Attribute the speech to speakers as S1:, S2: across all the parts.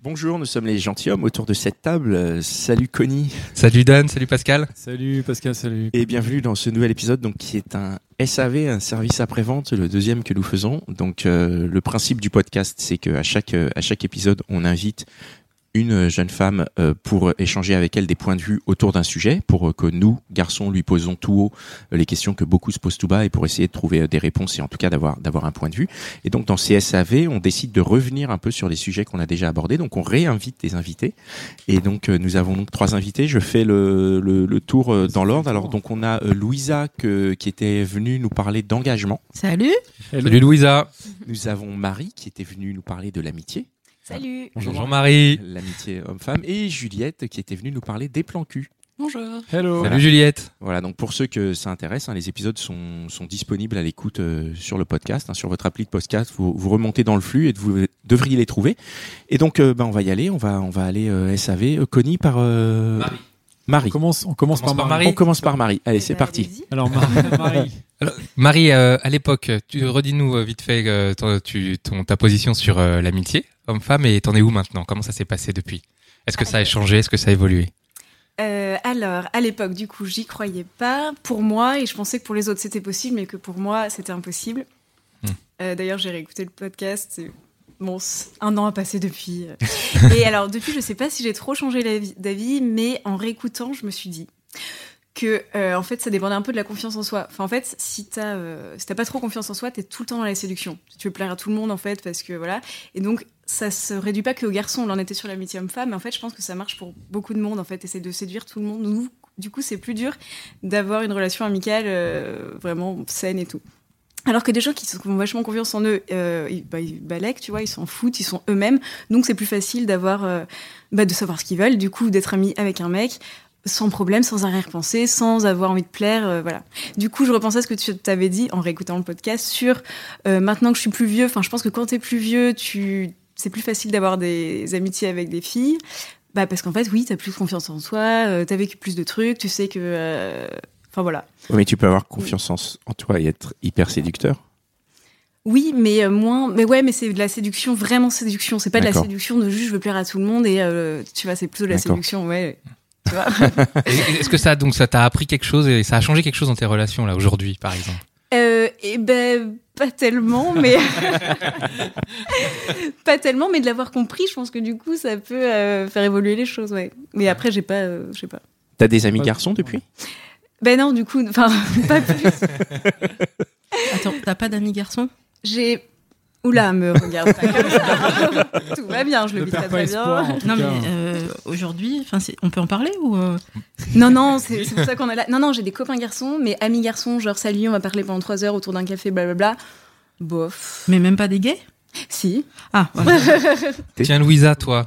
S1: Bonjour, nous sommes les gentilshommes autour de cette table. Euh, Salut Connie
S2: Salut Dan, salut Pascal.
S3: Salut Pascal, salut.
S1: et bienvenue dans ce nouvel épisode donc qui est un SAV, un service après-vente, le deuxième que nous faisons. Donc euh, le principe du podcast, c'est que à chaque euh, à chaque épisode, on invite une jeune femme euh, pour échanger avec elle des points de vue autour d'un sujet, pour euh, que nous, garçons, lui posons tout haut euh, les questions que beaucoup se posent tout bas et pour essayer de trouver euh, des réponses et en tout cas d'avoir d'avoir un point de vue. Et donc dans ces SAV, on décide de revenir un peu sur les sujets qu'on a déjà abordés. Donc on réinvite des invités. Et donc euh, nous avons donc trois invités. Je fais le, le, le tour euh, dans l'ordre. Alors donc on a euh, Louisa que- qui était venue nous parler d'engagement.
S4: Salut.
S2: Salut Louisa.
S1: Nous avons Marie qui était venue nous parler de l'amitié,
S4: Salut.
S2: Bonjour Jean-Marie.
S1: l'amitié homme-femme, et Juliette qui était venue nous parler des plans cul.
S4: Bonjour.
S3: Hello.
S2: Salut Juliette.
S1: Voilà, donc pour ceux que ça intéresse, hein, les épisodes sont, sont disponibles à l'écoute euh, sur le podcast, hein, sur votre appli de podcast. Vous, vous remontez dans le flux et vous devriez les trouver. Et donc, euh, ben, on va y aller. On va, on va aller euh, SAV. Euh, Connie par euh,
S2: Marie.
S3: On
S1: Marie.
S3: commence, on commence,
S2: On commence
S3: par
S2: par
S3: Marie.
S1: On commence par Marie. Allez,
S4: Euh,
S1: c'est parti.
S3: Alors Marie, Marie.
S2: Alors, Marie, euh, à l'époque, tu redis-nous euh, vite fait euh, ton, tu- ton- ta position sur euh, l'amitié homme-femme et t'en es où maintenant Comment ça s'est passé depuis Est-ce que ça a changé Est-ce que ça a évolué
S4: Euh, alors, à l'époque, du coup, j'y croyais pas pour moi et je pensais que pour les autres c'était possible, mais que pour moi c'était impossible.
S2: Hmm.
S4: Euh, D'ailleurs, j'ai réécouté le podcast. et Bon, c- un an a passé depuis. euh. et alors, depuis, je sais pas si j'ai trop changé l'avi- d'avis, mais en réécoutant, je me suis dit que, euh, en fait, ça dépendait un peu de la confiance en soi. Enfin, en fait, si t'as euh, si t'as pas trop confiance en soi, t'es tout le temps dans la séduction. Tu veux plaire à tout le monde, en fait, parce que voilà. Et donc, ça se réduit pas que aux garçons. On en était sur l'amitié homme-femme, mais en fait, je pense que ça marche pour beaucoup de monde. En fait, essayer de séduire tout le monde. Nous, du coup, c'est plus dur d'avoir une relation amicale euh, vraiment saine et tout. Alors que des gens qui sont qui ont vachement confiance en eux, euh, ils, bah, ils balèquent, tu vois, ils s'en foutent, ils sont eux-mêmes. Donc, c'est plus facile d'avoir, euh, bah, de savoir ce qu'ils veulent, du coup, d'être amis avec un mec sans problème, sans arrière-pensée, sans avoir envie de plaire, euh, voilà. Du coup, je repensais à ce que tu t'avais dit en réécoutant le podcast sur euh, maintenant que je suis plus vieux, enfin, je pense que quand t'es plus vieux, tu... c'est plus facile d'avoir des amitiés avec des filles. Bah, parce qu'en fait, oui, t'as plus confiance en toi, euh, t'as vécu plus de trucs, tu sais que. euh, Enfin, voilà.
S1: Oui, mais tu peux avoir confiance en, en toi et être hyper séducteur.
S4: Oui, mais euh, moins. Mais ouais, mais c'est de la séduction, vraiment séduction. C'est pas de la
S1: D'accord.
S4: séduction de juste je veux plaire à tout le monde et euh, tu vois, c'est plutôt de la
S1: D'accord.
S4: séduction, ouais. Tu vois
S2: Et- et Est-ce que ça donc ça t'a appris quelque chose et ça a changé quelque chose dans tes relations là aujourd'hui par exemple
S4: Euh, eh ben, pas tellement, mais. pas tellement, mais de l'avoir compris, je pense que du coup, ça peut euh, faire évoluer les choses, ouais. Mais après, j'ai pas. euh, je sais pas.
S1: T'as des amis
S3: Ouais.
S1: garçons depuis
S4: Ben non, du coup, enfin, pas plus.
S5: Attends, t'as pas d'amis garçons
S4: J'ai. Oula, me regarde pas comme ça. Tout va bien, je le
S3: Ne
S4: vis
S3: perds
S4: très
S3: pas
S4: très
S3: espoir.
S4: bien.
S3: en tout
S5: Non, mais
S3: cas.
S5: euh, aujourd'hui, enfin, c'est- on peut en parler ou euh,
S4: Non, non, c'est c'est pour ça qu'on est là. Non, non, j'ai des copains garçons, mais amis garçons, genre salut, on va parler pendant trois heures autour d'un café, blablabla. Bof.
S5: Mais même pas des gays
S4: Si.
S5: Ah, voilà.
S1: Et-
S2: Tiens Louisa, toi,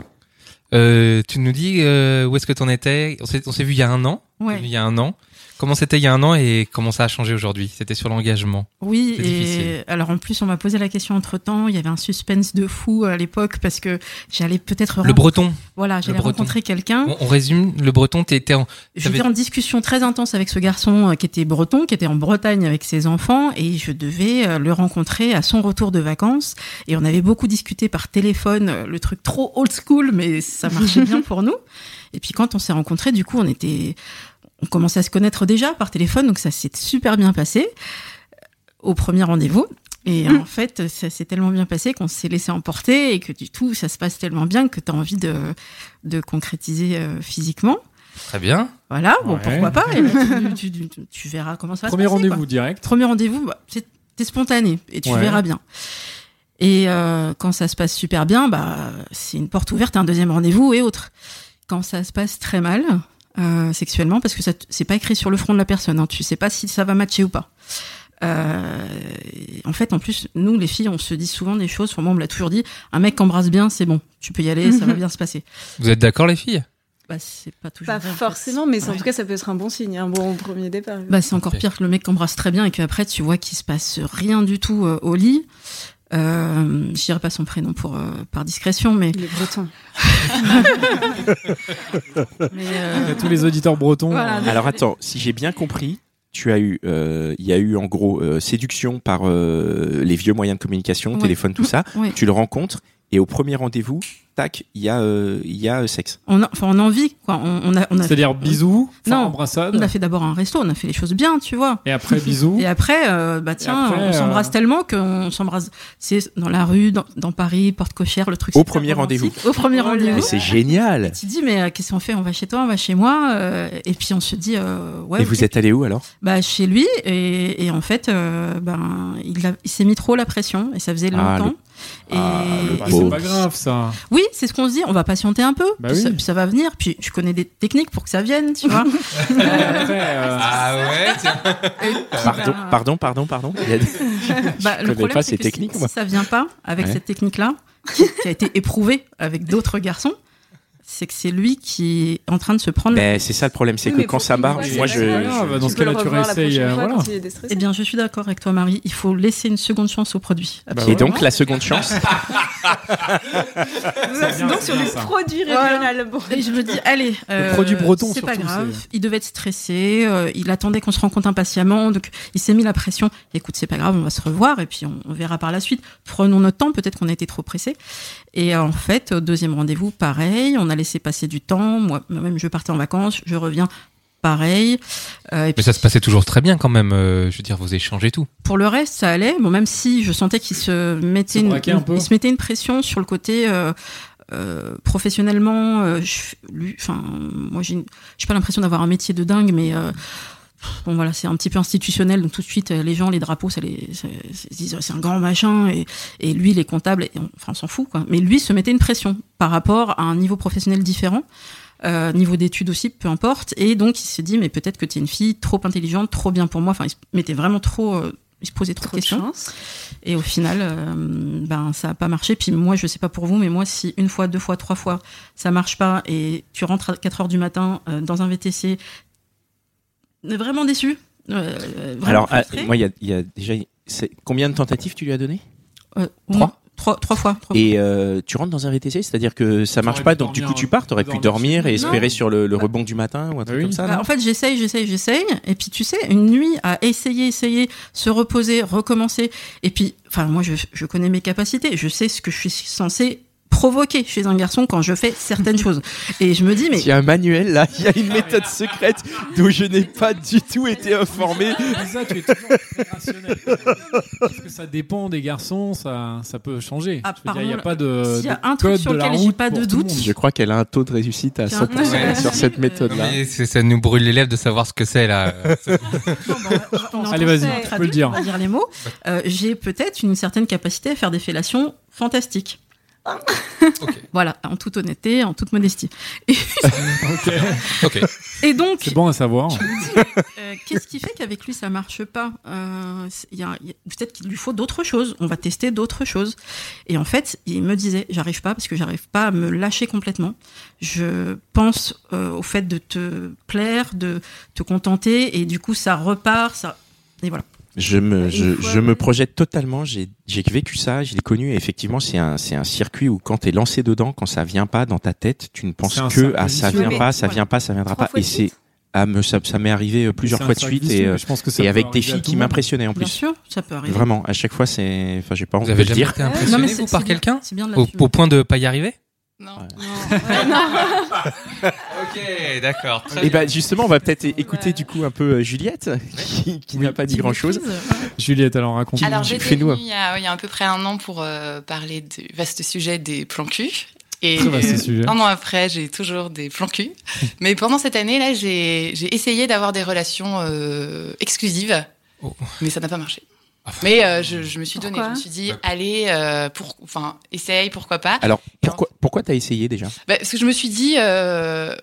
S2: euh, tu nous dis euh, où est-ce que t'en étais On s'est on s'est vu il y a un an. On s'est vu
S5: Ouais.
S2: Il y a un an. Comment c'était il y a un an et comment ça a changé aujourd'hui C'était sur l'engagement.
S5: Oui,
S2: C'est
S5: et
S2: difficile.
S5: alors en plus, on m'a posé la question entre temps. Il y avait un suspense de fou à l'époque parce que j'allais peut-être.
S2: Le
S5: ren-
S2: breton.
S5: Voilà, j'allais
S2: breton.
S5: rencontrer quelqu'un.
S2: On, on résume, le breton, t'étais en...
S5: J'étais
S2: t'avais-
S5: en discussion très intense avec ce garçon euh, qui était breton, qui était en Bretagne avec ses enfants, et je devais euh, le rencontrer à son retour de vacances. Et on avait beaucoup discuté par téléphone, euh, le truc trop old school, mais ça marchait bien pour nous. Et puis quand on s'est rencontrés, du coup, on était, on commençait à se connaître déjà par téléphone, donc ça s'est super bien passé euh, au premier rendez-vous. Et en fait, ça s'est tellement bien passé qu'on s'est laissé emporter et que du tout, ça se passe tellement bien que tu as envie de, de concrétiser euh, physiquement.
S2: Très bien.
S5: Voilà, bon,
S3: Ouais.
S5: pourquoi pas et là, tu, tu- tu- tu verras comment ça
S3: Premier
S5: va se passer.
S3: rendez-vous
S5: quoi.
S3: direct.
S5: Premier rendez-vous, bah, c'est t'es spontané et tu
S3: Ouais.
S5: verras bien. Et euh, quand ça se passe super bien, bah, c'est une porte ouverte à un deuxième rendez-vous et autres. Quand ça se passe très mal euh, sexuellement, parce que ça t- c'est pas écrit sur le front de la personne, hein, tu sais pas si ça va matcher ou pas. Euh, en fait, en plus, nous, les filles, on se dit souvent des choses. Enfin, moi, on me l'a toujours dit. Un mec qu'embrasse bien, c'est bon. Tu peux y aller, ça va bien se passer.
S2: Vous êtes d'accord, les filles
S5: Bah, c'est pas toujours.
S4: Pas
S5: vrai, en fait.
S4: forcément, mais c'est- en
S5: Ouais.
S4: tout cas, ça peut être un bon signe, un bon premier départ.
S5: Bah, c'est encore
S2: Ok.
S5: pire que le mec qu'embrasse très bien et qu'après tu vois qu'il se passe rien du tout euh, au lit. Euh, je dirais pas son prénom pour euh, par discrétion, mais,
S4: Il est breton.
S5: mais,
S3: À
S5: euh,
S3: tous les auditeurs bretons.
S4: Voilà.
S3: euh,
S1: Alors attends, si j'ai bien compris, tu as eu, euh, il y a eu en gros euh, séduction par euh, les vieux moyens de communication,
S5: Ouais.
S1: téléphone, tout ça.
S5: ouais.
S1: Tu le rencontres et au premier rendez-vous, tac, il y a, euh, il y a euh, sexe.
S5: on a, enfin, on a envie quoi. On, on a, on a,
S3: C'est-à-dire bisous, enfin,
S5: Non.
S3: embrassade,
S5: on a fait d'abord un resto, on a fait les choses bien, tu vois.
S3: et après bisous.
S5: Et après, euh, bah tiens,
S3: après,
S5: on s'embrasse
S3: euh,
S5: tellement qu'on s'embrasse. C'est dans la rue, dans, dans Paris, porte cochère, le truc.
S1: Au
S5: super
S1: premier
S5: romantique.
S1: rendez-vous.
S5: Au premier
S4: Oh là
S5: rendez-vous.
S1: Mais c'est génial.
S5: Tu te dis mais euh, qu'est-ce qu'on fait On va chez toi, on va chez moi, euh, et puis on se dit euh, ouais.
S1: et
S5: ok,
S1: vous êtes allé où alors
S5: bah, chez lui et, et en fait euh, ben il, a- il s'est mis trop la pression et ça faisait
S1: Ah,
S5: longtemps et,
S1: ah, le
S5: et-
S3: Bah,
S1: Bon.
S3: c'est pas grave ça.
S5: oui c'est ce qu'on se dit on va patienter un peu
S3: Bah
S5: puis, ça,
S3: oui.
S5: puis ça va venir puis je connais des techniques pour que ça vienne tu vois
S3: Et après, euh,
S2: Ah ouais tiens.
S1: Pardon,
S5: bah-
S1: pardon, pardon, pardon. Il y a-
S5: Bah,
S1: connais
S5: le problème
S1: pas
S5: c'est
S1: ces
S5: que si-
S1: techniques,
S5: si,
S1: moi.
S5: ça vient pas avec
S1: Ouais.
S5: cette technique là qui, qui a été éprouvée avec d'autres garçons c'est que c'est lui qui est en train de se prendre
S1: Ben, c'est ça le problème, c'est
S4: Oui,
S1: que
S4: mais
S1: quand
S4: faut
S1: ça
S4: qu'il
S1: barre,
S4: voit,
S1: moi
S4: c'est
S1: je.
S4: pas
S3: grave.
S1: je-
S3: Bah, dans ce
S4: Tu peux
S3: cas-là,
S4: le
S3: tu
S4: revoir la
S3: réessayes,
S4: prochaine
S3: euh,
S4: fois
S3: voilà.
S4: quand il est déstressé.
S5: eh bien je suis d'accord avec toi Marie il faut laisser une seconde chance au produit
S3: Bah
S1: Et
S3: ouais.
S1: donc la seconde chance,
S4: Nous
S3: C'est bien,
S4: donc
S3: c'est
S4: sur
S3: bien,
S4: les
S3: ça.
S4: produits
S5: Voilà.
S4: régionaux. Bon.
S5: Et je me dis, allez, euh,
S3: produit breton,
S5: c'est pas
S3: surtout,
S5: grave.
S3: c'est-
S5: Il devait être stressé, euh, il attendait qu'on se rencontre impatiemment, donc il s'est mis la pression. Écoute, c'est pas grave, on va se revoir et puis on, on verra par la suite. Prenons notre temps, peut-être qu'on a été trop pressé. Et euh, en fait, au deuxième rendez-vous, pareil, on a laissé passer du temps. Moi, même je partais en vacances, je reviens, pareil. Euh, et
S2: Mais
S5: puis
S2: ça se passait toujours très bien quand même. euh, je veux dire, vous échangez tout.
S5: pour le reste, ça allait. Bon, même si je sentais qu'il se
S3: Se
S5: mettait une,
S3: braquait un peu.
S5: il se mettait une pression sur le côté euh, euh, professionnellement. euh, je, lui, enfin, moi, j'ai une- j'ai pas l'impression d'avoir un métier de dingue, mais euh, bon, voilà, c'est un petit peu institutionnel. Donc tout de suite, euh, les gens, les drapeaux, ça les, ça- ça- ils disent oh, c'est un grand machin. Et, et lui, les comptables, et on- enfin, on s'en fout quoi. Mais lui se mettait une pression par rapport à un niveau professionnel différent. Euh, niveau d'études aussi, peu importe. Et donc, il se dit, mais peut-être que tu es une fille trop intelligente, trop bien pour moi. Enfin, il se mettait vraiment trop. euh, il se posait trop, de questions.
S4: chance.
S5: Et au final, euh, ben, ça n'a pas marché. Puis moi, je sais pas pour vous, mais moi, si une fois, deux fois, trois fois, ça marche pas et tu rentres à 4 heures du matin euh, dans un VTC, vraiment déçu. euh, vraiment
S1: alors ah,
S5: frustré.
S1: moi il y a, il y a déjà c'est- combien de tentatives tu lui as donné
S5: Euh, au
S1: trois.
S5: moins- trois, trois fois. trois
S1: Et euh, tu rentres dans un VTC, c'est-à-dire que ça marche
S3: T'aurais
S1: pas,
S3: pu
S1: donc du coup
S3: dormir,
S1: tu pars, t'aurais pu dormir et
S5: Non.
S1: espérer sur le, le rebond du matin ou un truc
S3: Ah. oui.
S1: comme ça.
S5: Bah,
S1: non
S5: en fait, j'essaye, j'essaye, j'essaye. Et puis, tu sais, une nuit à essayer, essayer, se reposer, recommencer. Et puis, enfin, moi, je, je connais mes capacités. Je sais ce que je suis censé provoquer chez un garçon quand je fais certaines choses. Et je me dis, mais
S1: Il y a un manuel là, il y a une méthode secrète dont je n'ai pas du tout été informé.
S3: Lisa, tu es toujours très rationnelle. Parce que ça dépend des garçons, ça, ça peut changer.
S5: Ah,
S3: Je veux dire, il n'y a
S5: pardon,
S3: pas de.
S5: s'il y a
S3: de
S5: un truc
S3: code
S5: sur
S3: de la
S5: lequel j'ai
S3: route
S5: pas de
S3: pour tout le
S5: doute,
S3: monde.
S1: Je crois qu'elle a un taux de réussite à
S5: Tiens,
S1: 100%
S5: ouais.
S1: sur cette méthode-là.
S2: Mais c'est- ça nous brûle les lèvres de savoir ce que c'est là.
S5: Non, bah, bon, on- on entend
S3: Allez, vas-y,
S5: ça
S3: tu
S5: traduit,
S3: peux le dire.
S5: on va dire les mots. Euh, J'ai peut-être une certaine capacité à faire des fellations fantastiques.
S2: Ok.
S5: Voilà, en toute honnêteté, en toute modestie. Et,
S3: Ok.
S2: ok.
S5: et donc,
S3: C'est bon à savoir.
S5: Euh, qu'est-ce qui fait qu'avec lui ça marche pas Euh, c'est- il y a- il y a- Peut-être qu'il lui faut d'autres choses. On va tester d'autres choses. Et en fait, il me disait, j'arrive pas parce que j'arrive pas à me lâcher complètement. Je pense euh, au fait de te plaire, de te contenter, et du coup ça repart. Ça et voilà.
S1: Je me,
S4: Une
S1: je,
S4: fois,
S1: je me
S4: ouais.
S1: projette totalement. J'ai j'ai vécu ça, je l'ai connu. Et effectivement, c'est un, c'est un circuit où quand t'es lancé dedans, quand ça vient pas dans ta tête, tu ne penses
S3: C'est un
S1: que
S3: cercle
S1: à ça
S3: vicieux.
S1: vient
S4: Mais
S1: pas, ça
S5: voilà.
S1: vient pas, ça viendra
S4: Trois
S1: pas.
S4: fois
S1: Et
S4: de
S1: c'est,
S4: suite.
S1: ah, me- ça, ça m'est arrivé euh, plusieurs
S3: C'est un
S1: fois de
S3: service,
S1: suite et,
S3: mais
S1: euh,
S3: je pense que ça
S1: et
S3: peut
S1: avec des
S3: arriver à
S1: filles
S3: tout
S1: qui
S3: le monde.
S1: m'impressionnaient en
S5: Bien
S1: plus.
S5: sûr, ça peut arriver.
S1: Vraiment, à chaque fois, c'est, enfin, j'ai pas honte
S2: Vous
S1: de
S2: avez
S1: le
S2: jamais
S1: dire.
S2: été impressionné
S5: c'est-
S2: vous
S5: c'est
S2: par
S5: bien-
S2: quelqu'un
S5: C'est bien de
S2: au,
S5: l'assumer.
S2: au point de pas y arriver
S6: Non.
S1: Ouais.
S2: Ok, d'accord.
S1: Et bah, justement, on va peut-être é- écouter
S4: Ouais.
S1: du coup un peu euh, Juliette, qui, qui n'a pas dit
S5: Petite
S1: grand chose.
S5: maîtrise.
S3: Juliette, alors raconte.
S6: Alors,
S1: tu-
S6: j'étais
S1: fais-nous un-
S6: venue il y, a, il y a à peu près un an pour euh, parler du vaste sujet des plans cul. Et
S3: Très vaste
S6: euh,
S3: sujet.
S6: un an après, j'ai toujours des plans cul. Mais pendant cette année, là, j'ai j'ai essayé d'avoir des relations euh, exclusives.
S2: Oh.
S6: Mais ça n'a pas marché.
S2: Ah.
S6: Mais euh, je, je me suis donnée, je
S4: Pourquoi
S6: me suis dit, allez, euh, pour, enfin, essaye, pourquoi pas.
S1: Alors,
S6: Et
S1: pourquoi, pourquoi t'as essayé déjà?
S6: Bah, parce que je me suis dit, euh,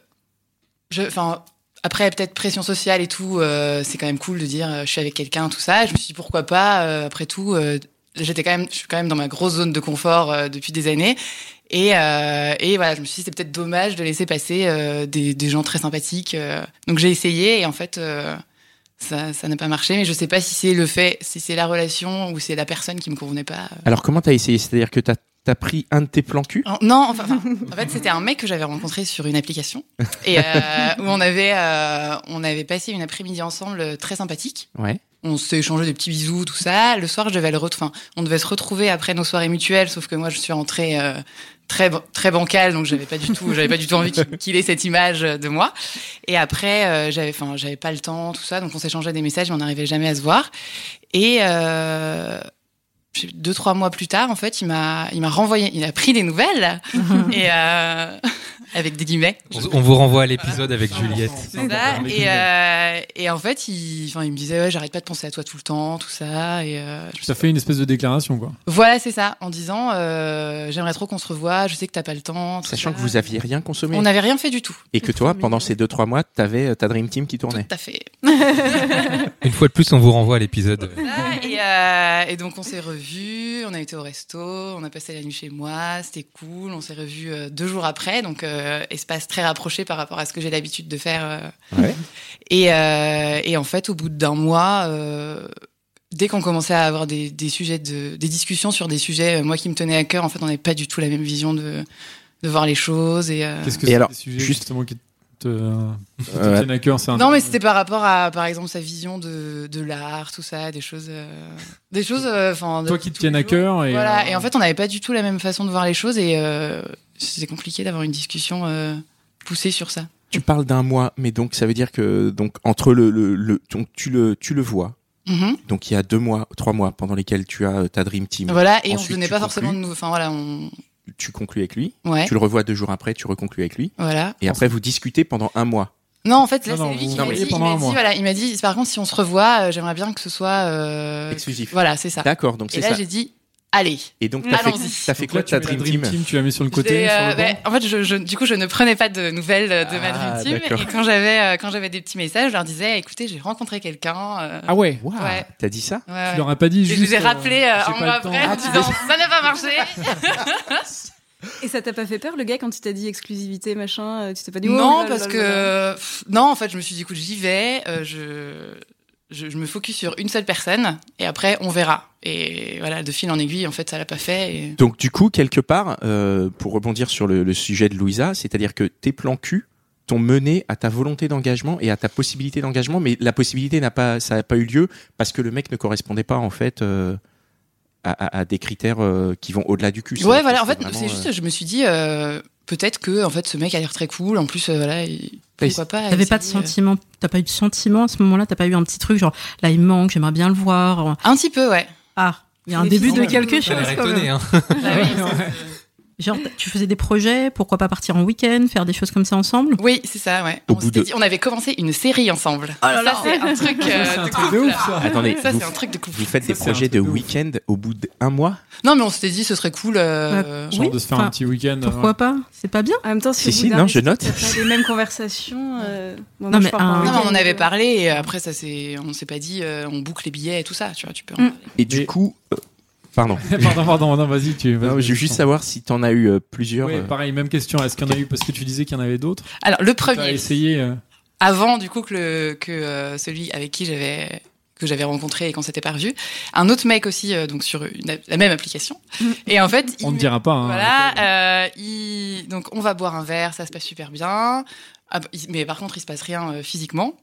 S6: je, enfin, Après, peut-être pression sociale et tout, euh, c'est quand même cool de dire euh, je suis avec quelqu'un, tout ça. Je me suis dit pourquoi pas, euh, après tout, euh, j'étais quand même, je suis quand même dans ma grosse zone de confort euh, depuis des années. Et, euh, et voilà, je me suis dit c'est peut-être dommage de laisser passer euh, des, des gens très sympathiques. euh. Donc j'ai essayé et en fait, euh, ça ça n'a pas marché. Mais je sais pas si c'est le fait, si c'est la relation ou c'est la personne qui me convenait pas.
S1: Alors, comment t'as essayé C'est-à-dire que t'as as pris un de tes plans cul
S6: Oh, Non, enfin, enfin, en fait, c'était un mec que j'avais rencontré sur une application et euh, où on avait, euh, on avait passé une après-midi ensemble euh, très sympathique.
S1: Ouais.
S6: On s'est échangé des petits bisous, tout ça. Le soir, je devais le ret- enfin, on devait se retrouver après nos soirées mutuelles, sauf que moi, je suis rentrée euh, très ban- très bancale, donc j'avais pas du tout, j'avais pas du tout envie qu'il qu'il ait cette image euh, de moi. Et après, euh, j'avais, enfin, j'avais pas le temps, tout ça, donc on s'échangeait des messages, mais on n'arrivait jamais à se voir. Et euh, je sais, deux trois mois plus tard, en fait, il m'a, il m'a renvoyé, il a pris des nouvelles et euh, avec des guillemets.
S2: On, on vous renvoie à l'épisode avec Juliette.
S3: C'est
S6: Voilà, et, euh, et en fait, il, enfin, il me disait, ouais, j'arrête pas de penser à toi tout le temps, tout ça. Et euh, je me suis-
S3: Ça fait une espèce de déclaration, quoi.
S6: voilà, c'est ça, en disant, euh, j'aimerais trop qu'on se revoie. Je sais que t'as pas le temps. tout
S1: Sachant
S6: ça.
S1: que vous aviez rien consommé.
S6: on n'avait rien fait du tout.
S1: Et que toi, pendant ces 2-3 mois, t'avais euh, ta Dream Team qui tournait.
S6: Tout à fait.
S2: Une fois de plus, on vous renvoie à l'épisode.
S6: Ah, et, euh, et donc on s'est revus, on a été au resto, on a passé la nuit chez moi, c'était cool. On s'est revus euh, deux jours après, donc euh, espace très rapproché par rapport à ce que j'ai l'habitude de faire. euh.
S1: Ouais.
S6: Et, euh, et en fait, au bout d'un mois, euh, dès qu'on commençait à avoir des, des sujets de, des discussions sur des sujets, euh, moi qui me tenais à cœur, en fait, on n'avait pas du tout la même vision de, de voir les choses. Et, euh,
S3: Qu'est-ce que
S1: Et
S3: c'est
S1: alors,
S3: des sujets,
S1: juste-
S3: justement qui te qui te
S1: Euh,
S3: tiennent à cœur c'est un-
S6: Non, mais c'était par rapport à, par exemple, sa vision de, de l'art, tout ça, des choses, euh, des choses, euh, enfin, de
S3: toi qui te
S6: tous
S3: tiennent
S6: les
S3: à
S6: jours.
S3: cœur et
S6: Voilà,
S3: euh,
S6: et en fait, on n'avait pas du tout la même façon de voir les choses et euh, c'était compliqué d'avoir une discussion euh, poussée sur ça.
S1: Tu parles d'un mois, mais donc ça veut dire que donc entre le, le, le- donc, tu le tu le vois.
S6: Mhm.
S1: Donc il y a deux mois, trois mois pendant lesquels tu as euh, ta dream team.
S6: Voilà, et on
S1: Ensuite,
S6: se donnait
S1: tu
S6: pas forcément
S1: conclus.
S6: de nouveau. Enfin, voilà, on.
S1: Tu conclus avec lui.
S6: Ouais,
S1: Tu le revois deux jours après. Tu reconclus avec lui.
S6: voilà.
S1: Et après vous discutez pendant un mois.
S6: Non, en fait, là,
S3: Non, non,
S6: c'est lui
S3: vous-
S6: qui
S3: non,
S6: m'a
S3: mais
S6: dit. Il
S3: pendant un
S6: m'a dit,
S3: mois.
S6: voilà, il m'a dit, par contre, si on se revoit, euh, j'aimerais bien que ce soit. euh,
S1: Exclusif.
S6: Voilà, c'est ça.
S1: D'accord. Donc
S6: Et
S1: c'est
S6: là,
S1: ça.
S6: j'ai dit, allez.
S1: Et donc t'as fait
S6: Allons-y.
S1: t'as fait
S3: donc
S1: quoi
S3: là,
S1: de
S3: tu
S1: ta
S3: mets la
S1: dream team
S3: Tu la mets sur le côté.
S6: J'ai,
S3: sur
S6: euh,
S3: le
S6: ouais,
S3: banc.
S6: en fait, je, je- du coup, je ne prenais pas de nouvelles euh, de ma
S1: Ah,
S6: Dream Team.
S1: d'accord.
S6: Et quand j'avais, euh, quand j'avais des petits messages, je leur disais, écoutez, j'ai rencontré quelqu'un. euh,
S3: Ah ouais.
S1: Waouh,
S6: Ouais.
S1: T'as dit ça
S6: ouais,
S3: Tu
S6: ouais.
S3: leur as pas dit
S6: Et
S3: juste.
S6: je les ai
S3: euh,
S6: rappelés euh,
S3: j'ai
S6: un
S3: pas
S6: mois
S3: le temps.
S6: après en
S3: Ah, tu les-
S6: disant ça n'a pas marché.
S4: Et ça t'a pas fait peur, le gars, quand tu t'as dit exclusivité, machin euh, Tu t'es pas dit oh,
S6: non,
S4: lol,
S6: parce
S4: lol,
S6: que
S4: lol.
S6: pff, non, en fait, je me suis dit écoute, j'y vais, euh, je, je je me focus sur une seule personne et après on verra. Et voilà, de fil en aiguille, en fait, ça l'a pas fait. et-
S1: Donc du coup quelque part euh, pour rebondir sur le, le sujet de Louisa, c'est-à-dire que tes plans cul t'ont mené à ta volonté d'engagement et à ta possibilité d'engagement, mais la possibilité n'a pas ça n'a pas eu lieu parce que le mec ne correspondait pas en fait euh, à, à- à des critères euh, qui vont au-delà du cul.
S6: Ouais,
S1: C'est-à-dire
S6: voilà.
S1: que
S6: En fait,
S1: c'était
S6: c'est
S1: vraiment,
S6: juste,
S1: euh,
S6: je me suis dit euh, peut-être que en fait, ce mec a l'air très cool. En plus, euh, voilà, il,
S3: Bah,
S6: pourquoi pas
S5: T'avais pas de
S6: essayer, euh,
S5: sentiment, t'as pas eu de sentiment à ce moment-là, t'as pas eu un petit truc genre là il me manque, j'aimerais bien le voir.
S6: Un petit peu, ouais.
S5: Ah, il y a un
S4: Mais
S5: début de
S4: finalement,
S5: quelque
S4: t'as
S2: T'as
S5: chose
S2: l'air
S5: quand
S2: étonné,
S5: même.
S2: hein.
S3: Ah
S5: Genre t- tu faisais des projets, pourquoi pas partir en week-end, faire des choses comme ça ensemble
S6: Oui, c'est ça, ouais.
S1: Au
S6: on,
S1: bout
S6: s'était
S1: de-
S6: dit- on avait commencé une série ensemble.
S5: là là.
S6: Ça, c'est un truc. euh,
S3: Ah C'est un
S6: de
S3: truc de
S6: couple.
S3: ouf, ça.
S1: Attendez,
S6: Ça,
S1: vous,
S6: c'est un truc de couple.
S1: vous faites des
S3: Ça, c'est un
S1: projets
S3: truc
S1: de
S3: de ouf.
S1: week-end au bout d'un mois
S6: Non, mais on s'était dit, ce serait cool. euh,
S3: Genre
S5: Oui,
S3: de se faire
S5: enfin,
S3: un petit week-end.
S5: Pourquoi pas C'est pas bien
S4: En même temps,
S1: Si,
S4: c'est
S1: si, non, je note.
S4: Pas les mêmes conversations. euh, moi,
S5: Non,
S4: moi, je
S5: mais
S4: pars pas
S5: un-
S4: en
S6: Non, mais on en
S4: week-end,
S6: avait
S4: euh,
S6: parlé et après ça c'est, on s'est pas dit, euh, on boucle les billets et tout ça, tu vois, tu peux. en
S5: Mm.
S6: parler.
S1: Et du
S3: Mais-
S1: coup, euh, pardon.
S3: ouais. pardon, pardon, non, vas-y, tu. vas-y,
S1: Non, je veux
S3: vas-y.
S1: juste savoir si t'en as eu euh, plusieurs.
S3: Ouais,
S1: euh,
S3: pareil, même question. Est-ce qu'il y en a eu parce que tu disais qu'il y en avait d'autres
S6: Alors le
S3: T'as
S6: premier,
S3: essayé euh,
S6: avant du coup que le, que euh, celui avec qui j'avais que j'avais rencontré et qu'on s'était pas revu, un autre mec aussi euh, donc sur une- la même application.
S3: Mm.
S6: Et en fait, il
S3: On ne
S6: me-
S3: dira pas. hein.
S6: Voilà, euh, il- donc on va boire un verre, ça se passe super bien. Ah, bah, il- Mais par contre, il se passe rien euh, physiquement.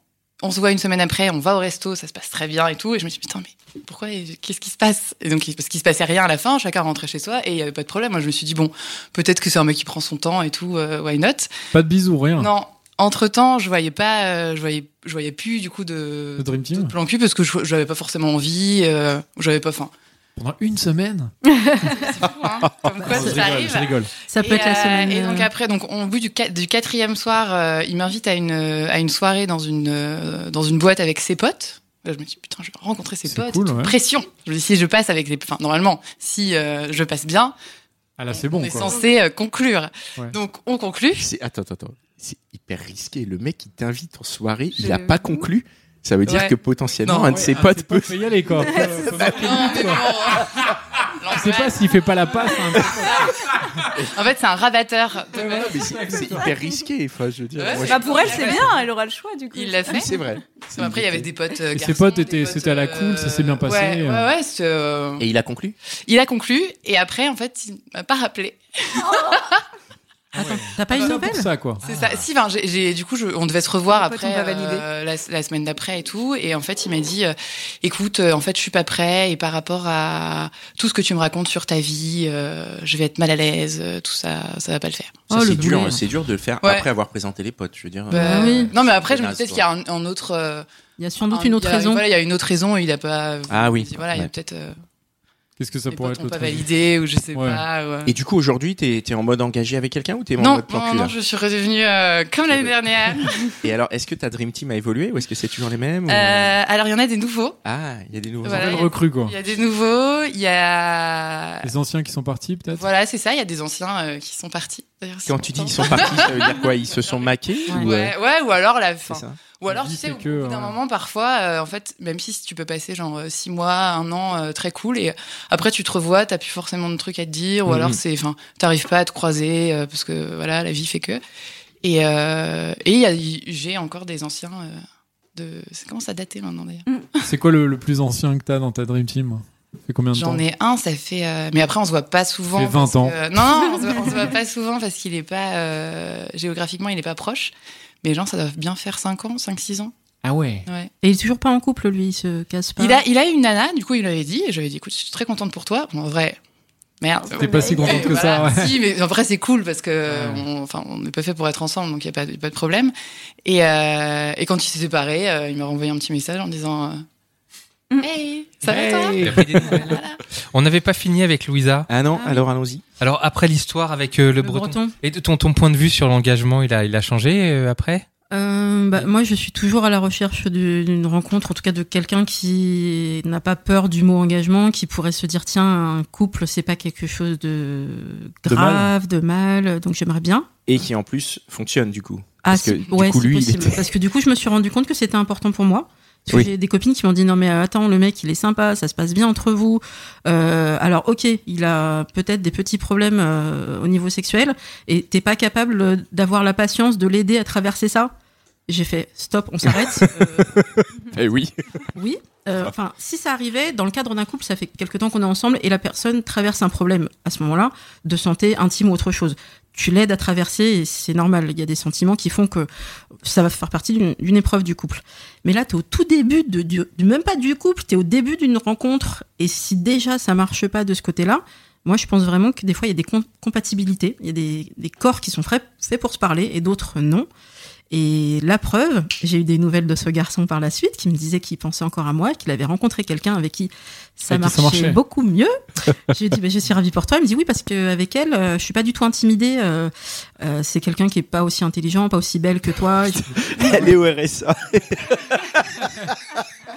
S6: On se voit une semaine après, on va au resto, ça se passe très bien et tout. Et je me dis putain, mais pourquoi euh, Qu'est-ce qui se passe Et donc parce qu'il se passait rien à la fin, chacun rentrait chez soi et il y avait pas de problème. Moi, je me suis dit bon, peut-être que c'est un mec qui prend son temps et tout, euh, why not
S3: Pas de bisous, rien.
S6: Non. Entre temps, je voyais pas, euh, je voyais, je voyais plus du coup de,
S3: Le Dream Team
S6: de plan cul parce que je- j'avais pas forcément envie, euh, j'avais pas faim.
S3: Pendant une semaine.
S6: Comme quoi,
S3: Oh, je
S6: ça
S3: rigole,
S6: arrive.
S3: je rigole.
S5: Ça peut
S6: et,
S5: être la
S6: euh,
S5: semaine.
S6: et donc
S5: euh,
S6: après, donc au bout du, qua- du quatrième soir, euh, il m'invite à une euh, à une soirée dans une euh, dans une boîte avec ses potes. Là, je me dis putain, je vais rencontrer ses
S3: C'est
S6: potes.
S3: cool,
S6: tout,
S3: ouais.
S6: Pression. Je me dis si je passe avec les, enfin normalement, si euh, je passe bien,
S3: Ah là, c'est bon.
S6: on est
S3: quoi.
S6: censé euh, conclure.
S3: Ouais.
S6: Donc on conclut.
S1: c'est- Attends, attends, attends. c'est hyper risqué. Le mec, il t'invite en soirée, il
S4: Je-
S1: n'a pas conclu. Ça veut dire
S6: Ouais.
S1: que potentiellement, un de ses
S3: ah,
S1: potes
S3: c'est pas-
S1: peut.
S3: Faut y aller, quoi. Faut- faut marquer le
S6: Non,
S3: coup,
S6: mais
S3: quoi.
S6: bon.
S3: Je sais pas s'il fait pas la passe. hein.
S6: En fait, c'est un rabatteur. de meufs.
S1: Non, mais c'est c'est hyper risqué. Enfin, je veux dire,
S6: Ouais,
S1: moi,
S6: c'est
S4: Bah
S1: je-
S4: pour elle, c'est bien, elle aura le choix du coup.
S6: Il l'a
S1: Oui,
S6: fait.
S1: c'est vrai.
S6: Bon, Après, il y avait des potes. euh,
S3: Et ses
S6: garçons,
S3: potes
S6: des
S3: étaient-
S6: potes,
S3: c'était à la
S6: euh,
S3: cool, ça s'est bien passé,
S6: Ouais, ouais,
S3: euh.
S6: ouais, c'est, euh,
S1: Et il a conclu
S6: Il a conclu, et après, en fait, il m'a pas rappelé.
S5: Attends, t'as
S3: C'est
S5: pas Ah, une
S3: ça pour
S5: nouvelle
S3: ça, quoi.
S6: C'est
S5: Ah.
S6: ça. Si, enfin, j'ai- j'ai- du coup, je- on devait se revoir
S4: En fait,
S6: après
S4: on va valider.
S6: euh, la, la semaine d'après et tout. Et en fait, il m'a dit, euh, écoute, euh, en fait, je suis pas prêt. Et par rapport à tout ce que tu me racontes sur ta vie, euh, je vais être mal à l'aise. euh, Tout ça, ça va pas le faire.
S1: Ça,
S5: Oh, le
S1: c'est dur,
S5: boulet.
S1: c'est dur de le faire
S6: Ouais.
S1: après avoir présenté les potes, je veux dire.
S6: Bah,
S5: Ah oui.
S6: Non, mais après, je me dis
S1: Naze,
S6: peut-être qu'il y a un, un autre. euh,
S5: Il y a sans doute
S6: un-
S5: une autre
S6: il y a-
S5: raison.
S6: Voilà, il y a une autre raison. Il a pas.
S1: Ah
S6: je me
S1: oui.
S6: dis, Voilà, il y a
S1: Ouais.
S6: peut-être. euh,
S3: Qu'est-ce que ça
S6: les
S3: pourrait
S6: potes
S3: être
S6: n'ont
S3: le
S6: pas
S3: truc
S6: validé ou je sais
S3: Ouais.
S6: pas. ou, euh,
S1: Et du coup, aujourd'hui, t'es es en mode engagé avec quelqu'un ou t'es en
S6: Non,
S1: mode plan
S6: non,
S1: cul, là
S6: non, je suis redevenue euh, comme l'année
S1: Ouais.
S6: dernière.
S1: Et alors, est-ce que ta Dream Team a évolué ou est-ce que c'est toujours les mêmes ou-
S6: Euh, alors, il y en a des nouveaux.
S1: Ah, il y a des nouveaux.
S6: Voilà,
S3: Nouvelle
S6: il y a-
S3: recrue, quoi.
S6: Il y a des nouveaux. Il y a.
S3: Les anciens qui sont partis, peut-être.
S6: Voilà, c'est ça. Il y a des anciens euh, qui sont partis. D'ailleurs,
S1: Quand
S6: c'est
S1: tu dis ils
S6: important.
S1: sont partis, ça veut dire quoi Ils se sont maqués ou, euh,
S6: Ouais, ouais, ou alors la
S1: c'est
S6: fin.
S1: ça
S6: Ou alors,
S3: Vie
S6: tu sais,
S3: fait
S6: au bout
S3: que,
S6: d'un
S3: ouais.
S6: moment, parfois, euh, en fait, même si tu peux passer genre euh, six mois, un an, euh, très cool, et après tu te revois, t'as plus forcément de trucs à te dire, ou
S1: Mhm.
S6: alors c'est, enfin, t'arrives pas à te croiser euh, parce que voilà, la vie fait que. Et euh, et il y a- y- j'ai encore des anciens euh, de, c'est comment ça dater maintenant d'ailleurs.
S3: C'est quoi le, le plus ancien que t'as dans ta Dream Team hein Ça fait combien de temps
S6: J'en ai un, ça fait. euh, Mais après, on se voit pas souvent.
S3: Ça fait 20
S6: parce que-
S3: ans.
S6: Euh, Non, on se, voit- on se voit pas souvent parce qu'il est pas. euh, Géographiquement, il est pas proche. Mais genre, ça doit bien faire 5 ans, 5-6 ans.
S3: Ah ouais.
S6: Ouais.
S5: Et il est toujours pas en couple, lui, il se casse pas.
S6: Il, a, il a une nana, du coup, il l'avait dit. Et j'avais dit, écoute, je suis très contente pour toi. Bon, en vrai, merde.
S3: T'es pas si contente que ça,
S6: Voilà.
S3: ouais.
S6: Si, mais en vrai, c'est cool parce que
S3: Ouais.
S6: on- enfin, on n'est pas fait pour être ensemble, donc il n'y a pas, de- pas de problème. Et, euh, et quand il s'est séparé, euh, il m'a renvoyé un petit message en disant euh, Hey, ça va toi
S3: Hey.
S6: Voilà.
S2: On n'avait pas fini avec Louisa.
S1: Ah non,
S5: Ah oui.
S1: alors allons-y.
S2: Alors après l'histoire avec euh, le,
S5: le
S2: breton.
S5: breton.
S2: Et ton, ton point de vue sur l'engagement, il a, il a changé euh, après
S5: Euh, bah, moi, je suis toujours à la recherche de- d'une rencontre, en tout cas de quelqu'un qui n'a pas peur du mot engagement, qui pourrait se dire tiens, un couple, c'est pas quelque chose de
S1: De mal.
S5: grave, de mal, donc j'aimerais bien.
S1: Et qui en plus fonctionne du coup.
S5: Ah,
S1: Parce que,
S5: c'est-
S1: du
S5: ouais,
S1: coup,
S5: c'est
S1: lui, il
S5: possible.
S1: était-
S5: Parce que du coup, je me suis rendu compte que c'était important pour moi. Parce que
S1: Oui.
S5: j'ai des copines qui m'ont dit non mais euh, attends le mec il est sympa ça se passe bien entre vous Euh, alors ok il a peut-être des petits problèmes euh, au niveau sexuel et t'es pas capable euh, d'avoir la patience de l'aider à traverser ça j'ai fait stop on s'arrête Euh,
S1: Eh oui.
S5: oui. Euh, Enfin, si ça arrivait, dans le cadre d'un couple, ça fait quelque temps qu'on est ensemble et la personne traverse un problème à ce moment-là de santé intime ou autre chose. Tu l'aides à traverser et c'est normal. Il y a des sentiments qui font que ça va faire partie d'une- d'une épreuve du couple. Mais là, t'es au tout début de, du- du- même pas du couple, t'es au début d'une rencontre et si déjà ça marche pas de ce côté-là, moi je pense vraiment que des fois il y a des com- compatibilités, il y a des, des corps qui sont faits faits pour se parler et d'autres non. Et la preuve, j'ai eu des nouvelles de ce garçon par la suite qui me disait qu'il pensait encore à moi, qu'il avait rencontré quelqu'un avec qui ça,
S3: Avec qui
S5: marchait,
S3: ça marchait.
S5: beaucoup mieux. j'ai dit, bah, je suis ravie pour toi. Il me dit oui parce que avec elle, euh, je suis pas du tout intimidée. euh, euh, c'est quelqu'un qui est pas aussi intelligent, pas aussi belle que toi.
S1: Elle est au RSA.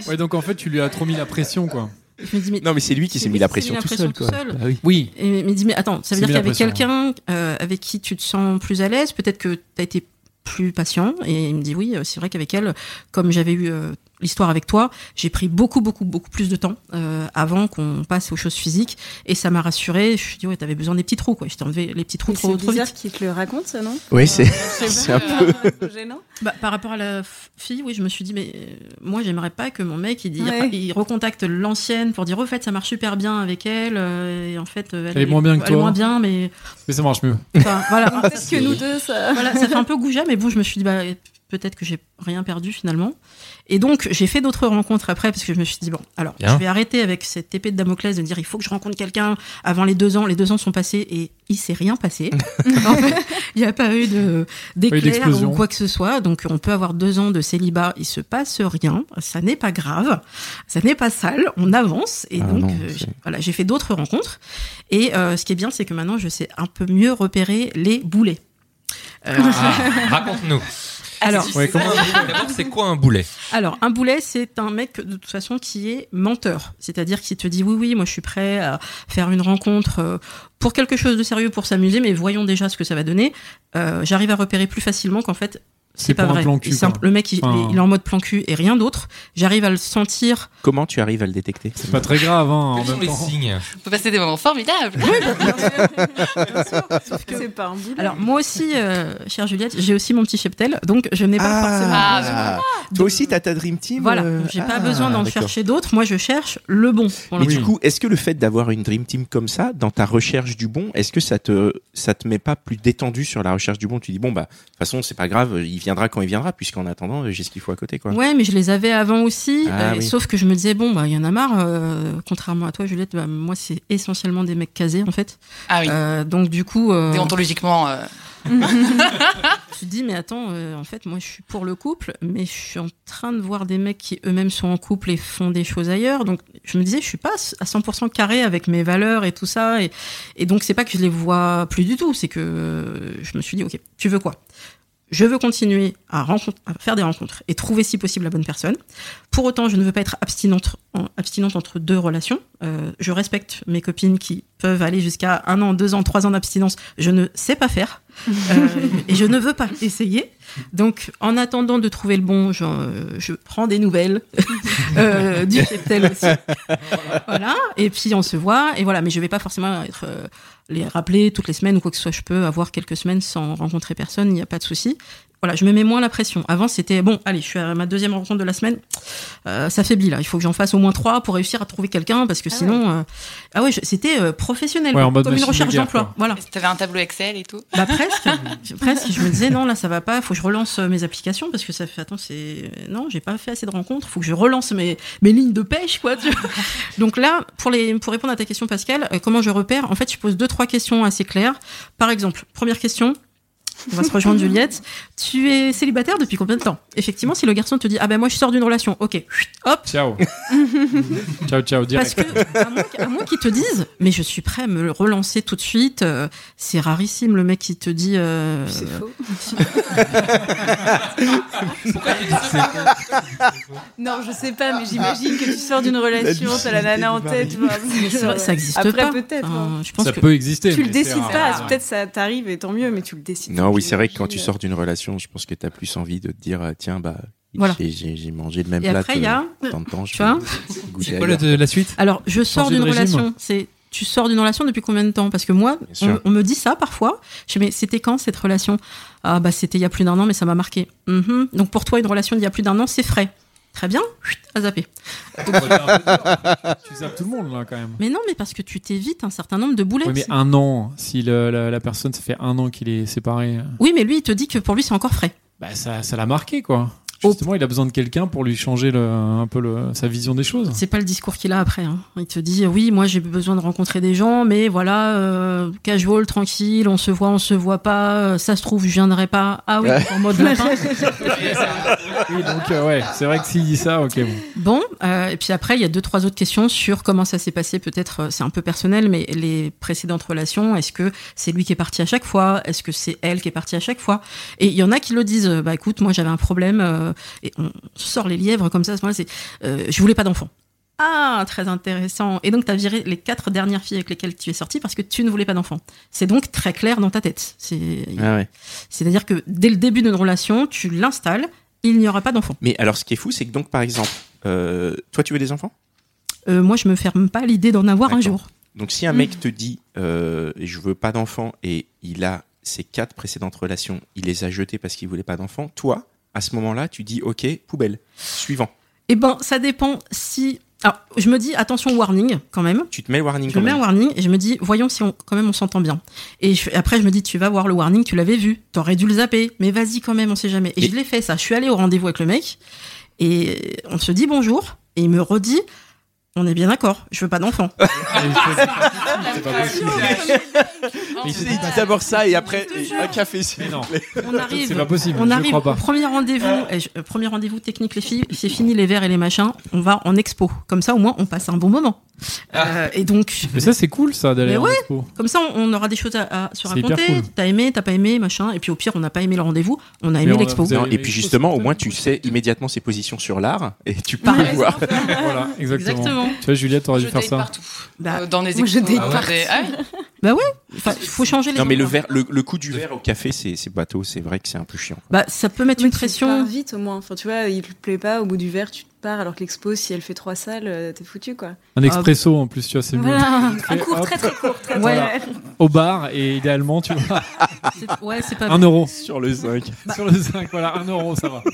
S3: Ouais, donc en fait, tu lui as trop mis la pression, quoi.
S5: Je me dis mais
S1: Non, mais c'est lui qui s'est mis la pression tout seul.
S5: tout
S1: quoi.
S5: seul.
S1: Ah oui.
S3: Oui.
S5: Et il me dit, mais attends, ça veut
S3: C'est mis
S5: dire qu'il y
S3: la
S5: avait
S3: pression,
S5: quelqu'un euh, avec qui tu te sens plus à l'aise, peut-être que tu as été plus patient. Et il me dit, oui, euh, c'est vrai qu'avec elle, comme j'avais eu euh, l'histoire avec toi, j'ai pris beaucoup, beaucoup, beaucoup plus de temps euh, avant qu'on passe aux choses physiques. Et ça m'a rassuré. Je me suis dit, ouais, t'avais besoin des petits trous, quoi. Je t'ai enlevé les petits trous
S4: Mais
S5: trop,
S4: C'est
S5: trop vite.
S4: bizarre qu'il te le raconte, ça, non
S1: Oui, Ah, c'est.
S4: C'est
S1: un
S4: peu gênant.
S5: Bah, par rapport à la f- fille, oui, je me suis dit, mais euh, moi, j'aimerais pas que mon mec, il, dit-
S4: Ouais.
S5: il recontacte l'ancienne pour dire, au fait, ça marche super bien avec elle, euh, et en fait, euh,
S3: Elle est moins bien que
S5: elle
S3: toi.
S5: moins bien, mais
S3: Mais ça marche mieux.
S5: enfin,
S1: Ah,
S5: voilà.
S4: Peut-être que nous deux, ça.
S5: voilà, ça fait un peu goujat, mais bon, je me suis dit, bah, peut-être que j'ai rien perdu finalement. Et donc, j'ai fait d'autres rencontres après, parce que je me suis dit, bon, alors,
S2: Bien.
S5: je vais arrêter avec cette épée de Damoclès de me dire, il faut que je rencontre quelqu'un avant les deux ans. Les deux ans sont passés et il s'est rien passé. En fait, il n'y a pas eu de, d'éclair
S3: d'explosion.
S5: ou quoi que ce soit. Donc, on peut avoir deux ans de célibat, il se passe rien. Ça n'est pas grave. Ça n'est pas sale. On avance. Et
S1: Ah
S5: donc,
S1: non,
S5: euh,
S1: c'est-
S5: j'ai- voilà, j'ai fait d'autres rencontres. Et euh, ce qui est bien, c'est que maintenant, je sais un peu mieux repérer les boulets. Euh,
S2: Ah, Raconte-nous.
S5: Alors,
S3: Ouais, comment-
S2: D'abord, c'est quoi un boulet
S5: Alors, un boulet, c'est un mec, de toute façon, qui est menteur. C'est-à-dire qui te dit oui, oui, moi, je suis prêt à faire une rencontre euh, pour quelque chose de sérieux, pour s'amuser, mais voyons déjà ce que ça va donner. Euh, J'arrive à repérer plus facilement qu'en fait,
S3: C'est
S5: c'est pas
S3: pour un
S5: vrai.
S3: plan cul,
S5: Et c'est un-
S3: quoi.
S5: le mec, il,
S3: Enfin-
S5: il est en mode plan cul et rien d'autre. J'arrive à le sentir.
S1: Comment tu arrives à le détecter
S3: C'est pas très grave, hein, en
S2: Quels sont
S3: même
S2: les
S3: temps.
S2: signes
S6: On peut passer des moments formidables.
S4: C'est pas un boulot.
S5: Alors, moi aussi, euh, chère Juliette, j'ai aussi mon petit cheptel, donc je n'ai pas forcément
S6: Ah,
S5: besoin-
S1: toi aussi, t'as ta dream team.
S5: Voilà,
S1: euh,
S5: j'ai
S1: ah,
S5: pas besoin d'en
S1: d'accord.
S5: chercher d'autres. Moi, je cherche le bon. pour
S1: Mais
S5: l'instant.
S1: du coup, est-ce que le fait d'avoir une dream team comme ça, dans ta recherche du bon, est-ce que ça te ça te met pas plus détendu sur la recherche du bon Tu dis bon bah de toute façon c'est pas grave, il viendra quand il viendra, puisqu'en attendant j'ai ce qu'il faut à côté quoi.
S5: Ouais, mais je les avais avant aussi.
S1: Ah
S5: euh,
S1: oui.
S5: Sauf que je me disais, bon, bah, il y en a marre. euh, contrairement à toi, Juliette, bah, moi, c'est essentiellement des mecs casés, en fait.
S6: Ah oui.
S5: Euh, donc, du coup, euh,
S6: Déontologiquement, euh,
S5: je me suis dit, mais attends, euh, en fait, moi, je suis pour le couple, mais je suis en train de voir des mecs qui eux-mêmes sont en couple et font des choses ailleurs. Donc, je me disais, je suis pas à 100% carré avec mes valeurs et tout ça. Et, et donc, c'est pas que je les vois plus du tout. C'est que euh, je me suis dit, OK, tu veux quoi Je veux continuer à, rencontre- à faire des rencontres et trouver si possible la bonne personne. Pour autant, je ne veux pas être abstinente, en- abstinente entre deux relations. Euh, je respecte mes copines qui peuvent aller jusqu'à un an, deux ans, trois ans d'abstinence. Je ne sais pas faire Euh, et je ne veux pas essayer. Donc, en attendant de trouver le bon, je, euh, je prends des nouvelles euh, du cheptel aussi. Voilà. Et puis on se voit. Et voilà. Mais je vais pas forcément être euh, les rappeler toutes les semaines ou quoi que ce soit. Je peux avoir quelques semaines sans rencontrer personne. Il n'y a pas de souci. Voilà, je me mets moins la pression. Avant, c'était bon, allez, je suis à ma deuxième rencontre de la semaine. Euh, ça fait bille, là. Il faut que j'en fasse au moins trois pour réussir à trouver quelqu'un parce que sinon. euh, Ah ouais, je- c'était euh, professionnel.
S3: Ouais, en mode
S5: comme une
S3: machine de
S5: recherche
S3: guerre,
S5: d'emploi.
S3: quoi.
S5: Voilà.
S6: t'avais un tableau Excel et tout.
S5: Bah presque, Je- presque. Je me disais non, là ça va pas. Faut que je relance euh, mes applications parce que ça fait attends c'est non, j'ai pas fait assez de rencontres. Faut que je relance mes mes lignes de pêche quoi. tu vois. Donc là pour les pour répondre à ta question Pascal, euh, comment je repère En fait, je pose deux trois questions assez claires. Par exemple, première question. On va se rejoindre Juliette. Tu es célibataire depuis combien de temps Effectivement, si le garçon te dit ah ben moi je sors d'une relation, ok, chut, hop,
S3: Ciao. ciao, ciao, direct.
S5: parce que, à moins, qu'- à moins qu'ils te disent, mais je suis prêt à me le relancer tout de suite, euh, c'est rarissime le mec qui te dit. euh,
S4: C'est faux.
S2: Pourquoi tu dis ça
S4: Non, je sais pas, mais
S1: Ah.
S4: j'imagine que tu sors d'une relation, t'as la nana en tête. voilà.
S5: c'est vrai, ça existe
S4: Après,
S5: pas.
S4: peut-être, hein.
S5: Enfin, je pense
S3: ça
S5: que
S3: peut exister.
S4: Tu
S3: mais
S4: le
S3: c'est
S4: décides
S3: rare.
S4: pas, peut-être ça t'arrive et tant mieux, mais tu le euh. décides.
S1: Non, oui, c'est vrai que quand
S5: euh,
S1: tu sors d'une relation, je pense que t'as plus envie de te dire euh, tiens bah
S5: Voilà.
S1: j'ai- j'ai j'ai mangé le même
S5: Et
S1: plat
S5: après, il y
S3: euh,
S5: a-
S1: tant de temps, je
S5: Tu vois
S1: vais goûter
S2: C'est quoi
S1: ailleurs.
S2: la, la suite
S5: Alors, je sors
S3: Changer
S5: d'une
S3: de régime.
S5: relation. C'est tu sors d'une relation depuis combien de temps Parce que moi,
S1: sûr.
S5: on, on me dit ça parfois. Je dis, mais c'était quand cette relation Ah bah c'était il y a plus d'un an, mais ça m'a marqué. Mhm. Donc pour toi, une relation d'il y a plus d'un an, c'est frais. Très bien, chut, à zapper.
S3: Tu zappes tout le monde, là, quand même.
S5: Mais non, mais parce que tu t'évites un certain nombre de boulettes.
S3: Oui, mais un an, si le- la, la personne, ça fait un an qu'il est séparé,
S5: Oui, mais lui, il te dit que pour lui, c'est encore frais.
S3: bah, ça ça l'a marqué, quoi.
S5: Oh.
S3: Justement, il a besoin de quelqu'un pour lui changer le- un peu le- sa vision des choses.
S5: C'est pas le discours qu'il a après. hein. Il te dit oui, moi j'ai besoin de rencontrer des gens, mais voilà, euh, casual, tranquille, on se voit, on se voit pas. euh, Ça se trouve, je viendrai pas. Ah oui, en mode lapin.
S3: Oui, donc, euh, ouais, c'est vrai que s'il dit ça, ok, bon.
S5: Bon, euh, et puis après, il y a deux, trois autres questions sur comment ça s'est passé. Peut-être, euh, c'est un peu personnel, mais les précédentes relations, est-ce que c'est lui qui est parti à chaque fois Est-ce que c'est elle qui est partie à chaque fois Et il y en a qui le disent, euh, bah écoute, moi j'avais un problème, euh, et on sort les lièvres comme ça, à ce moment-là, c'est, euh, je voulais pas d'enfant. Ah, très intéressant. Et donc, tu as viré les quatre dernières filles avec lesquelles tu es sorti parce que tu ne voulais pas d'enfant. C'est donc très clair dans ta tête. C'est,
S1: Ah ouais.
S5: c'est-à-dire que dès le début d'une relation, tu l'installes, il n'y aura pas d'enfant.
S1: Mais alors ce qui est fou, c'est que donc par exemple, euh, toi tu veux des enfants
S5: Euh, moi, je me ferme pas à l'idée d'en avoir un
S1: D'accord.
S5: jour.
S1: Donc si un
S5: Mm.
S1: mec te dit euh, je veux pas d'enfant et il a ses quatre précédentes relations, il les a jetées parce qu'il voulait pas d'enfant, toi à ce moment-là tu dis ok poubelle suivant.
S5: Eh ben, ça dépend si. Alors, je me dis attention warning quand même.
S1: Tu te mets le warning
S5: Je
S1: quand
S5: mets un
S1: même.
S5: warning et je me dis voyons si on, quand même on s'entend bien. Et je- après je me dis tu vas voir le warning, tu l'avais vu, t'aurais dû le zapper, mais vas-y quand même, on sait jamais. Et
S1: Mais-
S5: je l'ai fait ça. Je suis allée au rendez-vous avec le mec et on se dit bonjour et il me redit on est bien d'accord, je veux pas d'enfant.
S3: C'est pas possible.
S6: Oh,
S1: Il s'est dit d'abord ça et après
S5: Je te jure.
S1: un café, s'il
S3: Mais
S1: vous
S3: non.
S1: plaît.
S5: On arrive.
S3: C'est pas possible,
S5: On
S3: je
S5: arrive
S3: crois pas.
S5: au premier rendez-vous. et je- euh, premier rendez-vous technique, les filles. C'est fini les verres et les machins. On va en expo. Comme ça, au moins, on passe un bon moment.
S3: Ah.
S5: Euh, et donc,
S3: Mais ça, c'est cool, ça, d'aller
S5: Mais
S3: en
S5: ouais.
S3: expo.
S5: comme ça, on on aura des choses à, à se
S3: C'est hyper
S5: raconter.
S3: cool.
S5: T'as aimé, t'as pas aimé, machin. Et puis au pire, on n'a pas aimé le rendez-vous. On a aimé
S3: on a-
S5: l'expo.
S3: vous avez-
S1: Non, et
S3: Mais
S1: puis
S3: il faut
S1: justement,
S3: se-
S1: au moins tu sais immédiatement ses positions sur l'art et tu peux
S5: Par
S1: le
S5: exemple.
S1: voir.
S3: Voilà, exactement.
S5: Exactement.
S3: Tu vois, Juliette, t'aurais
S6: Je
S3: dû faire
S6: date
S3: ça.
S6: partout.
S5: Bah,
S6: Euh, dans les
S4: Moi, je
S6: expos,
S4: date
S6: dans
S4: partout.
S6: des- Ah oui,
S5: enfin, faut changer les.
S1: Non, mais le,
S5: endroits.
S1: verre, le, le coup du verre au café, c'est c'est bateau, c'est vrai que c'est un peu chiant.
S5: Bah, ça peut mettre
S4: Mais
S5: une
S4: tu pars
S5: pression.
S4: vite au moins. Enfin, tu vois, il te plaît pas, au bout du verre, tu te pars, alors que l'expo, si elle fait trois salles, euh, t'es foutu, quoi.
S3: Un expresso, en plus, tu vois, c'est mieux.
S5: Voilà.
S4: Un
S3: Mmh. Et
S4: cours
S3: hop.
S4: très très court, très
S5: Ouais.
S4: très-
S3: Au bar, et idéalement, tu vois,
S5: C'est- Ouais, c'est pas.
S3: 1 euro.
S1: Sur le zinc.
S3: Sur le 5, voilà, 1 euro, ça va.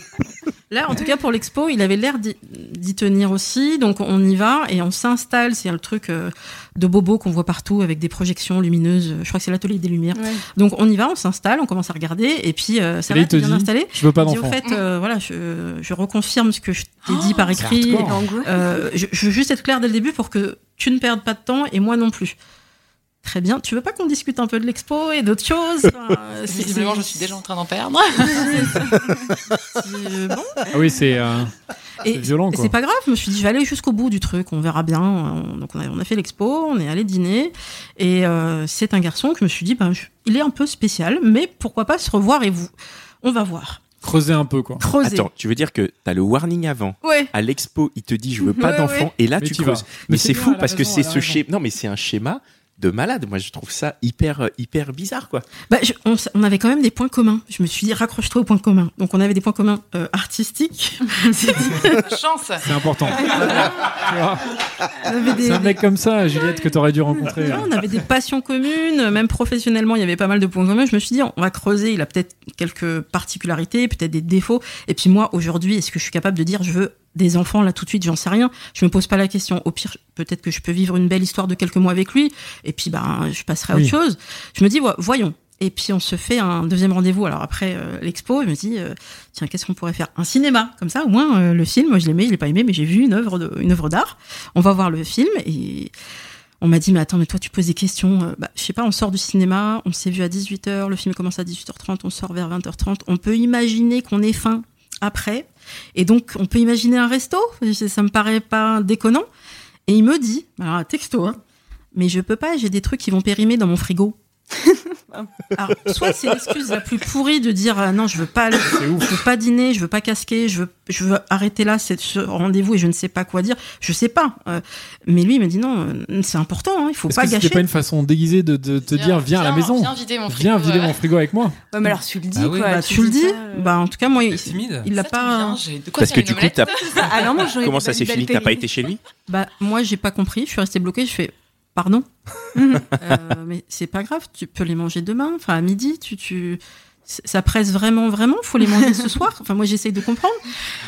S5: Là, en tout cas, pour l'expo, il avait l'air d'y- d'y tenir aussi. Donc, on y va et on s'installe. C'est le truc euh, de bobo qu'on voit partout avec des projections lumineuses. Je crois que c'est l'atelier des lumières.
S4: Ouais.
S5: Donc, on y va, on s'installe, on commence à regarder. Et puis, euh, ça
S3: Et là,
S5: va,
S3: il te
S5: t'es bien
S3: dit,
S5: installé
S3: Je veux pas
S5: Il dit, au
S3: d'enfant.
S5: fait, euh, voilà, je, je reconfirme ce que je t'ai dit par
S3: Oh, c'est
S5: écrit.
S3: hardcore.
S4: L'angoisse.
S5: Euh, je, je veux juste être clair dès le début pour que tu ne perdes pas de temps et moi non plus. Très bien. Tu veux pas qu'on discute un peu de l'expo et d'autres choses Enfin, euh, c'est-
S6: visiblement,
S5: c'est-
S6: je suis déjà en train d'en perdre.
S5: c'est- bon.
S3: Ah oui, c'est. euh,
S5: Et
S3: C'est violent,
S5: et
S3: quoi.
S5: C'est pas grave, je me suis dit, je vais aller jusqu'au bout du truc, on verra bien. On- donc on a, on a fait l'expo, on est allé dîner, et euh, c'est un garçon que je me suis dit, ben, je- il est un peu spécial, mais pourquoi pas se revoir et vous On va voir.
S3: Creuser un peu, quoi.
S5: Creuser.
S1: Attends, tu veux dire que t'as le warning avant
S5: Ouais.
S1: à l'expo, il te dit je veux pas
S5: Ouais,
S1: d'enfant
S5: ouais.
S1: et là
S3: Mais
S1: tu
S3: t'y
S1: creuses.
S3: vas.
S1: Mais
S3: Mais
S1: c'est
S3: c'est
S1: fou
S3: bien, elle a
S1: parce que
S3: raison,
S1: c'est
S3: elle a
S1: ce
S3: raison.
S1: schéma. Non, mais c'est un schéma de malade. Moi, je trouve ça hyper euh, hyper bizarre quoi.
S5: Bah, je- on, s- on avait quand même des points communs. Je me suis dit, raccroche-toi aux points communs. Donc on avait des points communs euh, artistiques.
S6: Chance.
S3: C'est important. Tu vois,
S5: on, avait des,
S3: c'est un mec hein. comme ça, Juliette, que t'aurais dû rencontrer. euh.
S5: Non, on avait des passions communes, même professionnellement, il y avait pas mal de points communs. Je me suis dit, on va creuser, il a peut-être quelques particularités, peut-être des défauts. Et puis moi, aujourd'hui, est-ce que je suis capable de dire, je veux des enfants là tout de suite, j'en sais rien. Je me pose pas la question. Au pire, peut-être que je peux vivre une belle histoire de quelques mois avec lui, et puis ben, je passerai à
S3: Oui.
S5: autre chose. Je me dis, ouais, voyons. Et puis on se fait un deuxième rendez-vous. Alors après euh, l'expo, je me dis, euh, tiens, qu'est-ce qu'on pourrait faire Un cinéma, comme ça, au moins euh, le film, je l'aimais, je l'ai pas aimé, mais j'ai vu une œuvre, de- une œuvre d'art. On va voir le film et on m'a dit, mais attends, mais toi, tu poses des questions. Euh, Bah, je sais pas, on sort du cinéma, on s'est vu à 18h, le film commence à 18h30, on sort vers 20h30. On peut imaginer qu'on ait faim après. Et donc, on peut imaginer un resto. Ça ça me paraît pas déconnant. Et il me dit, alors, un texto, hein, mais je peux pas, j'ai des trucs qui vont périmer dans mon frigo. Alors, soit c'est l'excuse la plus pourrie de dire euh, non, je veux pas aller, je veux pas dîner, je veux pas casquer, je veux, je veux arrêter là cette- ce rendez-vous et je ne sais pas quoi dire. Je sais pas. Euh, mais lui, il me dit non, euh, c'est important, hein, il faut
S3: Est-ce
S5: pas
S3: que c'était
S5: gâcher.
S3: pas une façon déguisée de, de te dire viens à la maison
S6: Viens vider mon frigo. euh,
S3: Viens vider
S6: ouais.
S3: mon frigo avec moi.
S4: Ouais, mais alors tu le dis,
S2: Ah oui.
S4: quoi.
S5: Bah, tu le dis.
S4: ça, euh,
S5: Bah, en tout cas, moi, il
S2: C'est timide.
S5: il l'a
S6: Ça tombe
S2: Ah,
S5: pas.
S2: hein,
S6: bien, j'ai de quoi
S1: Parce
S6: faire
S1: que
S6: une
S1: du coup,
S6: omelette.
S1: t'as-
S4: Ah non, moi j'aurais
S1: comment
S4: été
S1: ça s'est
S4: belle
S1: fini T'as pas
S4: péri-
S1: été chez lui
S5: Bah, moi, j'ai pas compris. Je suis restée bloquée. Je fais, pardon. Euh, mais c'est pas grave. Tu peux les manger demain. Enfin, à midi, tu, tu, c- ça presse vraiment, vraiment. Faut les manger ce soir. Enfin, moi, j'essaye de comprendre.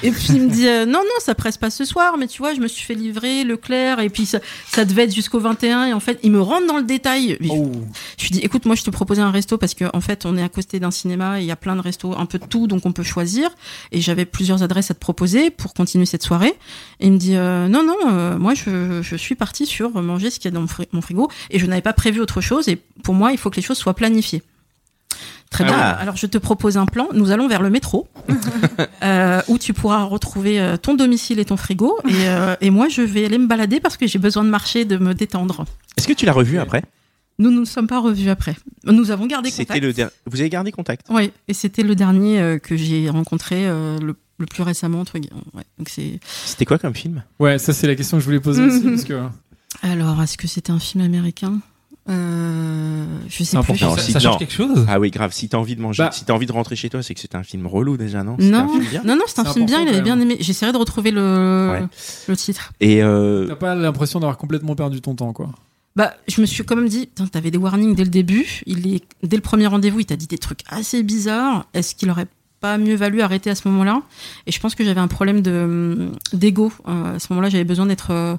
S5: Et puis, il me dit, euh, non, non, ça presse pas ce soir. Mais tu vois, je me suis fait livrer Leclerc. Et puis, ça, ça devait être jusqu'au 21. Et en fait, il me rentre dans le détail. Mais je- Je lui dis, écoute, moi, je te proposais un resto parce que, en fait, on est à côté d'un cinéma et il y a plein de restos, un peu de tout, donc on peut choisir. Et j'avais plusieurs adresses à te proposer pour continuer cette soirée. Et il me dit, euh, non, non, euh, moi, je, je suis partie sur manger ce qu'il y a dans mon fri- mon frigo et je n'avais pas prévu autre chose. Et pour moi, il faut que les choses soient planifiées. Très
S1: Ah
S5: bien.
S1: ouais.
S5: Alors, je te propose un plan. Nous allons vers le métro euh, où tu pourras retrouver euh, ton domicile et ton frigo. Et, euh, et moi, je vais aller me balader parce que j'ai besoin de marcher, de me détendre.
S1: Est-ce que tu l'as revu après
S5: Nous ne nous sommes pas revus après. Nous avons gardé
S1: C'était
S5: contact.
S1: le der- Vous avez gardé contact
S5: Oui, et c'était le dernier euh, que j'ai rencontré euh, le, le plus récemment. Entre... gu- Ouais, donc c'est...
S1: C'était quoi comme film
S3: Ouais, ça c'est la question que je voulais poser aussi parce que
S5: Alors, est-ce que c'était un film américain euh, Je sais
S3: C'est
S5: plus.
S3: important.
S1: Non,
S2: ça,
S1: si-
S2: ça
S1: non.
S2: change quelque chose
S1: Ah oui, grave. Si t'as envie de manger,
S3: Bah.
S1: si t'as envie de rentrer chez toi, c'est que c'était un film relou déjà, non C'était un
S5: Non,
S1: film bien
S5: non, non, c'est un
S3: C'est
S5: film bien, il
S3: important,
S5: avait bien
S3: quand
S5: aimé. J'essaierai de retrouver le,
S1: Ouais.
S5: le titre.
S1: Et euh,
S3: t'as pas l'impression d'avoir complètement perdu ton temps quoi.
S5: Bah, je me suis quand même dit, Putain, t'avais des warnings dès le début. Il est... Dès le premier rendez-vous, il t'a dit des trucs assez bizarres. Est-ce qu'il aurait pas mieux valu arrêter à ce moment-là Et je pense que j'avais un problème de hum, d'ego. Euh, à ce moment-là, j'avais besoin d'être euh,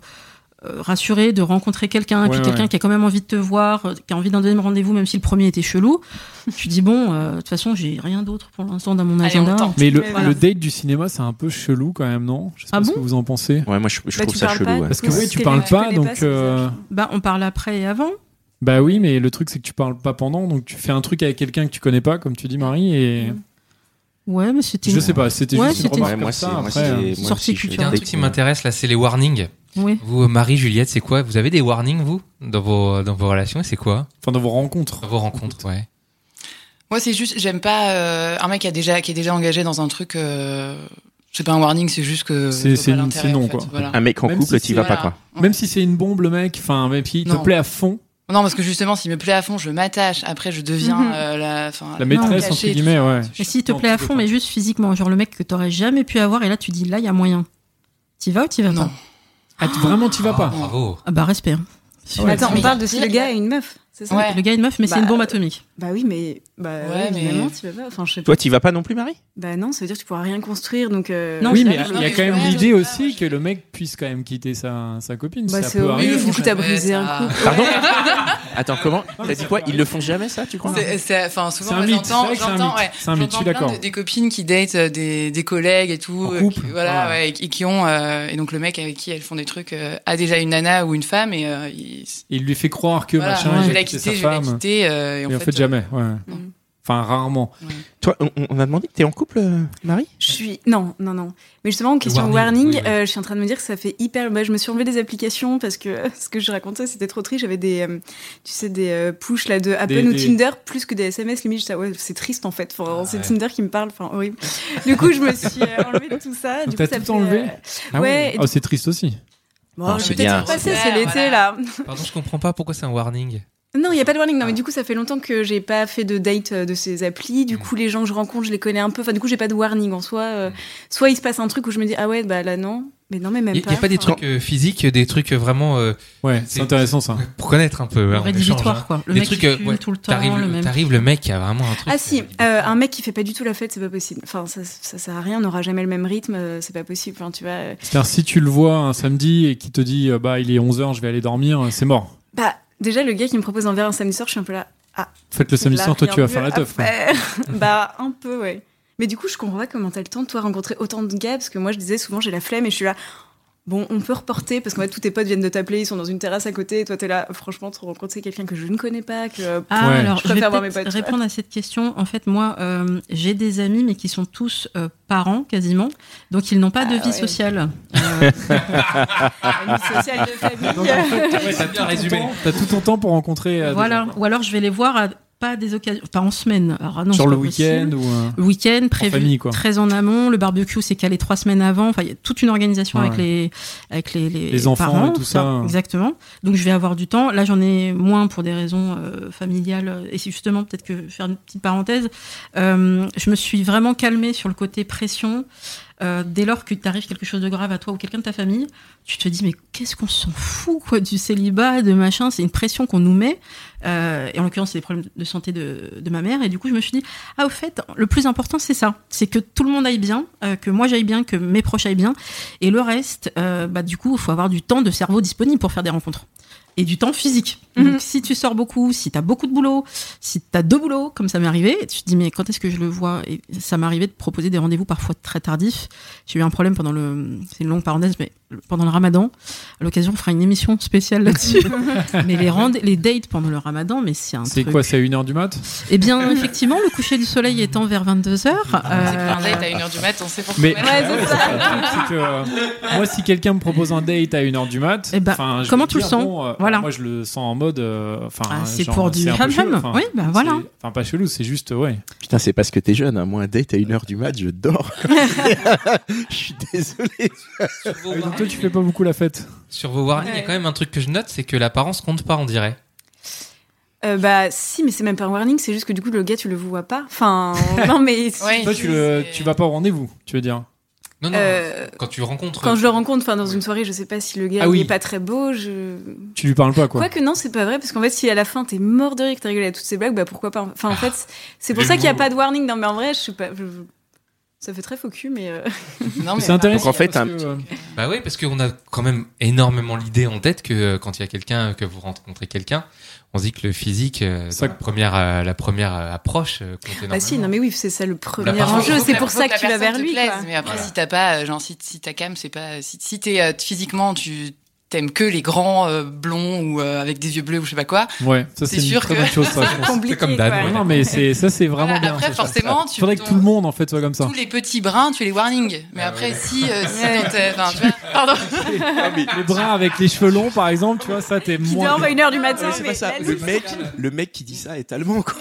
S5: euh, rassurée, de rencontrer quelqu'un,
S3: Ouais,
S5: et puis
S3: ouais,
S5: quelqu'un
S3: ouais.
S5: qui a quand même envie de te voir, euh, qui a envie d'un deuxième rendez-vous, même si le premier était chelou. tu dis bon, euh, de toute façon, j'ai rien d'autre pour l'instant dans mon
S6: Allez, on
S5: agenda.
S6: tente.
S3: Mais le,
S4: Mais
S3: le
S4: voilà.
S3: date du cinéma c'est un peu chelou quand même non Je sais pas
S5: Ah
S3: ce
S5: bon
S3: que vous en pensez.
S1: ouais, moi je, je
S4: Bah,
S1: trouve
S4: tu
S1: ça
S4: parles
S1: chelou.
S4: pas,
S1: ouais.
S3: Parce que
S4: Ouais.
S3: oui, tu
S4: Parce que
S3: parles pas
S4: je connais
S3: donc
S4: pas, c'est
S3: euh,
S4: bizarre.
S5: bah, on parle après et avant.
S3: Bah oui, mais le truc, c'est que tu parles pas pendant, donc tu fais un truc avec quelqu'un que tu connais pas, comme tu dis, Marie, et.
S5: Ouais, mais c'était.
S3: Je sais pas, c'était
S5: Ouais,
S3: juste une
S5: c'était-
S3: remarque
S1: Ouais, moi,
S3: comme
S1: c'est
S3: ça.
S1: moi,
S3: après,
S1: c'est-
S3: euh,
S1: moi
S5: sortie
S1: aussi, je fais
S5: culturelle.
S2: Il y a un
S1: des
S2: truc qui
S1: dates,
S2: m'intéresse là, c'est les warnings.
S5: Ouais.
S2: Vous, Marie, Juliette, c'est quoi Vous avez des warnings, vous, dans vos, dans vos relations Et c'est quoi
S3: euh, Enfin, dans vos rencontres.
S2: Dans vos rencontres, ouais.
S6: Moi, c'est juste, j'aime pas euh, un mec qui a déjà qui est déjà engagé dans un truc. euh, c'est pas un warning, c'est juste que
S3: C'est-
S6: je vois
S3: c'est
S6: pas
S3: une-
S6: l'intérêt,
S3: c'est non,
S6: en fait,
S3: quoi.
S6: voilà.
S1: Un mec en
S3: Même
S1: couple,
S3: si
S1: Ah, t'y
S3: c'est-
S1: vas pas, quoi.
S6: Ouais.
S3: Même si c'est une bombe, le mec, enfin, même s'il te
S6: Non.
S3: plaît à fond,
S6: Non, parce que justement, s'il me plaît à fond, je m'attache. Après, je deviens
S4: Mhm.
S6: euh, la, enfin,
S3: la maîtresse,
S6: cachée
S3: entre
S6: et tout
S3: guillemets,
S6: ça.
S3: ouais.
S5: Et s'il te
S3: Non,
S5: plaît
S3: tu
S5: à
S3: peux
S5: fond,
S3: pas.
S5: mais juste physiquement, genre le mec que t'aurais jamais pu avoir, et là tu dis là, il y a moyen. T'y vas ou t'y vas
S6: Non.
S5: pas
S3: Ah, t- vraiment, t'y vas
S2: Ah,
S3: pas.
S2: Bravo.
S5: Ah bah respect. hein.
S1: Ouais.
S4: Attends, on
S6: Mais-
S4: parle de si le gars a une meuf, c'est ça
S6: Ouais.
S5: Le gars est une meuf, mais c'est
S4: Bah,
S5: une bombe atomique.
S4: Bah oui, mais bah
S6: Ouais,
S4: ouais,
S6: mais-
S4: évidemment, tu vas pas. Enfin, je sais pas.
S1: Toi, t'y vas pas non plus, Marie
S4: Bah non, ça veut dire que tu pourras rien construire, donc. euh,
S5: Non,
S3: oui,
S5: j'ai
S3: mais
S5: la-
S3: il y a
S6: non,
S3: quand
S6: mais
S3: même
S6: ouais,
S3: l'idée
S6: ouais,
S3: aussi
S6: ouais,
S3: que le mec puisse quand même quitter sa, sa copine.
S4: Bah,
S3: ça
S4: c'est
S3: peut arriver.
S4: horrible. Du coup, t'as
S6: Ouais,
S4: brisé
S6: ça-
S4: un couple.
S1: Pardon
S6: Ouais.
S1: Attends, comment T'as dit quoi Ils le font jamais, ça, tu crois
S6: C'est- c'est- Enfin,
S3: C'est un
S6: souvent, moi,
S3: mythe, c'est
S6: j'entends,
S3: vrai que c'est un
S6: j'entends,
S3: mythe.
S6: ouais,
S3: C'est un mythe, je suis
S6: j'entends plein
S3: d'accord.
S6: de- des copines qui datent euh, des, des collègues et tout,
S3: En
S6: euh,
S3: couple,
S6: qui- voilà,
S3: voilà.
S6: ouais, et, qui- qui ont euh, et donc le mec avec qui elles font des trucs euh, a déjà une nana ou une femme et euh, il,
S3: Il lui fait croire que
S6: voilà,
S3: machin,
S6: je
S3: il
S6: vais
S3: a
S6: la
S3: quitté sa
S6: quitter, je vais la
S3: femme.
S6: quitter euh, et en,
S3: Et en fait, jamais, ouais.
S6: Mm.
S3: Enfin, rarement.
S1: Toi, on, on a demandé que t'es en couple, euh, Marie
S4: Je suis. Non, non, non. Mais justement, en question
S2: warning,
S4: warning,
S2: oui, oui.
S4: euh, je suis en train de me dire que ça fait hyper. Bah, je me suis enlevée des applications parce que euh, ce que je racontais, c'était trop triste. J'avais des, euh, tu sais, des euh, push là de Apple
S3: Des-
S4: ou
S3: des-
S4: Tinder plus que des SMS. Limite, j'étais, ah ouais, c'est triste en fait. Enfin,
S2: Ah
S4: c'est
S2: ouais.
S4: Tinder qui me parle. Enfin, horrible. Du coup, je me suis euh, enlevée de tout ça. Du
S3: T'as
S4: coup, ça
S3: tout
S4: fait,
S3: enlevé
S4: euh,
S3: Ah
S4: Ouais, et
S3: Oh, c'est triste aussi.
S4: Bon,
S1: Ah,
S4: je
S1: c'est
S4: vais
S1: bien.
S4: peut-être passer,
S6: Ouais,
S4: c'est l'été
S6: voilà.
S4: là.
S2: Pardon, je comprends pas pourquoi c'est un warning.
S4: Non, il n'y a pas de warning. Non,
S2: Ah.
S4: mais du coup, ça fait longtemps que j'ai pas fait de date euh, de ces applis. Du
S2: Mm.
S4: coup, les gens que je rencontre, je les connais un peu. Enfin, du coup, j'ai pas de warning en soi. euh,
S2: Mm.
S4: Soit il se passe un truc où je me dis, ah ouais, bah là non. Mais non, mais même
S2: Il
S4: pas.
S2: n'y a pas des
S4: Enfin,
S2: trucs euh, physiques, des trucs euh, vraiment euh,
S3: Ouais,
S2: C'est-
S3: c'est intéressant ça.
S2: pour connaître un peu. hein, en échange, hein.
S5: Rédhibitoire quoi. Le
S2: Des
S5: mec
S2: trucs,
S5: qui
S2: euh,
S5: fume
S2: ouais,
S5: tout le temps,
S2: T'arrives
S5: le
S2: le,
S5: même.
S2: t'arrives, le mec qui a vraiment un truc.
S4: Ah si,
S2: euh,
S4: euh, un mec qui fait pas du tout la fête, c'est pas possible. Enfin, ça, ça sert à rien, on n'aura jamais le même rythme, euh, c'est pas possible. Enfin, tu vois. euh,
S3: C'est-à-dire, si tu le vois un samedi et qu'il te dit, euh, bah, il est 11h, je vais aller dormir, c'est mort.
S4: Bah, déjà, le gars qui me propose un verre un samedi soir, je suis un peu là.
S3: Faites le samedi
S4: Là,
S3: soir, toi,
S4: rien
S3: tu vas
S4: mieux
S3: faire la
S4: à
S3: teuf. quoi.
S4: faire. bah, un peu, ouais. Mais du coup, je comprends pas comment t'as le temps, toi, rencontrer autant de gars, parce que moi, je disais souvent, j'ai la flemme et je suis là. Bon, on peut reporter parce qu'en fait, tous tes potes viennent de t'appeler, ils sont dans une terrasse à côté, et toi, t'es là. Franchement, te rencontrer quelqu'un que je ne connais pas, que. euh,
S5: Ah,
S3: Ouais.
S5: alors,
S4: Je
S5: je, vais
S4: préfère voir
S5: peut-être
S4: mes potes, ouais.
S5: répondre à cette question. En fait, moi, euh, j'ai des amis, mais qui sont tous euh, parents quasiment, donc ils n'ont pas de
S4: Ah,
S5: vie
S4: ouais. Ah,
S5: sociale. Euh,
S3: Ah.
S4: Ami social de
S3: Donc,
S4: famille.
S3: en fait, ouais,
S2: Ça
S3: t'as
S2: bien
S3: tout ton
S2: résumé.
S3: temps- T'as tout ton temps pour rencontrer. euh, des
S5: voilà.
S3: gens.
S5: Ou alors, je vais les voir à pas des occasions, pas en semaine. Alors, ah non,
S3: Sur
S5: c'est
S3: le
S5: pas
S3: week-end
S5: possible.
S3: ou. euh,
S5: Week-end prévu
S3: famille, quoi.
S5: très en amont, le barbecue c'est calé trois semaines avant. Enfin, il y a toute une organisation
S3: Ouais.
S5: avec les avec les, les,
S3: Les enfants
S5: parents,
S3: et tout ça.
S5: Exactement. Donc je vais avoir du temps. Là, j'en ai moins pour des raisons euh, familiales. Et c'est justement peut-être que je vais faire une petite parenthèse. Euh, je me suis vraiment calmée sur le côté pression. Euh, dès lors que t'arrive quelque chose de grave à toi ou quelqu'un de ta famille, tu te dis mais qu'est-ce qu'on s'en fout quoi du célibat, de machin, c'est une pression qu'on nous met. Euh, et en l'occurrence, c'est des problèmes de santé de, de ma mère. Et du coup, je me suis dit ah au fait, le plus important c'est ça, c'est que tout le monde aille bien, euh, que moi j'aille bien, que mes proches aillent bien. Et le reste, euh, bah du coup, il faut avoir du temps de cerveau disponible pour faire des rencontres. Et du temps physique.
S4: Mhm.
S5: Donc, si tu sors beaucoup, si t'as beaucoup de boulot, si t'as deux boulots, comme ça m'est arrivé, tu te dis, mais quand est-ce que je le vois Et ça m'est arrivé de proposer des rendez-vous parfois très tardifs. J'ai eu un problème pendant le. C'est une longue parenthèse, mais pendant le ramadan. À l'occasion, on fera une émission spéciale là-dessus. mais les, rende- les dates pendant le ramadan, mais c'est un
S3: C'est
S5: truc.
S3: quoi, c'est à 1h du mat
S5: Eh bien, effectivement, le coucher du soleil étant vers euh, 22h.
S3: Ah,
S6: C'est euh, un date à 1h du mat, on sait pourquoi.
S3: Mais-
S4: Ouais, c'est ça.
S3: C'est que, euh, moi, si quelqu'un me propose un date à 1h du mat,
S5: Eh ben,
S3: enfin, je
S5: comment
S3: vais
S5: tu le
S3: dire,
S5: sens
S3: bon, euh,
S5: Voilà.
S3: Moi, je le sens en mode. euh, Enfin,
S5: Ah, c'est
S3: genre,
S5: pour du
S3: c'est un peu
S5: ham-ham.
S3: chelou, enfin,
S5: Oui, bah voilà.
S3: c'est- Enfin, pas chelou, c'est juste, ouais.
S1: Putain, c'est parce que t'es jeune. hein. Moi, un date à 1h du mat, je dors. je suis désolé.
S2: sur vos
S3: Ah oui, donc toi,
S2: warnings-
S3: tu fais pas beaucoup la fête.
S2: Sur vos warnings, il y a
S4: Ouais.
S2: quand même un truc que je note, c'est que l'apparence compte pas, on dirait.
S4: Euh, bah, si, mais c'est même pas un warning, c'est juste que du coup, le gars, tu le vois pas. Enfin, non, mais.
S6: Ouais.
S3: Toi, tu, le,
S6: c'est-
S3: tu vas pas au rendez-vous, tu veux dire
S2: Non, non,
S4: Euh,
S2: quand tu le rencontres.
S4: Quand je le rencontre, enfin, dans une soirée, je sais pas si le gars
S3: Ah
S4: il
S3: oui.
S4: est pas très beau, je.
S3: Tu lui parles pas, quoi.
S4: Quoique non, c'est pas vrai, parce qu'en fait, si à la fin t'es mort de rire que t'as rigolé à toutes ces blagues, bah pourquoi pas. Enfin, en fait, c'est pour
S2: le
S4: ça qu'il n'y a
S2: mot.
S4: pas de warning. Non, mais en vrai, je suis pas. je- je- Ça fait très faux cul, mais. euh,
S6: Non, mais
S3: c'est intéressant.
S1: Donc, en fait,
S3: parce
S1: un
S3: que,
S1: petit-
S3: euh,
S2: Bah oui, parce qu'on a quand même énormément l'idée en tête que euh, quand il y a quelqu'un, que vous rencontrez quelqu'un, on se dit que le physique, euh,
S3: Ça-
S2: dans la première, euh, la première euh, approche euh, compte énormément.
S4: Bah si, non, mais oui, c'est ça le premier
S2: L'apparence.
S4: enjeu.
S6: Faut
S4: C'est
S6: que
S4: pour
S6: la-
S4: ça
S6: faut
S4: que tu vas
S6: la personne
S4: vers
S6: te
S4: lui.
S6: plaise,
S4: quoi.
S6: Mais après,
S2: Voilà.
S6: si t'as pas, euh, genre, si, si ta cam, c'est pas, si, si t'es euh, physiquement, tu t'aimes que les grands euh, blonds ou euh, avec des yeux bleus ou je sais pas quoi.
S3: Ouais, ça
S6: C'est
S3: c'est une
S6: sûr
S3: très
S6: que-
S3: bonne chose, ça. je pense.
S4: Compliqué.
S2: comme Dan,
S4: quoi.
S2: ouais.
S3: Non, mais c'est ça, c'est vraiment
S6: Voilà,
S3: bien.
S6: après,
S3: ça.
S6: forcément, tu
S3: Faudrait que
S6: ton-
S3: tout le monde en fait soit comme ça.
S6: tous les petits brins, tu les warnings.
S2: Ah
S6: Mais après, si, euh, si dans tes- enfin, tu vois, pardon.
S3: Les bras avec les cheveux longs, par exemple, tu vois, ça t'es
S4: Qui
S3: moins.
S4: dort à 1h
S6: Ah,
S4: du matin.
S1: Mais c'est pas
S4: mais
S1: ça.
S4: elle,
S1: Le
S4: c'est
S1: mec,
S4: ça.
S1: le mec qui dit ça est allemand, quoi.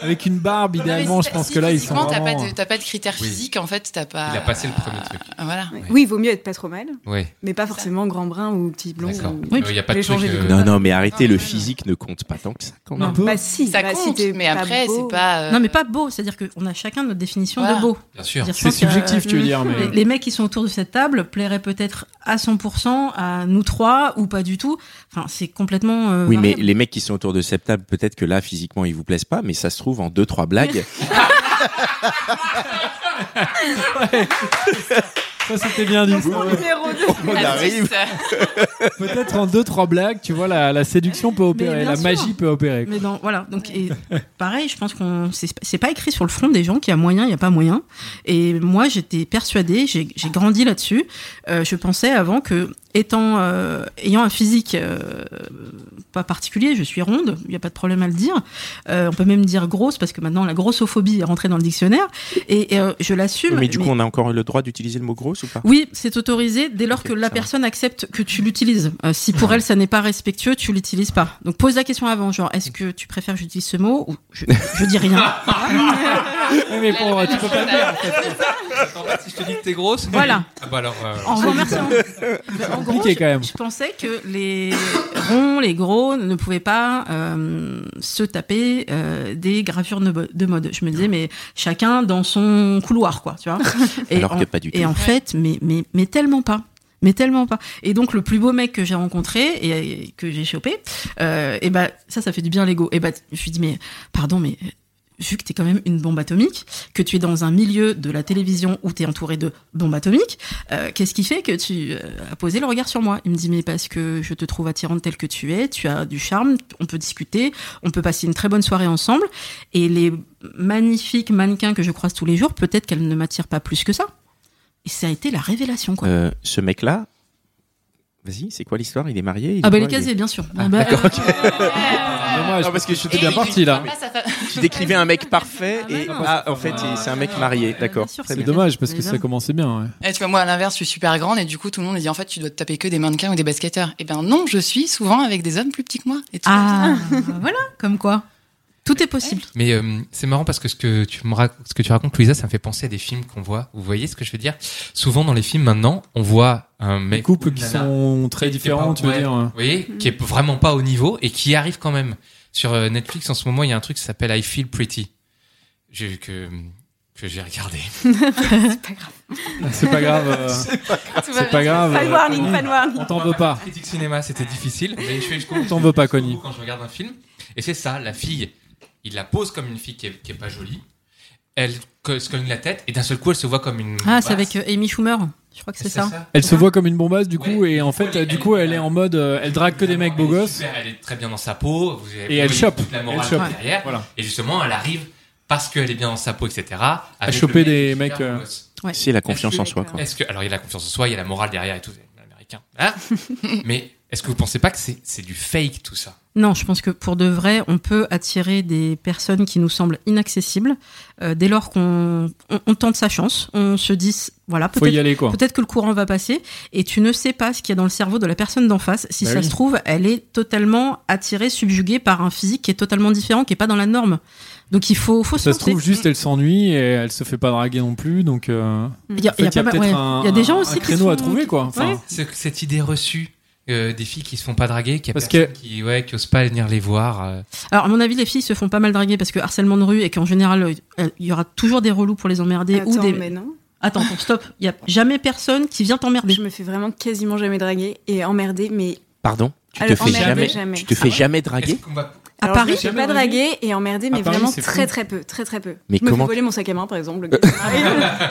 S3: Avec une barbe,
S6: Non, mais
S3: idéalement,
S6: si-
S3: je pense
S6: si
S3: que là, ils sont
S6: physiquement, t'as
S3: vraiment.
S6: pas de- T'as pas de critères
S2: Oui.
S6: physiques, en fait, t'as pas.
S2: Il a
S4: bah,
S2: passé le premier truc.
S6: Ah, Voilà.
S4: Oui, il vaut mieux être pas trop mal,
S2: Oui,
S4: mais pas forcément grand brun ou petit blond.
S2: d'accord.
S4: ou-
S2: Il n'y a pas de
S4: les
S2: truc.
S4: changer de
S2: euh,
S1: Non, non, mais arrêtez,
S6: Non,
S1: le
S6: non, non.
S1: physique ne compte pas tant que ça, quand
S3: Un
S1: même.
S3: peu.
S4: Bah si,
S6: Ça
S4: bah, si
S6: compte,
S4: t'es
S6: mais après,
S4: beau.
S6: c'est pas. euh,
S5: Non, mais pas beau, c'est-à-dire qu'on a chacun notre définition
S6: Voilà.
S5: de beau.
S2: Bien sûr.
S5: C'est-à-dire, je
S3: C'est
S5: pense que, euh,
S3: subjectif, tu veux dire, mais.
S5: Les, les mecs qui sont autour de cette table plairaient peut-être à 100% à nous trois ou pas du tout. Enfin, c'est complètement. euh,
S1: Oui, mais
S5: variable.
S1: les mecs qui sont autour de cette table, peut-être que là, physiquement, ils vous plaisent pas, mais ça se trouve en deux, trois blagues.
S3: Ça, c'était bien dit.
S4: Mon numéro 2.
S1: On arrive.
S6: artiste.
S3: Peut-être en deux, trois blagues, tu vois, la, la séduction peut opérer,
S5: bien
S3: la
S5: sûr.
S3: magie peut opérer.
S5: Mais dans, voilà, donc et pareil, je pense qu'on c'est c'est pas écrit sur le front des gens qu'il y a moyen, il y a pas moyen. Et moi, j'étais persuadée, j'ai j'ai grandi là-dessus. Euh, je pensais avant que étant euh, ayant un physique euh, pas particulier, je suis ronde, il n'y a pas de problème à le dire. Euh, on peut même dire grosse parce que maintenant la grossophobie est rentrée dans le dictionnaire et, et, euh, je l'assume.
S1: mais du
S5: mais-
S1: coup, on a encore le droit d'utiliser le mot grosse ou pas
S5: oui, c'est autorisé dès lors
S1: Ok,
S5: que la
S1: ça va.
S5: personne accepte que tu l'utilises. Euh, si pour elle ça n'est pas respectueux, tu l'utilises pas. Donc pose la question avant, genre est-ce que tu préfères que j'utilise ce mot ou je, je dis rien.
S3: Oui, mais pour, Oh, tu peux pas le dire.
S2: En fait, si je te dis que t'es grosse.
S5: Voilà.
S2: Ah bah alors. euh,
S5: En remerciant. En gros,
S3: compliqué,
S5: je,
S3: quand même.
S5: je pensais que les ronds, les gros ne pouvaient pas euh, se taper euh, des gravures de, mo- de mode. Je me disais mais chacun dans son couloir quoi, tu vois. Et
S1: Alors
S5: en-
S1: que pas du tout.
S5: Et en fait, mais, mais, mais tellement pas. Mais tellement pas. Et donc, le plus beau mec que j'ai rencontré et et que j'ai chopé, euh, et ben ça, ça fait du bien à l'ego. Et ben je me suis dit, mais pardon, mais euh, vu que t'es quand même une bombe atomique, que tu es dans un milieu de la télévision où t'es entouré de bombes atomiques, euh, qu'est-ce qui fait que tu euh, as posé le regard sur moi Il me dit, mais parce que je te trouve attirante telle que tu es, tu as du charme, on peut discuter, on peut passer une très bonne soirée ensemble. Et les magnifiques mannequins que je croise tous les jours, peut-être qu'elles ne m'attirent pas plus que ça. Et ça a été la révélation, quoi.
S1: Euh, ce mec-là, vas-y, c'est quoi l'histoire Il est marié il
S5: ah,
S1: est quoi,
S5: bah, les
S1: il est-
S5: casés, bien sûr. Ah bah, euh,
S3: Dommage,
S1: Non, parce que je
S3: t'es bien
S6: Et-
S3: parti, là.
S6: Ah, ça fait-
S1: Tu décrivais un mec parfait et
S5: Ah,
S1: ah, en fait, il- c'est un mec marié, d'accord.
S5: bien sûr,
S1: Très
S3: C'est
S1: bien.
S3: dommage parce que
S5: Mais
S3: ça
S5: bien.
S3: commençait bien. ouais.
S6: Et Eh, tu vois, moi, à l'inverse, je suis super grande et du coup, tout le monde me dit en fait, tu dois te taper que des mannequins ou des basketteurs. Et ben non, je suis souvent avec des hommes plus petits que moi. Et tout
S5: Ah, voilà, comme quoi. Tout est possible.
S2: Mais euh, c'est marrant parce que ce que tu me rac- ce que tu racontes, Louisa, ça me fait penser à des films qu'on voit. Vous voyez ce que je veux dire Souvent dans les films maintenant, on voit un
S3: Les
S2: mec,
S3: couples qui
S2: Nana.
S3: sont très
S2: Qui- qui est
S3: différents,
S2: pas-
S3: tu veux
S2: ouais.
S3: dire. hein.
S2: vous voyez,
S5: Mm.
S2: qui est vraiment pas au niveau et qui arrive quand même. Sur euh, Netflix en ce moment, il y a un truc qui s'appelle I Feel Pretty. J'ai vu que que j'ai regardé.
S4: C'est pas grave.
S3: C'est pas grave. euh,
S6: Ah, Tout va
S3: C'est pas
S6: bien.
S3: grave.
S4: Pas de
S3: euh,
S4: warning, pas de warning.
S3: On t'en veut pas.
S2: Critique cinéma, c'était difficile, mais je fais jusqu'au bout.
S3: T'en veux pas,
S2: jusqu'au
S3: Connie.
S2: bout Quand je regarde un film, et c'est ça, la fille, il la pose comme une fille qui est, qui est pas jolie. Elle co- se cogne la tête et d'un seul coup, elle se voit comme une.
S5: Ah, c'est
S2: basse.
S5: avec euh, Amy Schumer. Je crois que c'est ça.
S3: Elle se voit comme une bombasse du coup
S2: Ouais.
S3: et en fait euh, du coup elle est en mode euh, elle drague que des mecs beaux
S2: Elle est
S3: gosses.
S2: super, elle est très bien dans sa peau. vous avez
S3: Et elle
S2: toute
S3: chope.
S2: La morale
S3: Elle chope.
S2: derrière.
S3: Voilà.
S2: Et justement, elle arrive parce qu'elle est bien dans sa peau, etc. À
S3: choper des mecs, euh,
S1: C'est la confiance en
S4: Est-ce que-
S1: soi, quoi.
S2: Est-ce que alors il y a la confiance en soi, il y a la morale derrière et tout, c'est américain. Hein Mais est-ce que vous pensez pas que c'est c'est du fake tout ça
S5: Non, je pense que pour de vrai, on peut attirer des personnes qui nous semblent inaccessibles euh, dès lors qu'on on- on tente sa chance. On se dit, voilà,
S3: Faut y
S5: peut-être
S3: aller quoi.
S5: peut-être que le courant va passer et tu ne sais pas ce qu'il y a dans le cerveau de la personne d'en face. Si
S3: Bah
S5: ça
S3: oui.
S5: se trouve, elle est totalement attirée, subjuguée par un physique qui est totalement différent, qui est pas dans la norme. Donc il faut, faut
S3: Ça
S5: se
S3: se trouve
S5: lancer.
S3: juste elle s'ennuie et elle se fait pas draguer non plus donc euh,
S5: Il y a,
S3: en fait,
S5: il y a pas mal-
S3: peut-être
S5: ouais.
S3: un,
S5: Il y a des gens
S3: un
S5: aussi qui
S3: créneau
S5: sont-
S3: à trouver quoi. Enfin,
S5: Ouais.
S2: Ce- Cette idée reçue euh, des filles qui se font pas draguer, qui a
S3: Parce
S2: personne qui ouais, qui ose pas venir les voir. euh.
S5: Alors, à mon avis, les filles se font pas mal draguer parce que harcèlement de rue et qu'en général, euh, euh, il y aura toujours des relous pour les emmerder ou
S4: Attends,
S5: des.
S4: mais non.
S5: Attends, attends, stop. Il y a jamais personne qui vient t'emmerder.
S4: Je me fais vraiment quasiment jamais draguer et emmerder, mais
S1: Pardon Tu te
S4: Alors,
S1: fais
S4: emmerder,
S1: jamais,
S4: jamais.
S1: tu te fais
S4: Ah ouais
S1: jamais
S2: Est-ce
S1: draguer
S2: qu'on va-
S5: À
S4: Alors, je me
S5: Paris,
S4: fais
S3: jamais
S4: pas
S3: draguer
S4: draguer et emmerder, mais
S3: À Paris,
S4: vraiment
S3: c'est
S4: très
S3: fou.
S4: très peu, très très peu.
S1: Mais
S4: je me
S1: comment-
S4: fais voler mon sac à main par exemple. le gars.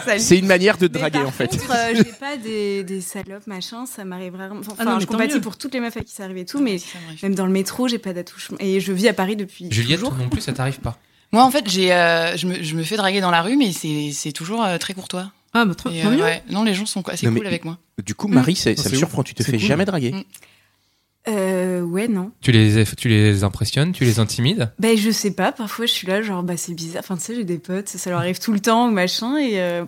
S4: Ça lui-
S1: C'est une manière de
S4: Mais
S1: draguer
S4: par
S1: en fait.
S4: contre, euh, j'ai pas des, des salopes machin, ça m'arrive rarement. Enfin,
S5: Ah non, mais
S4: je
S5: tant
S4: compatis
S5: mieux.
S4: pour toutes les meufs à qui ça arrive et tout, mais
S6: Ça m'arrive.
S4: même dans le métro, j'ai pas d'attouchement. Et je vis à Paris depuis
S2: Juliette
S4: toujours.
S2: non plus, ça t'arrive pas.
S6: Moi, en fait, j'ai, euh, je, me, je me fais draguer dans la rue, mais c'est, c'est toujours euh, très courtois.
S5: Ah, bah, trop,
S6: Et,
S5: tant
S6: euh,
S5: mieux.
S6: ouais. Non, les gens sont assez
S1: Non, mais-
S6: cool avec moi.
S1: Du coup, Marie, c'est-
S3: Ah,
S1: ça
S3: c'est
S1: me
S3: ouf.
S1: surprend. Tu te
S3: C'est
S1: fais
S3: cool.
S1: jamais draguer.
S6: Mm.
S4: Euh, ouais, non.
S2: Tu les, tu les impressionnes, tu les intimides.
S4: Ben, je sais pas, parfois je suis là, genre, bah c'est bizarre. Enfin, tu sais, j'ai des potes, ça leur arrive tout le temps ou machin, et. euh,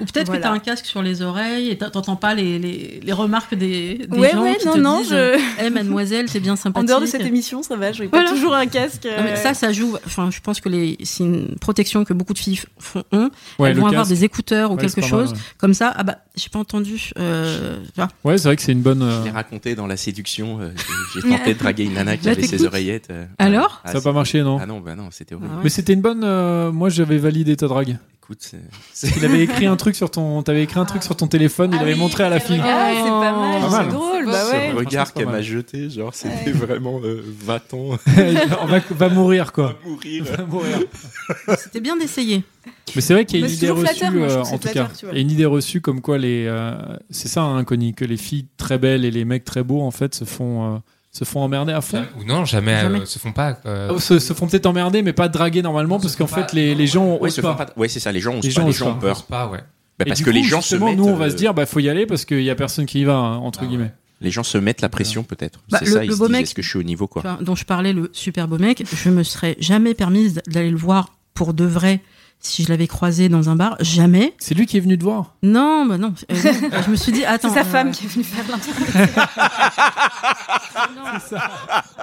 S5: Ou peut-être
S4: Voilà.
S5: que t'as un casque sur les oreilles et t'en- t'entends pas les, les, les remarques des, des
S4: Ouais,
S5: gens
S4: ouais,
S5: qui
S4: non,
S5: te
S4: non,
S5: disent
S4: je-
S5: Eh, mademoiselle, c'est bien
S4: En
S5: sympathique.
S4: dehors de cette émission, ça va, j'aurais
S5: Voilà.
S4: pas toujours un casque.
S5: Non, mais
S4: euh,
S5: ça, ça joue. Enfin, je pense que les, c'est une protection que beaucoup de filles font, ont.
S3: Ouais,
S5: Elles
S3: le
S5: vont avoir
S3: casque.
S5: des écouteurs ou
S3: Ouais,
S5: quelque
S3: c'est pas mal,
S5: chose comme ça. Ah bah, j'ai pas entendu. Euh, tu vois.
S3: Ouais, Ouais, c'est vrai que c'est une bonne. euh,
S1: Je l'ai raconté dans la séduction. euh, j'ai j'ai tenté de draguer une nana qui
S5: La
S1: avait ses
S5: technique.
S1: oreillettes. euh,
S5: Alors
S1: ah,
S3: ça n'a
S1: c'est-
S3: pas marché, non
S1: Ah non, bah non, c'était horrible.
S5: Ah ouais.
S3: Mais c'était une bonne. euh, moi, j'avais validé ta drague.
S1: Écoute, c'est-
S3: Il avait écrit un truc sur ton, t'avais écrit un truc sur ton téléphone. il
S6: Ah
S3: l'avait
S6: oui,
S3: montré à la
S6: c'est
S3: fille.
S6: vrai.
S4: Ah, c'est pas mal,
S3: Pas
S4: c'est
S3: mal.
S4: drôle,
S6: C'est
S4: bah
S6: pas
S4: ouais.
S1: ce
S3: franchement,
S1: regard
S3: c'est pas
S1: qu'elle
S3: mal.
S1: m'a jeté, genre, c'était vraiment euh, va-t'en,
S3: On va, va mourir, quoi.
S1: mourir.
S3: Va mourir.
S5: C'était bien d'essayer.
S3: Mais c'est vrai qu'il y a
S4: Mais
S3: une
S4: c'est
S3: idée
S4: toujours
S3: reçue,
S4: flatteur, moi, je
S3: euh,
S4: trouve que
S3: en
S4: c'est
S3: tout cas.
S4: flatteur, tu vois.
S3: Il y a une idée reçue comme quoi les. euh, c'est ça, hein, Connie, que les filles très belles et les mecs très beaux, en fait, se font, euh, se font emmerder à fond.
S2: Ou non, jamais, euh,
S5: Jamais.
S2: se font pas. euh,
S3: Oh, se, se font peut-être emmerder, mais pas draguer normalement, parce qu'en
S2: font pas-
S3: fait, les, les gens
S1: Ouais,
S3: osent
S1: se font
S3: pas.
S1: pas- ouais, c'est ça, les gens ont,
S3: Les
S1: pas-
S3: gens
S1: les
S3: osent
S1: gens ont
S3: pas.
S2: pense
S1: peur.
S2: pas, ouais.
S1: Bah,
S3: Et
S1: parce
S3: du
S1: que les
S3: coup,
S1: gens se
S3: justement,
S1: mettent.
S3: nous, on va
S1: euh,
S3: se dire, bah, faut y aller parce qu'il y a personne qui y va, hein, entre
S2: Ah ouais.
S3: guillemets.
S1: Les gens se mettent la pression, peut-être.
S5: Bah,
S1: c'est
S5: le-
S1: ça,
S5: le
S1: ils se
S5: beau
S1: disent,
S5: mec-
S1: est-ce que je suis au niveau, quoi.
S5: Tu vois, dont je parlais, le super beau mec, je me serais jamais permise d'aller le voir pour de vrai si je l'avais croisé dans un bar. Jamais.
S3: C'est lui qui est venu te voir.
S5: Non, bah non. Euh, non. je me suis dit,
S4: C'est
S5: attends.
S4: sa
S5: euh,
S4: femme qui est venue faire l'interview.
S5: Non,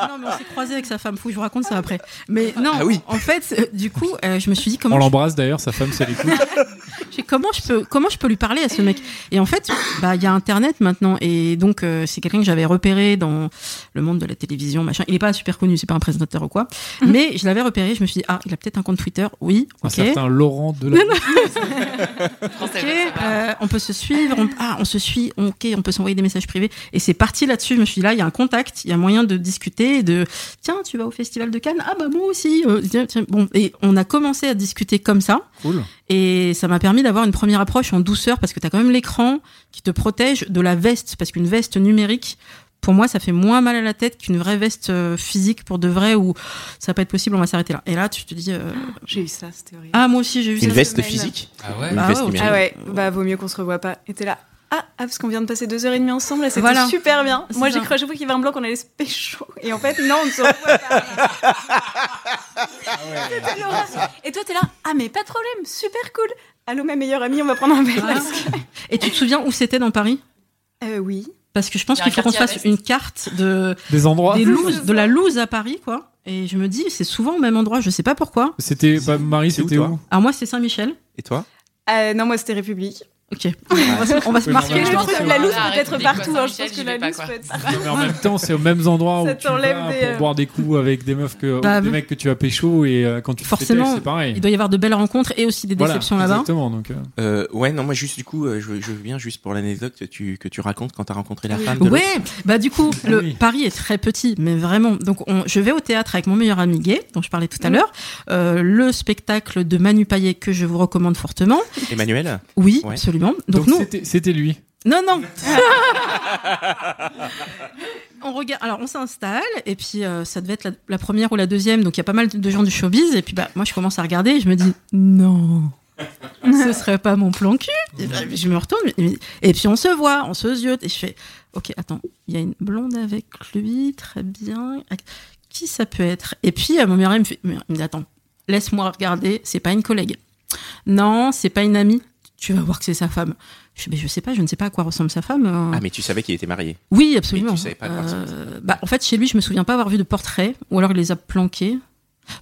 S5: non, mais on s'est croisé avec sa femme. Faut que je vous raconte ça après. Mais non,
S1: Ah oui.
S5: en fait, euh, du coup, euh, je me suis dit
S3: on
S5: comment je,
S3: l'embrasse d'ailleurs, sa femme, c'est l'écoute.
S5: j'ai- comment je peux comment je peux lui parler à ce mec. Et en fait, bah il y a internet maintenant et donc euh, c'est quelqu'un que j'avais repéré dans le monde de la télévision, machin. Il est pas super connu, c'est pas un présentateur ou quoi,
S4: Mm.
S5: mais je l'avais repéré, je me suis dit ah, il a peut-être un compte Twitter. Oui,
S3: Un
S5: OK.
S3: certain Laurent de la.
S6: Français,
S5: Ok,
S6: ouais, ça va.
S5: euh, on peut se suivre, on, ah, on se suit, on- ok, on peut s'envoyer des messages privés. Et c'est parti là-dessus. Je me suis dit, là, il y a un contact, il y a moyen de discuter, et de tiens, tu vas au festival de Cannes, ah bah moi aussi. euh, tiens, tiens. Bon, et on a commencé à discuter comme ça.
S3: Cool.
S5: Et ça m'a permis d'avoir une première approche en douceur parce que t'as quand même l'écran qui te protège de la veste parce qu'une veste numérique. Pour moi, ça fait moins mal à la tête qu'une vraie veste euh, physique pour de vrai où ça va pas être possible, on va s'arrêter là. Et là, tu te dis, euh,
S4: J'ai eu ça, c'était horrible.
S5: ah, moi aussi, j'ai vu
S1: Une
S5: ça.
S1: veste
S4: semaine.
S1: physique
S2: Ah ouais.
S1: Une
S5: Bah
S1: veste
S5: ouais, ok.
S1: numérique.
S4: Ah ouais, bah vaut mieux qu'on se revoie pas. Et t'es là. Ah, ah, parce qu'on vient de passer deux heures et demie ensemble, là, c'était
S5: Voilà.
S4: super bien.
S5: C'est
S4: Moi,
S5: ça.
S4: j'ai cru à chaque fois qu'il y avait un blanc qu'on allait se pécho. Et en fait, non, on ne se revoit pas. C'était l'horreur. Et toi, t'es là. Ah, mais pas de problème, super cool. Allô, ma meilleure amie, on va prendre un verre.
S5: Ah. Et tu te souviens où c'était dans Paris
S4: Euh, oui.
S5: Parce que je pense
S6: Il y a
S5: qu'il
S6: un
S5: faut qu'on se
S6: quartier à
S5: fasse
S6: l'est.
S5: une carte de,
S3: Des endroits.
S5: des loos-
S4: ça.
S5: de la loose à Paris, quoi. Et je me dis, c'est souvent au même endroit, je sais pas pourquoi.
S3: C'était. Bah, Marie,
S1: C'est où,
S3: c'était
S1: toi
S3: où
S5: Alors moi, c'est Saint-Michel.
S1: Et toi
S4: Euh, non, moi, c'était République.
S5: Ok. on va se- on va se
S3: Oui,
S5: marquer.
S3: mais
S4: Mais le
S5: je
S3: non,
S5: pense.
S4: truc,
S3: c'est
S4: la
S3: vrai.
S4: loose
S6: Ah,
S4: peut être
S6: République,
S4: partout.
S6: quoi,
S4: hein. Je pense
S6: Saint-Michel,
S4: que
S6: j'y
S4: la
S6: vais pas,
S4: loose
S6: quoi.
S4: peut être partout.
S3: Non, mais en même temps, c'est aux mêmes endroits
S4: Ça
S3: où tu
S4: t'enlève
S3: vas
S4: des,
S3: pour
S4: euh,
S3: boire des coups avec des meufs que,
S5: Bah,
S3: des mecs que tu as pécho et euh, quand tu te fais
S5: Forcément,
S3: têche, c'est pareil.
S5: Il doit y avoir de belles rencontres et aussi des
S3: Voilà,
S5: déceptions là-bas.
S3: Exactement. Donc, euh,
S1: Euh, ouais, non, moi, juste du coup, euh, je, je viens juste pour l'anecdote que tu, que tu racontes quand t'as rencontré la femme. de
S5: Ouais, bah du coup, le
S3: Ah Oui.
S5: Paris est très petit, mais vraiment. Donc, on- je vais au théâtre avec mon meilleur ami gay, dont je parlais tout à
S6: Mm.
S5: l'heure. Euh, le spectacle de Manu Payet que je vous recommande fortement.
S1: l'autre. Emmanuel
S5: Oui,
S1: Ouais.
S5: absolument.
S3: donc
S5: Donc, nous,
S3: c'était- c'était lui.
S5: Non, non. on regarde. Alors, on s'installe et puis euh, ça devait être la, la première ou la deuxième. Donc, il y a pas mal de gens du showbiz et puis bah moi, je commence à regarder. Et je me dis non. Ce serait pas mon plan cul. Et bah, je me retourne et- et puis on se voit, on se ziote et je fais ok attends il y a une blonde avec lui très bien qui ça peut être Et puis euh, mon meilleur ami me, fait- il me dit attends laisse-moi regarder c'est pas une collègue non c'est pas une amie tu vas voir que c'est sa femme je, mais je sais pas, je ne sais pas à quoi ressemble sa femme. euh.
S1: Ah, mais tu savais qu'il était marié.
S5: oui, absolument.
S1: mais tu savais pas à quoi ressemble
S5: Euh, bah, en fait, chez lui, je me souviens pas avoir vu de portrait, ou alors il les a planqués.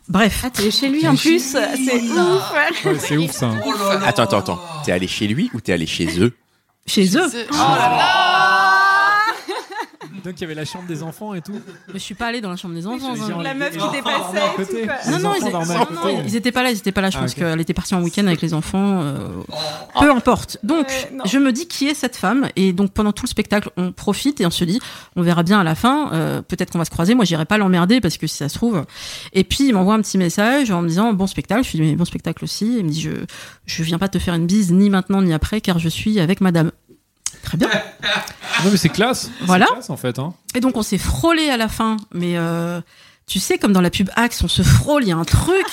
S5: Bref.
S4: Ah, t'es chez lui en plus. C'est ouf.
S3: Ouais, c'est ouf ça.
S5: Oh
S1: Attends, attends, attends. T'es allé chez lui ou t'es allé chez eux
S5: chez eux.
S6: Oh là
S4: Oh.
S3: Donc il y avait la chambre des enfants et tout.
S5: Mais je suis pas allée dans la chambre des enfants. hein.
S4: La meuf qui
S3: Les enfants dormaient à
S4: dépassait. et tout,
S3: côté.
S4: quoi.
S3: Les
S5: Non, non,
S3: enfants
S5: ils,
S3: dormaient à
S5: non,
S3: côté.
S5: non, ils étaient pas là, ils étaient pas là. Je
S3: Ah,
S5: pense
S3: ok.
S5: qu'elle était partie en week-end avec les enfants. euh, peu importe. Donc,
S4: Ouais, non.
S5: je me dis qui est cette femme. Et donc, pendant tout le spectacle, on profite et on se dit, on verra bien à la fin. euh, Peut-être qu'on va se croiser. Moi, j'irai pas l'emmerder parce que si ça se trouve. Et puis, il m'envoie un petit message en me disant bon spectacle. Je lui dis mais bon spectacle aussi. Et il me dit je je viens pas te faire une bise ni maintenant ni après car je suis avec Madame. Très bien.
S3: Non mais c'est classe. C'est
S5: Voilà.
S3: classe, en fait. Hein.
S5: Et donc on s'est frôlé à la fin, mais euh, tu sais, comme dans la pub Axe, on se frôle, il y a un truc.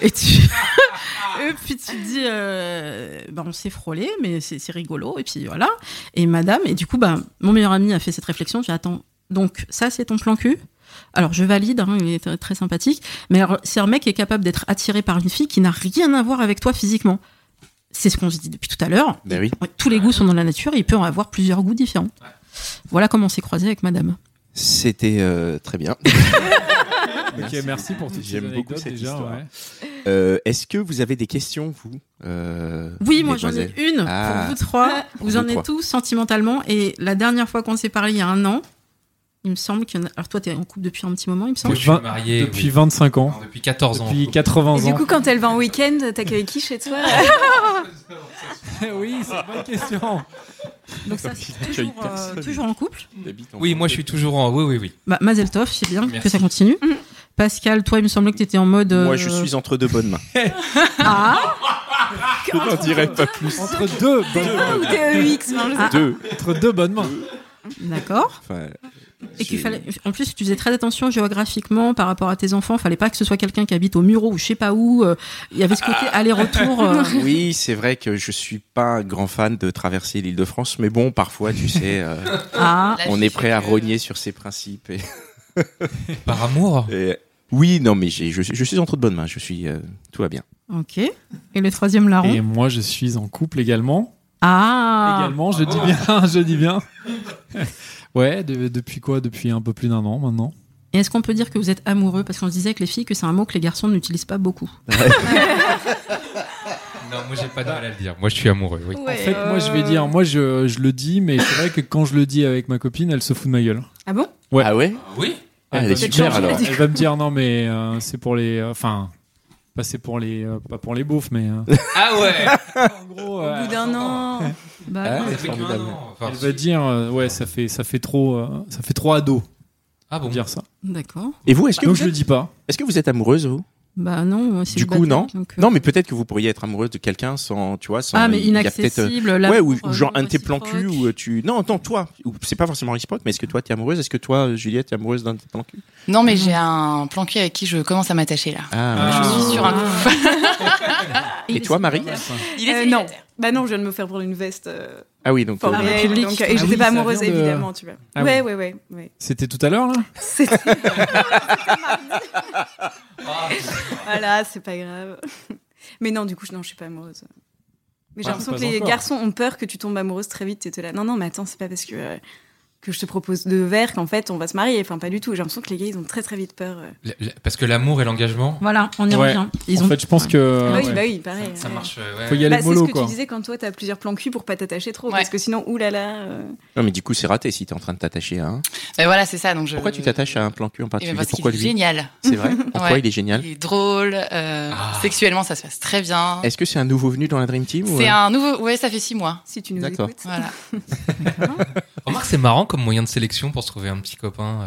S5: et, tu... et puis tu te dis, euh, bah, on s'est frôlé, mais c'est c'est rigolo. Et puis voilà. Et madame, et du coup, bah, mon meilleur ami a fait cette réflexion. J'ai attends, donc ça, c'est ton plan cul alors je valide, hein, il est très- très sympathique, mais alors, c'est un mec qui est capable d'être attiré par une fille qui n'a rien à voir avec toi physiquement. C'est ce qu'on se dit depuis tout à l'heure.
S1: Ben oui.
S5: Tous les goûts sont dans la nature et il peut en avoir plusieurs goûts différents. Voilà comment on s'est croisé avec madame.
S1: C'était euh, très bien.
S3: Ok, merci pour toutes ces
S1: J'aime beaucoup
S3: anecdotes,
S1: cette
S3: déjà,
S1: histoire.
S3: ouais.
S1: Euh, Est-ce que vous avez des questions, vous euh,
S5: Oui, moi j'en ai
S1: mesdemoiselles
S5: une
S1: Ah.
S5: pour vous trois.
S1: Pour
S5: Vous
S1: nous
S5: en
S1: trois.
S5: êtes tous sentimentalement et la dernière fois qu'on s'est parlé il y a un an, il me semble qu'il y en a... Alors toi t'es en couple depuis un petit moment il me semble.
S2: Moi, je suis
S3: Vingt-
S2: marié,
S3: depuis
S2: oui.
S3: 25 ans,
S2: Non, depuis 14 ans.
S3: depuis 80
S4: Et
S3: ans.
S4: du coup, quand elle va en week-end, t'accueilles qui chez toi
S3: oui, c'est une bonne question.
S5: Donc ça c'est
S1: Il y a
S5: toujours,
S1: eu
S5: euh,
S1: personne.
S5: toujours en couple.
S1: T'habites en
S2: Oui, moi je suis toujours en. Oui, oui, oui.
S5: Bah, Mazel Tov, c'est bien
S2: Merci.
S5: que ça continue.
S4: Mhm.
S5: Pascal, toi, il me semblait que tu étais en mode. euh,
S1: Moi, je suis entre deux bonnes mains.
S5: Ah,
S1: Je n'en dirai pas plus.
S3: Entre deux bonnes mains.
S4: Ah, Ou TEX non, je sais pas.
S1: Deux.
S3: Entre deux bonnes mains.
S5: d'accord.
S1: Enfin,
S5: Et qu'il
S1: je-
S5: fallait. En plus, tu faisais très attention géographiquement par rapport à tes enfants. Fallait pas que ce soit quelqu'un qui habite au Muro ou je sais pas où. euh, Il y avait ce
S1: Ah.
S5: côté aller-retour. euh,
S1: Oui, c'est vrai que je suis pas un grand fan de traverser l'Île-de-France, mais bon, parfois, tu sais, euh,
S5: Ah,
S6: La
S1: on
S6: vie
S1: est
S6: fait
S1: prêt à
S6: que-
S1: rogner sur ses principes. et-
S2: Par amour
S1: et- Oui, non, mais j'ai- je, je suis entre de bonnes mains. Je suis euh, tout va bien.
S5: ok. Et le troisième larron.
S3: Et moi, je suis en couple également.
S5: Ah,
S3: Également, je dis bien, je dis bien. ouais, de- depuis quoi Depuis un peu plus d'un an maintenant.
S5: et est-ce qu'on peut dire que vous êtes amoureux Parce qu'on se disait avec les filles que c'est un mot que les garçons n'utilisent pas beaucoup.
S2: Non, moi j'ai pas de mal à le dire. Moi je suis amoureux, oui.
S3: En fait, moi, je
S4: euh,
S3: vais dire, moi, je, je le dis, mais c'est vrai que quand je le dis avec ma copine, elle se fout de ma gueule.
S4: Ah bon
S3: Ouais.
S1: Ah ouais
S2: Oui
S1: Ah, elle est
S3: va me
S1: super,
S3: dire-
S1: alors.
S3: Elle va me dire non, mais euh, c'est pour les, euh, enfin, pas c'est pour les, euh, pas pour les beaufs, mais euh,
S2: Ah ouais
S3: en gros,
S4: Au
S3: euh,
S4: bout d'un an.
S5: Bah,
S1: Ah,
S2: Ça
S1: ouais.
S2: fait qu'un
S1: formidable.
S2: an. Enfin,
S3: elle va dire euh, ouais, ça fait, ça fait trop, euh, ça fait trop ado
S2: Ah bon
S3: de dire ça.
S5: D'accord.
S1: Et vous, est-ce que,
S3: Donc
S1: vous
S3: je le
S1: êtes-
S3: dis pas.
S1: est-ce que vous êtes amoureuse, vous
S5: Bah non. c'est
S1: Du
S5: le
S1: coup,
S5: bâtard,
S1: non.
S5: donc, euh,
S1: Non, mais peut-être que vous pourriez être amoureuse de quelqu'un sans, tu vois, sans.
S5: Ah, mais
S1: il y a peut-être, euh,
S5: inaccessible.
S1: Ouais,
S5: l'amour,
S1: ou, ou
S5: euh,
S1: genre
S5: non
S1: un de tes plans cul,
S5: réciproque.
S1: ou euh, tu. Non, non, toi. Ou- C'est pas forcément réciproque, mais est-ce que toi, t'es amoureuse Est-ce que toi, euh, Juliette, t'es amoureuse d'un de tes plans cul
S6: Non, mais j'ai un plan cul avec qui je commence à m'attacher là.
S1: Ah,
S6: Je suis sur un coup.
S1: Et toi, Marie
S6: Il
S4: Euh, non. Bah non, je viens de me faire prendre une veste euh,
S1: Ah oui, donc.
S4: for
S1: euh,
S5: Ah, mais
S4: real,
S5: public.
S4: donc,
S5: Ah
S4: et j'étais
S3: oui,
S4: pas
S3: ça
S4: amoureuse
S3: vient de-
S4: évidemment, tu vois.
S3: Ah
S4: ouais, ouais, ouais, ouais.
S3: C'était tout à l'heure là.
S4: C'était. voilà, c'est pas grave. Mais non, du coup, je- non, je suis pas amoureuse. Mais j'ai
S3: Ah,
S4: l'impression
S3: pas
S4: que les
S3: encore.
S4: garçons ont peur que tu tombes amoureuse très vite. T'étais là. Non, non, mais attends, c'est pas parce que, euh, que je te propose de verre qu'en fait on va se marier. Enfin, pas du tout. J'ai l'impression que les gars, ils ont très très vite peur. euh.
S2: Le- le- Parce que l'amour et l'engagement,
S5: Voilà, on y
S3: Ouais.
S5: revient. Ils
S3: en
S5: ont...
S3: fait, je pense que
S4: bah oui,
S3: Ah ouais,
S4: bah oui, pareil.
S2: ça
S4: ouais.
S2: marche. euh, ouais.
S3: faut y
S4: Bah,
S3: aller
S4: c'est
S3: mollo
S4: ce que
S3: quoi.
S4: tu disais quand toi, t'as plusieurs plans cul pour pas t'attacher trop.
S6: Ouais.
S4: Parce que sinon, oulala. euh,
S1: Non, mais du coup, c'est raté si t'es en train de t'attacher à un.
S6: Mais voilà, c'est ça. Donc je...
S1: Pourquoi tu t'attaches à un plan cul en
S6: Eh
S1: particulier
S6: ben, Parce qu'il
S1: Pourquoi
S6: est
S1: lui
S6: génial.
S1: C'est vrai Pourquoi
S6: Ouais.
S1: il est génial
S6: Il est drôle. euh,
S2: Ah.
S6: Sexuellement, ça se passe très bien.
S1: Est-ce que c'est un nouveau venu dans la Dream Team ou,
S6: C'est
S1: euh,
S6: un nouveau. Ouais, ça fait six mois.
S4: si tu nous
S1: D'accord.
S4: écoutes.
S6: Voilà.
S2: Remarque, c'est marrant comme moyen de sélection pour se trouver un petit copain. euh.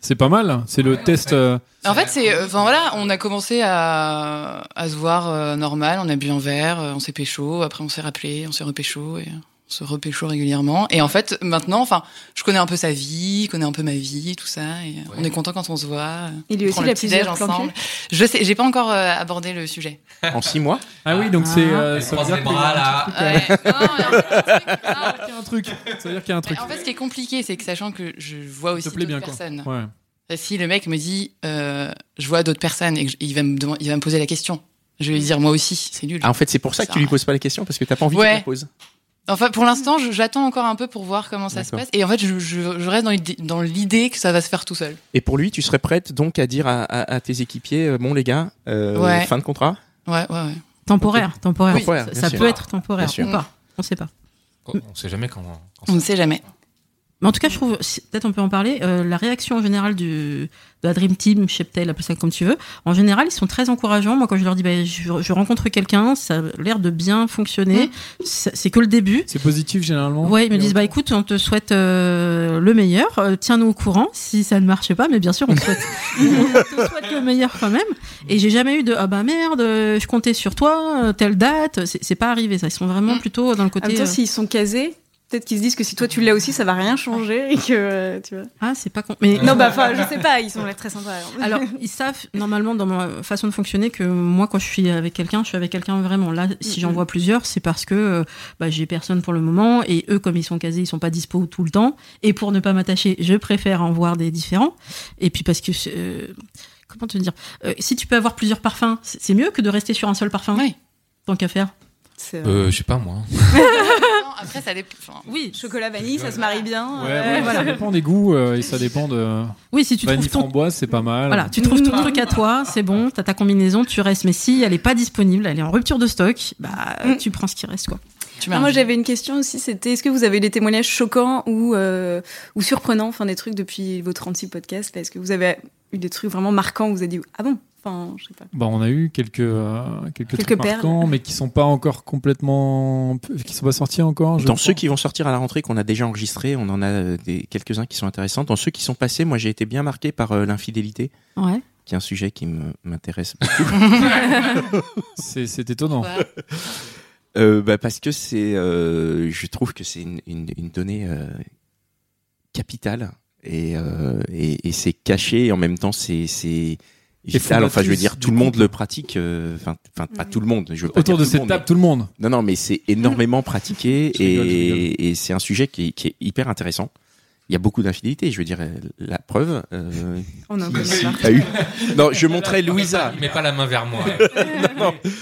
S3: C'est pas mal. C'est le test. euh,
S6: En fait, c'est. Enfin voilà, on a commencé à, à se voir euh, normal. On a bu un verre, euh, on s'est pécho. Après, on s'est rappelé, on s'est repécho et on se repécho régulièrement. Et en fait, maintenant, enfin, je connais un peu sa vie, je connais un peu ma vie, tout ça. Et euh, on est content quand on se voit. euh,
S4: Et lui
S6: on
S4: aussi,
S6: prend
S4: il a
S6: le petit déj
S4: plusieurs plans cul
S6: ensemble. Je sais, j'ai pas encore euh, abordé le sujet.
S1: En six mois
S3: Ah oui, donc c'est. euh,
S2: Elle
S3: ça veut
S2: croise
S3: dire
S2: les
S3: qu'il y
S2: bras,
S3: a un
S2: là.
S3: truc, euh,
S6: Ouais. Non, mais en fait, non.
S3: qu'il y a un truc. Ça veut dire qu'il y a un truc.
S6: Mais En fait, ce qui est compliqué, c'est que sachant que je vois
S3: te
S6: aussi
S3: plaît
S6: d'autres
S3: bien, quoi.
S6: personnes.
S3: Ouais.
S6: Et Si le mec me dit, euh, je vois d'autres personnes et que je- il va me demand- il va me poser la question, je vais lui dire moi aussi, c'est nul.
S1: Ah, en fait, c'est pour ça que tu lui poses pas la question parce que t'as pas envie
S6: Ouais.
S1: qu'il te la pose.
S6: Enfin, pour l'instant, je- j'attends encore un peu pour voir comment ça se
S1: D'accord.
S6: passe. Et en fait, je, je- je reste dans l'idée- dans l'idée que ça va se faire tout seul.
S1: Et pour lui, tu serais prête donc à dire à, à- à tes équipiers euh, Bon, les gars, euh,
S6: Ouais.
S1: fin de contrat
S6: Ouais, ouais, ouais.
S5: Temporaire, temporaire.
S1: Oui. Temporaire,
S5: Ça-
S1: bien
S5: ça
S1: sûr.
S5: peut être temporaire
S1: Bien sûr.
S5: ou pas. On sait pas.
S2: On sait jamais quand. quand
S6: On ne
S2: ça-
S6: sait jamais.
S5: Mais en tout cas, je trouve, si- peut-être on peut en parler, euh, la réaction en général du, de la Dream Team, Cheptel, appelle ça comme tu veux, en général, ils sont très encourageants. Moi, quand je leur dis, bah, je, je rencontre quelqu'un, ça a l'air de bien fonctionner,
S1: Mm.
S5: Ça- c'est que le début.
S3: C'est positif généralement.
S5: Ouais, ils me disent, bah écoute, on te souhaite euh, le meilleur, euh, tiens-nous au courant si ça ne marche pas, mais bien sûr, on te souhaite, on te souhaite le meilleur quand même. Et j'ai jamais eu de, ah bah merde, euh, je comptais sur toi, euh, telle date, c'est c'est pas arrivé ça, ils sont vraiment
S6: Mm.
S5: plutôt dans le
S4: En même
S5: côté.
S4: temps,
S5: euh,
S4: s'ils sont casés, peut-être peut-être qu'ils se disent que si toi tu l'as aussi, ça va rien changer et que euh, tu vois.
S5: Ah, c'est pas con. Mais
S4: Non, bah enfin, je sais pas, ils ont l'air très sympas. alors.
S5: Alors, ils savent normalement dans ma façon de fonctionner que moi, quand je suis avec quelqu'un, je suis avec quelqu'un vraiment. Là, si j'en
S4: Mhm.
S5: vois plusieurs, c'est parce que euh, bah, j'ai personne pour le moment et eux, comme ils sont casés, ils sont pas dispo tout le temps. Et pour ne pas m'attacher, je préfère en voir des différents. Et puis parce que euh, comment te dire, Euh, si tu peux avoir plusieurs parfums, c'est c'est mieux que de rester sur un seul parfum.
S6: Oui.
S5: Tant qu'à faire.
S4: C'est, euh,
S2: Euh, je sais pas moi.
S6: Non, après, ça dépend. enfin,
S5: Oui,
S4: Chocolat vanille, ça se marie bien.
S3: Ouais,
S4: euh,
S3: ouais, Ça dépend des goûts euh, et ça dépend de.
S5: oui, si tu
S3: Vanille
S5: trouves ton
S3: framboise, c'est pas mal.
S5: Voilà, tu trouves ton truc à toi, c'est bon, t'as ta combinaison, tu restes. Mais si elle est pas disponible, elle est en rupture de stock, bah
S4: Mm.
S5: tu prends ce qui reste quoi.
S6: tu
S4: Ah,
S6: m'as
S4: moi,
S6: invité.
S4: j'avais une question aussi, c'était est-ce que vous avez eu des témoignages choquants ou, euh, ou surprenants, enfin des trucs depuis vos 36 podcasts là, Est-ce que vous avez eu des trucs vraiment marquants où vous avez dit ah bon Enfin, je sais pas.
S3: Bah, on a eu quelques euh, quelques,
S4: Quelques
S3: trucs
S4: perles.
S3: marquants, mais qui sont pas encore complètement, qui sont pas sortis encore. je
S1: Dans
S3: crois.
S1: ceux qui vont sortir à la rentrée qu'on a déjà enregistrés, on en a euh, des quelques-uns qui sont intéressants. Dans ceux qui sont passés, moi j'ai été bien marqué par euh, l'infidélité,
S5: Ouais.
S1: qui est un sujet qui me- m'intéresse.
S3: c'est c'est étonnant.
S6: Pourquoi
S1: Euh, bah, parce que c'est, euh, je trouve que c'est une, une- une donnée euh, capitale et, euh, et, et c'est caché et en même temps c'est c'est vital. Enfin, je veux dire,
S3: fondatrice
S1: tout le
S3: du
S1: monde
S3: couple.
S1: le pratique. euh, Enfin, enfin, pas tout le monde. Je veux pas
S3: Autour
S1: dire tout
S3: de
S1: le
S3: cette
S1: monde,
S3: table, tout le monde.
S1: Non, non, mais c'est énormément pratiqué
S3: Je rigole, je rigole.
S1: et, et c'est un sujet qui, qui est hyper intéressant. Il y a beaucoup d'infidélité, je veux dire, euh, la preuve. Euh,
S4: On en
S3: Si,
S4: connaît
S3: si.
S4: pas.
S1: a eu. Non, je montrais Louisa.
S2: Il met pas la main vers moi.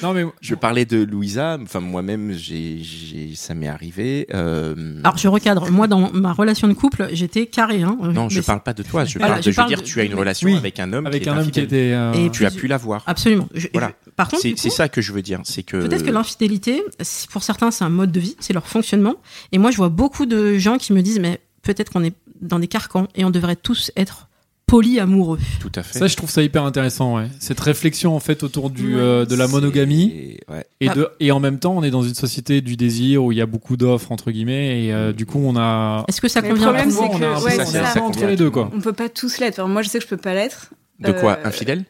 S3: Non mais
S1: Je parlais de Louisa, enfin moi-même, j'ai, j'ai, ça m'est arrivé. euh,
S5: Alors je recadre, moi dans ma relation de couple, j'étais carré hein.
S1: non,
S5: Mais
S1: je
S5: c'est-
S1: parle pas de toi, je
S5: Voilà,
S1: parle
S5: je
S1: de, je veux
S5: parle
S1: dire,
S5: de-
S1: tu as une
S5: mais-
S1: relation
S3: Oui.
S1: avec un homme
S3: avec
S1: qui est
S3: un homme qui
S1: infidèle.
S3: était. euh,
S5: Et-
S1: Tu as pu l'avoir.
S5: Absolument. Je-
S1: Voilà.
S5: je- Ah, par contre,
S1: C'est,
S5: du coup,
S1: c'est ça que je veux dire, c'est que.
S5: peut-être que l'infidélité, c'est- pour certains, c'est un mode de vie, c'est leur fonctionnement. Et moi, je vois beaucoup de gens qui me disent, mais peut-être qu'on est dans des carcans et on devrait tous être polyamoureux.
S1: Tout à fait.
S3: Ça, je trouve ça hyper intéressant. ouais. Cette réflexion en fait autour du
S5: Ouais. Ah.
S3: euh, de la monogamie.
S1: C'est- ouais.
S3: Et, de, et en même temps, on est dans une société du désir où il y a beaucoup d'offres, entre guillemets, et euh, du coup, on a.
S5: Est-ce que ça
S4: Mais le
S5: convient à
S4: problème,
S5: tout le
S3: on
S4: c'est
S5: monde
S3: a un
S4: que-
S3: peu-
S4: ouais,
S3: on est
S4: c'est
S3: un
S4: ça.
S3: peu entre les deux, quoi.
S4: On peut pas tous l'être. Enfin, moi, je sais que je peux pas l'être.
S1: De quoi
S4: Euh,
S1: Infidèle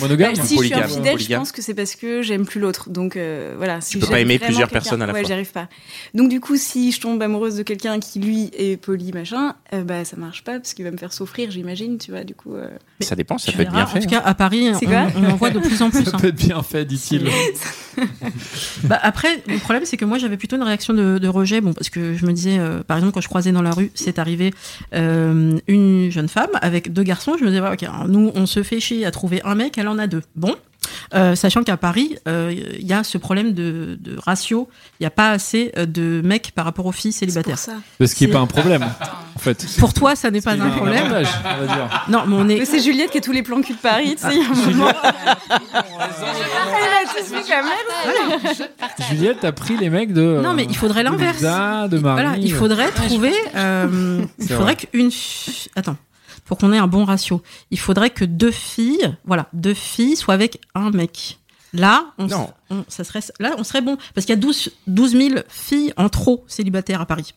S3: Monogame
S4: Bah, si je suis
S1: polygame,
S4: infidèle, je
S1: polygame.
S4: pense que c'est parce que j'aime plus l'autre. Donc euh, voilà. Si
S1: peux
S4: j'aime
S1: pas aimer
S4: vraiment
S1: plusieurs
S4: quelqu'un-
S1: personnes à la
S4: ouais,
S1: fois.
S4: j'y arrive pas. Donc du coup, si je tombe amoureuse de quelqu'un qui lui est poli machin, euh, bah ça marche pas parce qu'il va me faire souffrir, j'imagine, tu vois. Du coup, euh,
S1: Ça dépend, ça
S5: Tu
S1: peut être bien
S5: verras, En
S1: fait. hein.
S5: tout cas, à Paris,
S4: C'est
S5: on,
S4: quoi
S5: on en voit de plus en plus.
S3: Ça
S5: hein.
S3: peut être bien fait, dit-il.
S5: Bah, après, le problème, c'est que moi, j'avais plutôt une réaction de, de rejet. Bon, parce que je me disais, euh, par exemple, quand je croisais dans la rue, c'est arrivé euh, une jeune femme avec deux garçons. Je me disais, ouais, ok, alors, nous, on se fait chier à trouver un mec, elle en a deux. Bon. Euh, sachant qu'à Paris, euh, il y a ce problème de, de ratio. Il n'y a pas assez euh, de mecs par rapport aux filles
S4: c'est pour
S5: célibataires.
S4: ça.
S3: Ce qui n'est
S5: C'est-
S3: pas un problème, en fait.
S5: Pour, toi, ça n'est pas
S3: Il y a
S5: un problème.
S3: avantage, on va dire.
S5: Non, mais on
S4: Mais
S5: est.
S4: c'est Juliette qui a tous les plans cul de Paris, tu sais. il y a un moment. Elle a tout suivi la merde.
S3: Juliette, t'as pris les mecs de.
S5: Non, mais il faudrait
S3: de
S5: l'inverse.
S3: Lisa, de Ah, Marie.
S5: Voilà, il faudrait trouver. euh, il
S3: C'est
S5: faudrait qu'une. fi- Attends, pour qu'on ait un bon ratio, il faudrait que deux filles, voilà, deux filles soient avec un mec. Là, on, s-
S1: hein. Non.
S5: on- ça serait, là, on serait bon. Parce qu'il y a 12, 12 000 filles en trop célibataires à Paris.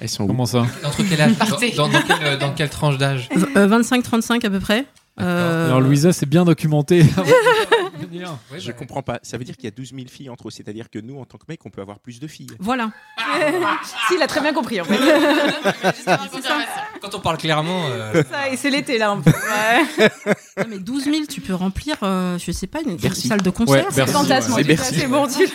S1: Elles sont où
S3: Comment ça
S2: Entre quel âge
S6: Partez.
S2: dans, dans- dans quelle, dans quelle tranche d'âge
S5: V- euh, 25-35 à peu près. Euh,
S3: Alors, Louisa, c'est bien documenté.
S1: Je comprends pas. Ça veut dire qu'il y a 12 000 filles entre eux. C'est-à-dire que nous, en tant que mecs, on peut avoir plus de filles.
S5: Voilà.
S4: Si, il a très bien compris en fait.
S2: Quand on parle clairement. euh,
S4: Ça, et c'est l'été là un peu. Ouais.
S5: Non, mais 12 000, tu peux remplir, euh, je sais pas, une, une
S1: Bercy.
S5: salle de concert.
S3: Ouais,
S5: c'est-
S3: Bercy.
S4: Fantasme, en
S1: C'est
S4: tout cas,
S1: Bercy.
S4: c'est bon, tu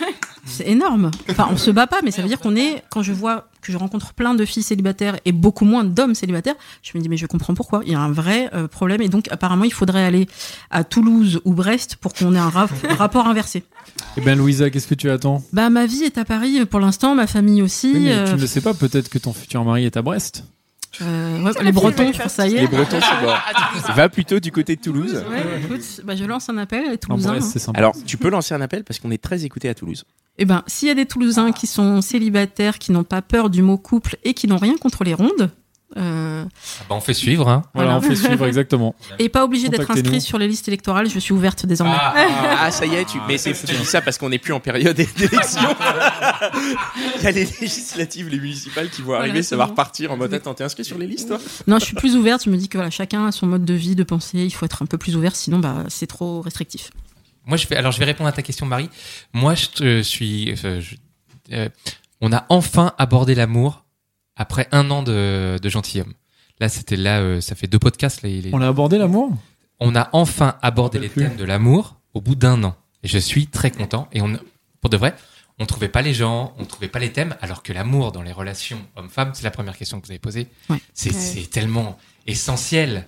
S5: C'est énorme. Enfin, on se bat pas, mais ça veut dire qu'on est. Quand je vois que je rencontre plein de filles célibataires et beaucoup moins d'hommes célibataires, je me dis mais je comprends pourquoi. Il y a un vrai euh, problème et donc apparemment il faudrait aller à Toulouse ou Brest pour qu'on ait un ra- rapport inversé.
S3: Eh bien, Louisa, qu'est-ce que tu attends
S5: Bah ma vie est à Paris pour l'instant, ma famille aussi.
S3: Oui, mais
S5: euh,
S3: Tu ne le sais pas, peut-être que ton futur mari est à Brest.
S5: euh, ouais, les Bretons, ça y est.
S1: Bretons sont morts.
S6: Ah,
S1: Va plutôt du côté de Toulouse.
S5: Ouais, écoute, bah, je lance un appel les
S3: En
S5: Toulousains.
S3: Brest,
S5: hein.
S3: c'est sympa.
S1: Alors, tu peux lancer un appel parce qu'on est très écouté à Toulouse.
S5: Eh ben, s'il y a des Toulousains qui sont célibataires, qui n'ont pas peur du mot couple et qui n'ont rien contre les rondes, euh,
S2: on fait suivre, hein.
S3: Voilà, on
S5: Voilà.
S3: fait suivre exactement.
S5: Et pas obligé d'être
S3: Contactez-nous.
S5: inscrit sur les listes électorales, je suis ouverte désormais.
S1: Ah, ça y est, tu, mais c'est, tu dis ça parce qu'on n'est plus en période d'élection. Il y a les législatives, les municipales qui vont
S5: Voilà,
S1: arriver, ça
S5: c'est
S1: va
S5: bon.
S1: repartir en mode attends, t'es inscrit sur les listes, toi
S5: Non, je suis plus ouverte, je me dis que voilà, chacun a son mode de vie, de pensée, il faut être un peu plus ouvert, sinon bah, c'est trop restrictif.
S2: Moi, je vais, alors, je vais répondre à ta question, Marie. Moi, je, te- je suis. euh, je- euh, on a enfin abordé l'amour après un an de, de gentilhomme. Là, c'était là, euh, ça fait deux podcasts. Là, il est-
S3: On a abordé l'amour
S2: On a enfin abordé
S3: Je
S2: les
S3: peux plus.
S2: thèmes de l'amour au bout d'un an. Et je suis très content. Et on, pour de vrai, on trouvait pas les gens, on trouvait pas les thèmes, alors que l'amour dans les relations homme-femme, c'est la première question que vous avez posée.
S5: Ouais.
S2: C'est
S4: Ouais.
S2: c'est tellement essentiel.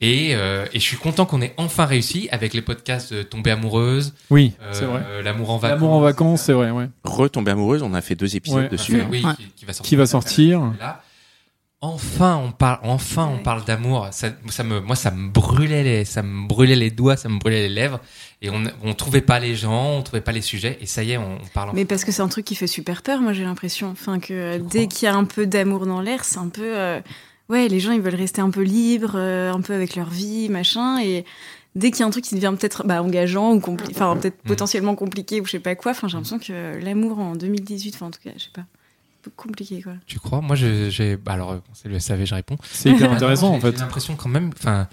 S2: Et, euh, et je suis content qu'on ait enfin réussi avec les podcasts de Tomber amoureuse,
S3: Oui,
S2: euh,
S3: c'est vrai.
S2: L'amour en vacances.
S3: L'amour en vacances, c'est vrai, ouais.
S1: Retomber amoureuse, on a fait deux épisodes
S3: Ouais.
S1: dessus.
S5: Ouais.
S2: Oui, qui, qui va sortir.
S3: Qui va sortir.
S2: Là, enfin, on parle, enfin, on
S4: Ouais.
S2: parle d'amour. Ça, ça me, moi, ça me brûlait les, ça me brûlait les doigts, ça me brûlait les lèvres. Et on, on trouvait pas les gens, on trouvait pas les sujets. Et ça y est, on, on parle.
S4: Mais parce que c'est un truc qui fait super peur, moi j'ai l'impression. Enfin, que euh, dès qu'il y a un peu d'amour dans l'air, c'est un peu. euh, ouais, les gens ils veulent rester un peu libres, euh, un peu avec leur vie, machin. Et dès qu'il y a un truc qui devient peut-être bah, engageant ou compli- enfin peut-être
S2: Mm.
S4: potentiellement compliqué ou je sais pas quoi, enfin j'ai l'impression que euh, l'amour en 2018, enfin en tout cas, je sais pas, c'est un peu compliqué quoi.
S2: Tu crois Moi, je- j'ai. bah, alors, euh, c'est le SAV, je réponds.
S3: C'est hyper
S2: Ah,
S3: intéressant,
S2: j'ai-
S3: en fait.
S2: J'ai l'impression quand même. Enfin,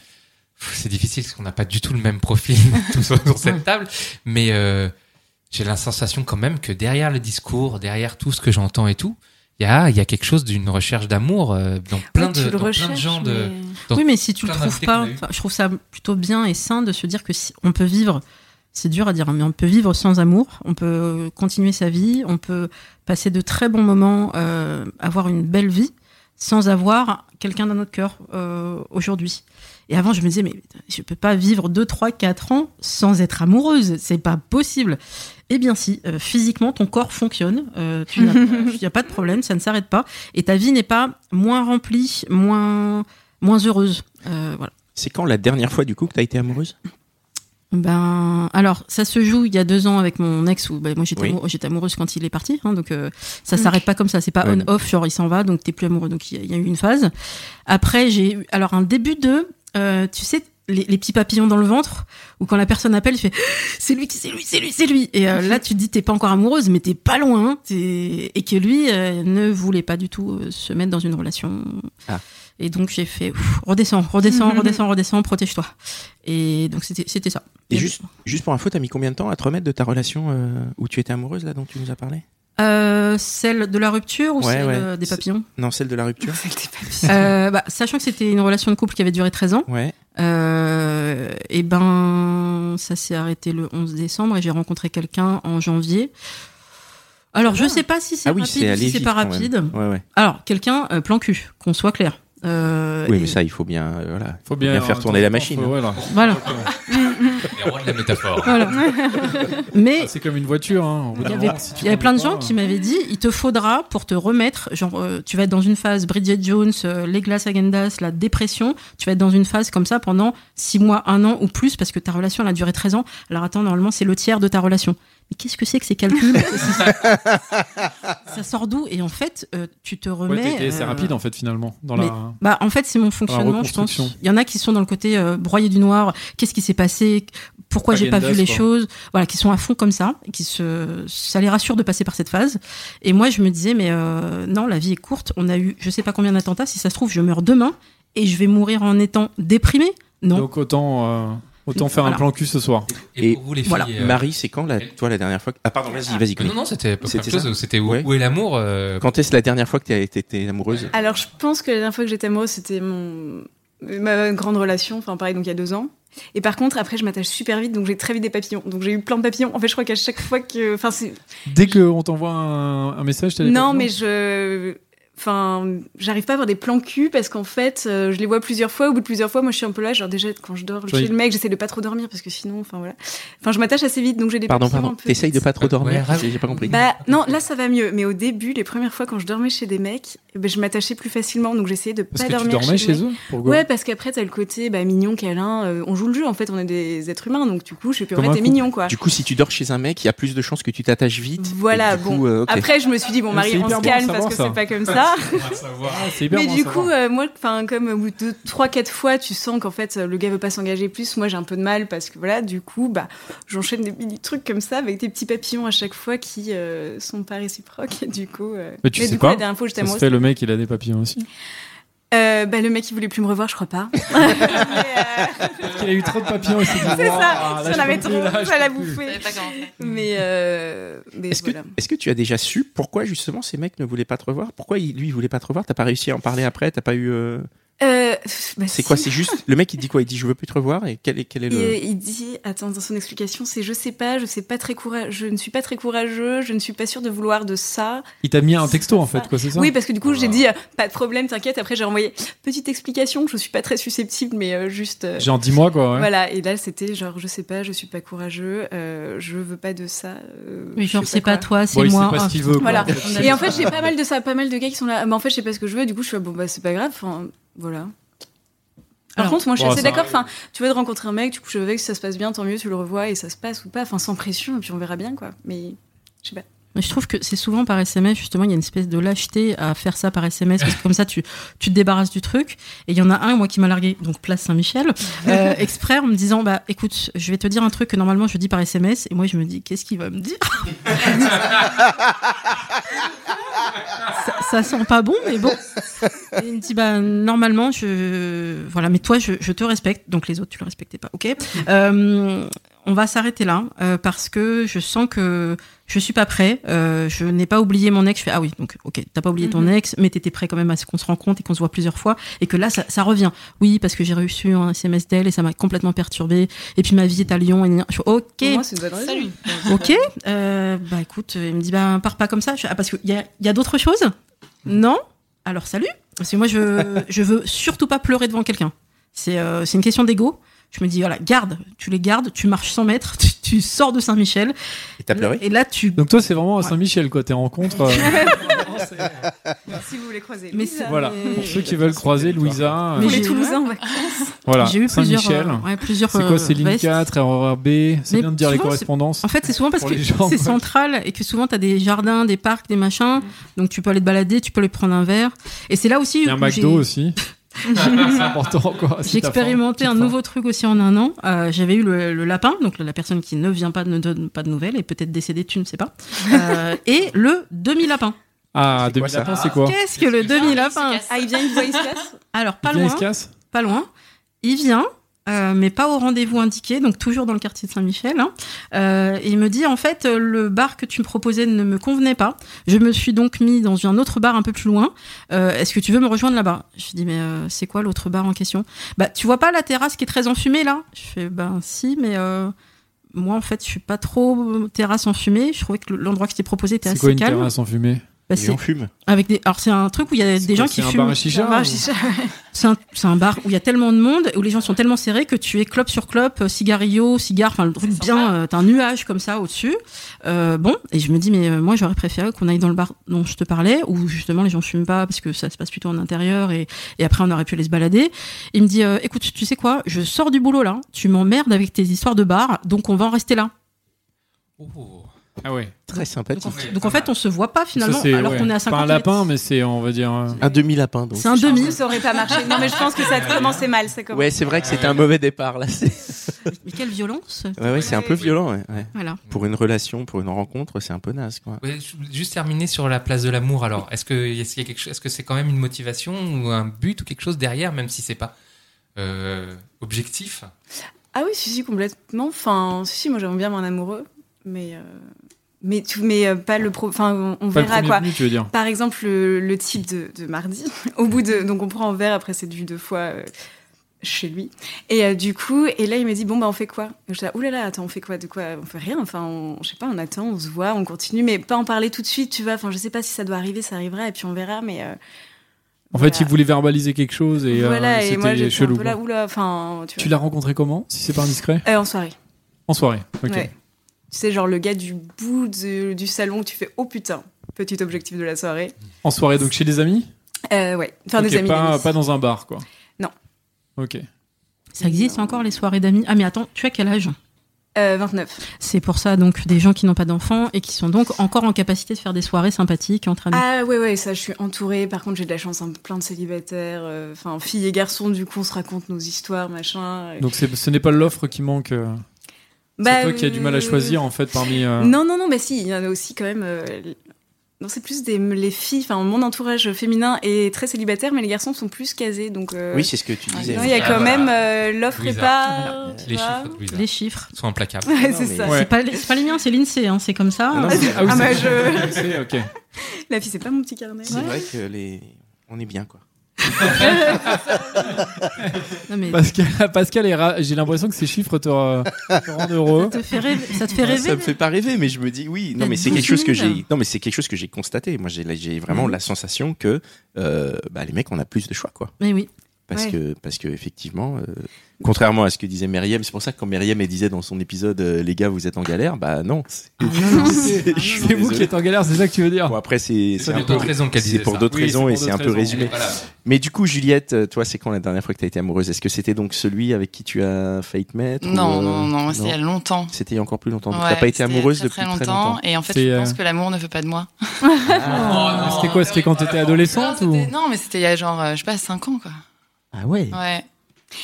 S2: pff, c'est difficile parce qu'on n'a pas du tout le même profil tous autour de cette table, mais euh, j'ai la sensation quand même que derrière le discours, derrière tout ce que j'entends et tout, il y a, il y a quelque chose d'une recherche d'amour euh, dans plein
S4: Ouais,
S2: de
S4: tu le
S2: dans plein de
S4: recherches.
S2: gens de.
S4: mais-
S2: Dans
S5: oui, mais si tu le
S2: plein
S5: trouves
S2: d'aspects
S5: pas,
S2: qu'on a eu.
S5: enfin, je trouve ça plutôt bien et sain de se dire que si on peut vivre, c'est dur à dire, hein, mais on peut vivre sans amour, on peut continuer sa vie, on peut passer de très bons moments, euh, avoir une belle vie sans avoir quelqu'un dans notre cœur euh, aujourd'hui. Et avant, je me disais, mais je peux pas vivre 2, 3, 4 ans sans être amoureuse, c'est pas possible. Eh bien si, euh, physiquement, ton corps fonctionne, euh, tu n'as- il n'y a pas de problème, ça ne s'arrête pas, et ta vie n'est pas moins remplie, moins moins heureuse. Euh, voilà.
S1: C'est quand la dernière fois du coup que t'as été amoureuse
S5: Ben, alors, ça se joue il y a deux ans avec mon ex où ben, moi j'étais
S1: Oui.
S5: amou- j'étais amoureuse quand il est parti, hein, donc euh, ça s'arrête pas comme ça, c'est pas
S1: Ouais.
S5: on-off, genre il s'en va, donc t'es plus amoureux, donc il y, a- il y a eu une phase. Après, j'ai eu, alors un début de, euh, tu sais, les, les petits papillons dans le ventre, où quand la personne appelle, il fait c'est lui, qui- c'est lui, c'est lui, c'est lui. Et euh, là, tu te dis t'es pas encore amoureuse, mais t'es pas loin, hein, t'es- et que lui euh, ne voulait pas du tout euh, se mettre dans une relation.
S1: Ah.
S5: Et donc j'ai fait ouf, redescends, redescends, redescends, redescends, protège-toi. Et donc c'était c'était ça.
S1: Et juste, juste pour info, t'as mis combien de temps à te remettre de ta relation euh, où tu étais amoureuse là dont tu nous as parlé
S5: Euh, celle de la rupture ou
S1: Ouais,
S5: celle
S1: ouais.
S5: euh, des
S1: C'est-
S5: papillons
S1: Non, celle de la rupture.
S5: Euh, bah, Sachant que c'était une relation de couple qui avait duré 13 ans,
S1: Ouais.
S5: euh, et ben ça s'est arrêté le 11 décembre et j'ai rencontré quelqu'un en janvier. Alors je sais pas si c'est
S1: Ah oui,
S5: rapide
S1: c'est
S5: ou
S1: allé
S5: si c'est
S1: vite,
S5: pas
S1: quand même.
S5: rapide.
S1: Ouais, ouais.
S5: Alors quelqu'un euh, plan cul, qu'on soit clair. Euh,
S1: Oui,
S5: et-
S1: mais ça, il faut bien, euh, voilà,
S3: Faut
S1: bien faire tourner la machine. hein.
S3: Faut- voilà.
S5: Voilà.
S2: Les rois de la métaphore.
S5: voilà. mais
S3: Ah, C'est comme une voiture. Hein. Au bout
S5: Il y
S3: d'un
S5: avait,
S3: moment, si tu euh.
S5: il y avait
S3: tournes
S5: plein de
S3: pas,
S5: gens qui m'avaient dit il te faudra pour te remettre, genre euh, tu vas être dans une phase Bridget Jones, euh, les glaces Agendas, la dépression, tu vas être dans une phase comme ça pendant six mois, un an ou plus parce que ta relation elle a duré 13 ans. Alors attends, normalement c'est le tiers de ta relation. Mais qu'est-ce que c'est que ces calculs Ça sort d'où Et en fait, euh, tu te
S3: Ouais,
S5: remets.
S3: t'es- t'es- c'est
S5: euh,
S3: rapide en fait finalement dans
S5: mais-
S3: la.
S5: bah, en fait, c'est mon fonctionnement, je pense.
S3: reconstruction.
S5: Il y en a qui sont dans le côté euh, broyé du noir. Qu'est-ce qui s'est passé Pourquoi j'ai pas vu
S3: Agendas,
S5: les
S3: quoi.
S5: choses Voilà, qui sont à fond comme ça, et qui se, ça les rassure de passer par cette phase. Et moi, je me disais, mais euh, non, la vie est courte. On a eu, je sais pas combien d'attentats. Si ça se trouve, je meurs demain et je vais mourir en étant déprimé. Non.
S3: Donc autant euh, autant faire
S5: Voilà.
S3: un plan cul ce soir.
S2: Et,
S1: Et
S2: pour vous, les filles.
S5: voilà.
S2: euh,
S1: Marie, c'est quand la, toi la dernière fois que... Ah pardon, vas-y, vas-y.
S2: Non,
S1: Colline.
S2: non, c'était pas la
S1: C'était
S2: même chose.
S1: ça
S2: C'était où,
S1: Ouais.
S2: où est l'amour euh,
S1: Quand est-ce la dernière fois que t'as été t'es amoureuse
S4: Alors, je pense que la dernière fois que j'étais amoureuse, c'était mon... ma grande relation, enfin pareil, donc il y a deux ans. Et par contre, après, je m'attache super vite, donc j'ai très vite des papillons. Donc j'ai eu plein de papillons. En fait, je crois qu'à chaque fois que. Enfin, c'est.
S3: Dès qu'on t'envoie un, un message, t'as les
S4: Non,
S3: papillons
S4: mais je. Enfin, j'arrive pas à avoir des plans cul parce qu'en fait, euh, je les vois plusieurs fois. Au bout de plusieurs fois, moi, je suis un peu là. Genre, déjà, quand je dors
S3: Oui.
S4: chez le mec, j'essaie de pas trop dormir parce que sinon, enfin voilà. Enfin, je m'attache assez vite, donc j'ai des
S1: Pardon,
S4: papillons
S1: pardon.
S4: un peu
S1: T'essayes de
S4: vite.
S1: pas trop
S2: Ouais,
S1: dormir.
S2: rave-
S1: J'ai j'ai pas compris.
S4: Bah non, là ça va mieux. Mais au début, les premières fois quand je dormais chez des mecs, eh ben, je m'attachais plus facilement, donc j'essayais de
S3: Parce
S4: pas
S3: que tu
S4: dormir
S3: dormais
S4: le
S3: chez
S4: mec.
S3: eux. Pourquoi
S4: Ouais, parce qu'après, t'as le côté bah, mignon, câlin. euh, on joue le jeu, en fait, on est des êtres humains, donc du coup, je suis purée,
S3: Comme un
S4: t'es
S3: couple.
S4: mignon, quoi.
S1: Du coup, si tu dors chez un mec, il y a plus de chances que tu t'attaches vite.
S4: Voilà,
S1: Et du
S4: bon.
S1: coup, euh, ok.
S4: Après, je me suis dit, bon,
S3: C'est
S4: Marie, on
S3: hyper bon
S4: se calme
S3: à
S4: parce
S3: savoir,
S4: que
S3: ça.
S4: c'est pas comme ça.
S3: Ah, c'est hyper
S4: Mais
S3: bon à
S4: du
S3: savoir.
S4: coup, euh, moi, enfin, comme au bout de 3-4 fois, tu sens qu'en fait, euh, le gars veut pas s'engager plus. Moi, j'ai un peu de mal parce que voilà, du coup, bah, j'enchaîne des petits trucs comme ça avec des petits papillons à chaque fois qui euh, sont pas réciproques. Et du coup, euh,
S3: Mais tu sais
S4: du coup, la
S3: pas,
S4: dernière fois, où j'étais
S3: ça se
S4: amoureuse.
S3: fait le mec, il a des papillons aussi.
S4: Euh, bah, le mec, il voulait plus me revoir, je crois pas. Mais, euh,
S3: Parce qu'il a eu trop de papillons. il s'est dit,
S4: c'est
S3: Waouh,
S4: ça,
S3: Ah, là,
S4: j'en
S3: je
S4: avais
S3: peux
S4: trop,
S3: plus, là, je
S4: ça l'a
S3: peux plus.
S4: bouffé.
S6: savais pas comment faire.
S4: Mais, euh, mais
S1: Est-ce que,
S4: voilà.
S1: est-ce que tu as déjà su pourquoi justement ces mecs ne voulaient pas te revoir Pourquoi il- lui il voulait pas te revoir T'as pas réussi à en parler après T'as pas eu euh,
S4: Euh, pff, bah,
S1: C'est
S4: si.
S1: quoi C'est juste le mec il dit quoi Il dit je veux plus te revoir et quel est quel est
S4: il,
S1: le
S4: il dit, attends, dans son explication, c'est je sais pas, je sais pas très courageux, je ne suis pas très courageux, je ne suis pas sûre de vouloir de ça.
S3: Il t'a mis un texto en fait, quoi, c'est ça
S4: Oui, parce que du coup, j'ai dit, euh, pas de problème, t'inquiète. Après, j'ai envoyé petite explication, je suis pas très susceptible, mais euh, juste. euh,
S3: Genre, dis-moi quoi. ouais.
S4: Voilà, et là, c'était genre, je sais pas, je suis pas courageux, euh, je veux pas de ça. euh,
S5: Oui,
S4: je
S5: genre,
S4: sais
S5: c'est pas
S4: quoi.
S5: toi, c'est
S3: Bon, il sait
S5: moi. Ah,
S3: pas ce qu'il veut. quoi.
S4: Voilà.
S5: On a
S4: Et
S5: vu
S4: en fait, j'ai pas mal de ça, pas mal de gars qui sont là. Mais en fait, je sais pas ce que je veux. Du coup, je suis là, bon bah c'est pas grave. Enfin, voilà. Par
S5: Alors,
S4: contre, moi, je suis
S3: bon,
S4: assez
S3: ça
S4: d'accord. Enfin, tu veux de rencontrer un mec, tu couches avec, si ça se passe bien, tant mieux, tu le revois et ça se passe ou pas. Enfin, sans pression, et puis on verra bien quoi. Mais je sais pas.
S5: Mais je trouve que c'est souvent par SMS, justement, il y a une espèce de lâcheté à faire ça par SMS, parce que comme ça, tu, tu te débarrasses du truc. Et il y en a un, moi, qui m'a largué, donc place Saint-Michel, euh, exprès, en me disant, bah, écoute, je vais te dire un truc que normalement je dis par SMS. Et moi, je me dis, qu'est-ce qu'il va me dire ça, ça sent pas bon, mais bon. Et il me dit, bah, normalement, je. Voilà, mais toi, je, je te respecte, donc les autres, tu le respectais pas, ok Euh, On va s'arrêter là, euh, parce que je sens que je suis pas prêt, euh, je n'ai pas oublié mon ex. Je fais ah oui, donc ok, t'as pas oublié ton
S4: Mhm.
S5: ex, mais t'étais prêt quand même à ce qu'on se rencontre et qu'on se voit plusieurs fois, et que là ça, ça revient. Oui, parce que j'ai reçu un SMS d'elle et ça m'a complètement perturbée. Et puis ma vie est à Lyon. Et gna- je fais ok,
S4: Pour moi, c'est une bonne raison.
S6: Salut.
S5: ok. Euh, bah écoute, il me dit bah pars pas comme ça. Je fais, ah parce qu'il y a, y a d'autres choses.
S1: Hmm.
S5: Non. Alors salut. Parce que moi je je veux surtout pas pleurer devant quelqu'un. C'est euh, c'est une question d'ego. Je me dis voilà garde, tu les gardes, tu marches 100 mètres, tu, tu sors de Saint-Michel.
S1: Et t'as pleuré
S5: Et là tu
S3: Donc toi, c'est vraiment à
S5: Ouais.
S3: Saint-Michel, quoi. Tes rencontres. euh,
S4: si vous voulez croiser.
S5: Mais
S4: Lisa,
S5: c'est-
S3: voilà.
S5: Mais-
S3: Pour ceux qui veulent croiser Louisa,
S4: Pour
S5: Mais
S3: euh,
S4: les
S5: j'ai-
S4: Toulousains, on va-
S3: voilà.
S5: J'ai eu plusieurs,
S3: Saint-Michel.
S5: euh, ouais, plusieurs.
S3: C'est quoi,
S5: euh,
S3: c'est ligne
S5: vestes.
S3: 4, RRB C'est
S5: Mais
S3: bien de dire les
S5: souvent, c'est-
S3: correspondances.
S5: En fait, c'est souvent parce
S3: Pour
S5: que
S3: les gens,
S5: c'est
S3: ouais.
S5: central et que souvent t'as des jardins, des parcs, des machins.
S1: Hmm.
S5: Donc tu peux aller te balader, tu peux aller prendre un verre. Et c'est là aussi
S3: Il y a un
S5: où
S3: McDo
S5: j'ai-
S3: aussi. Ah, c'est important, quoi. si
S5: J'ai
S3: t'as faim,
S5: expérimenté
S3: petite
S5: un
S3: faim.
S5: nouveau truc aussi en un an. Euh, J'avais eu le, le lapin, donc la personne qui ne vient pas ne donne pas de nouvelles et peut-être décédée, tu ne sais pas. Euh, et le demi-lapin.
S3: Ah,
S1: C'est quoi,
S3: 2000 lapins,
S1: ça
S3: c'est quoi
S5: Qu'est-ce que le demi-lapin
S4: Ah, il vient, il voit, il se casse.
S5: Alors
S3: Il
S5: pas
S3: vient, il
S5: loin,
S3: se casse
S5: pas loin. Il vient, euh, mais pas au rendez-vous indiqué, donc toujours dans le quartier de Saint-Michel. hein. Euh, et il me dit, en fait, euh, le bar que tu me proposais ne me convenait pas. Je me suis donc mis dans un autre bar un peu plus loin. Euh, Est-ce que tu veux me rejoindre là-bas Je lui dis, mais euh, c'est quoi l'autre bar en question Bah, tu vois pas la terrasse qui est très enfumée là Je fais, ben si, mais... euh, moi, en fait, je suis pas trop euh, terrasse enfumée. Je trouvais que le- l'endroit qui t'est proposé était
S3: C'est
S5: assez
S3: quoi une
S5: calme.
S3: terrasse en fumée
S5: Bah,
S1: Il
S5: c'est
S1: en fume.
S5: avec des. Alors, c'est un truc où il y a
S3: C'est
S5: des
S3: quoi,
S5: gens qui
S3: c'est un
S5: fument. Bah,
S3: bar à chicha,
S4: Ah,
S3: ou-
S4: je-
S5: C'est un, c'est un bar où il y a tellement de monde, où les gens sont tellement serrés que tu es clope sur clope, euh, cigarillo, cigare, enfin le truc
S6: C'est
S5: bien, euh, t'as un nuage comme ça au-dessus. Euh, bon, et je me dis, mais euh, moi j'aurais préféré qu'on aille dans le bar dont je te parlais, où justement les gens fument pas parce que ça se passe plutôt en intérieur et, et après on aurait pu les se balader. Il me dit, euh, écoute, tu sais quoi, je sors du boulot là, tu m'emmerdes avec tes histoires de bar, donc on va en rester là.
S2: Oh.
S3: Ah ouais.
S1: Très sympathique.
S2: Ouais,
S5: Donc
S2: pas
S5: en fait,
S2: mal.
S5: on se voit pas finalement,
S3: Ça, c'est-
S5: alors
S3: ouais.
S5: qu'on est à
S3: C'est
S5: 50
S3: pas un lapin,
S5: mètres.
S3: mais c'est, on va dire. euh,
S1: Un demi lapin donc.
S5: C'est un demi.
S4: Ça aurait pas marché. Non, mais je pense que ça a commencé mal. Ça commence.
S1: Ouais c'est vrai que c'était un mauvais départ là. c'est-
S5: Mais quelle violence
S1: Ouais ouais c'est un peu violent. ouais, ouais.
S5: Voilà.
S1: Pour une relation, pour une rencontre, c'est un peu naze quoi.
S2: Ouais, je voulais Juste terminer sur la place de l'amour. Alors, est-ce que est-ce qu'il y a quelque chose- est-ce que c'est quand même une motivation ou un but ou quelque chose derrière, même si c'est pas euh, objectif
S4: Ah oui, si, si, complètement. Enfin, si, si, moi j'aimerais bien mon amoureux, mais, euh, mais, tu, mais euh, pas le pro. Enfin, on, on
S3: Pas le
S4: verra
S3: premier
S4: quoi.
S3: venu, tu veux dire.
S4: Par exemple, le, le type de, de mardi, au bout de. Donc on prend en verre après cette vue deux fois euh, chez lui. Et euh, du coup, et là il m'a dit bon, bah on fait quoi Et Je dis oulala, là là, attends, on fait quoi De quoi On fait rien. Enfin, on, je sais pas, on attend, on se voit, on continue, mais pas en parler tout de suite, tu vois. Enfin, je sais pas si ça doit arriver, ça arrivera, et puis on verra, mais. euh,
S3: En
S4: voilà.
S3: fait, il voulait verbaliser quelque chose et euh,
S4: Voilà, et moi
S3: c'était
S4: j'étais un
S3: chelou.
S4: peu là, oula, enfin, tu
S3: Tu
S4: vois.
S3: l'as rencontré comment Si c'est pas indiscret
S4: Euh, en soirée.
S3: En soirée. Ok.
S4: Ouais. Tu sais, genre le gars du bout de- du salon où tu fais Oh putain, petit objectif de la soirée.
S3: En soirée, donc chez des amis
S4: Euh, ouais, enfin
S3: Ok,
S4: des amis.
S3: pas,
S4: d'amis.
S3: pas dans un bar, quoi.
S4: Non.
S3: Ok.
S5: Ça existe encore les soirées d'amis. Ah mais attends, tu as quel âge
S4: Euh, 29.
S5: C'est pour ça donc des gens qui n'ont pas d'enfants et qui sont donc encore en capacité de faire des soirées sympathiques
S3: Mm.
S5: entre amis.
S4: Ah ouais, ouais, ça, je suis entourée. Par contre, j'ai de la chance, hein, plein de célibataires. euh, Enfin, filles et garçons, du coup, on se raconte nos histoires, machin. Et-
S3: Donc c'est- ce n'est pas l'offre qui manque. euh, C'est
S4: Bah,
S3: toi qui as du mal à
S4: euh,
S3: choisir, en fait, parmi. euh,
S4: Non, non, non, mais si, il y en a aussi quand même. euh, Non, c'est plus des, les filles, enfin mon entourage féminin est très célibataire, mais les garçons sont plus casés. Donc, euh,
S1: Oui, c'est ce que tu disais.
S4: non, il y a
S2: Ah,
S4: quand
S2: voilà.
S4: même euh, l'offre et
S2: Louisa.
S4: pas. tu
S2: Les
S4: vois.
S2: chiffres de Louisa
S5: Les chiffres.
S2: sont implacables.
S4: Ouais,
S1: Non,
S4: c'est
S1: mais-
S4: ça.
S3: Ouais.
S5: C'est pas, les- c'est pas les miens, c'est l'INSEE, hein, c'est comme ça.
S1: Non,
S3: Ah,
S1: mais-
S3: ah oui,
S4: Ah,
S3: c'est-
S4: bah, je-
S3: c'est- ok.
S4: La fille, c'est pas mon petit carnet.
S1: C'est vrai que les... on est bien, quoi.
S5: Non, mais
S3: Pascal, Pascal est ra- j'ai l'impression que ces chiffres te, ra- te rendent heureux.
S5: ça te fait rêver. Ça te fait
S1: Ouais,
S5: rêver.
S1: Ça me fait pas rêver, mais je me dis oui. Non,
S5: T'as
S1: mais c'est
S5: 12
S1: quelque chose que
S5: 000.
S1: j'ai. Non, mais c'est quelque chose que j'ai constaté. Moi, j'ai la- j'ai
S6: Mm.
S1: vraiment la sensation que euh, bah, les mecs, on a plus de choix, quoi.
S5: Mais oui.
S1: Parce
S4: Ouais.
S1: que, parce que effectivement, euh, contrairement à ce que disait Myriam, c'est pour ça que quand Myriam elle disait dans son épisode, euh, les gars, vous êtes en galère, bah non. c'est-
S5: Ah, non, non,
S1: c'est-
S5: ah, non,
S1: je suis
S3: C'est vous qui
S1: désolé.
S3: êtes en galère, c'est ça que tu veux dire
S1: Bon, après, c'est c'est un
S2: C'est pour
S1: peu-
S2: d'autres raisons qu'elle
S1: c'est
S2: disait
S1: pour
S2: ça.
S1: d'autres
S3: Oui, c'est
S1: raisons
S3: pour
S1: et c'est un
S3: d'autres
S1: peu
S3: raisons.
S1: résumé.
S2: Voilà.
S1: Mais du coup, Juliette, euh, toi, c'est quand la dernière fois que t'as été amoureuse Est-ce que c'était donc celui avec qui tu as failli te mettre ou,
S6: Non,
S1: euh,
S6: non, non, c'est il y a longtemps.
S1: C'était il y a encore plus longtemps. Donc,
S6: Ouais,
S1: t'as pas été
S6: c'était
S1: amoureuse
S6: très,
S1: depuis
S6: très longtemps, Et en fait,
S3: C'est,
S6: je
S3: euh,
S6: pense que l'amour ne veut pas de moi.
S2: Oh,
S3: Ah, C'était quoi C'était quand t'étais adolescente
S6: non,
S3: ou
S6: c'était- non, mais c'était il y a genre, euh, je sais pas, 5 ans, quoi.
S1: Ah ouais.
S6: Ouais.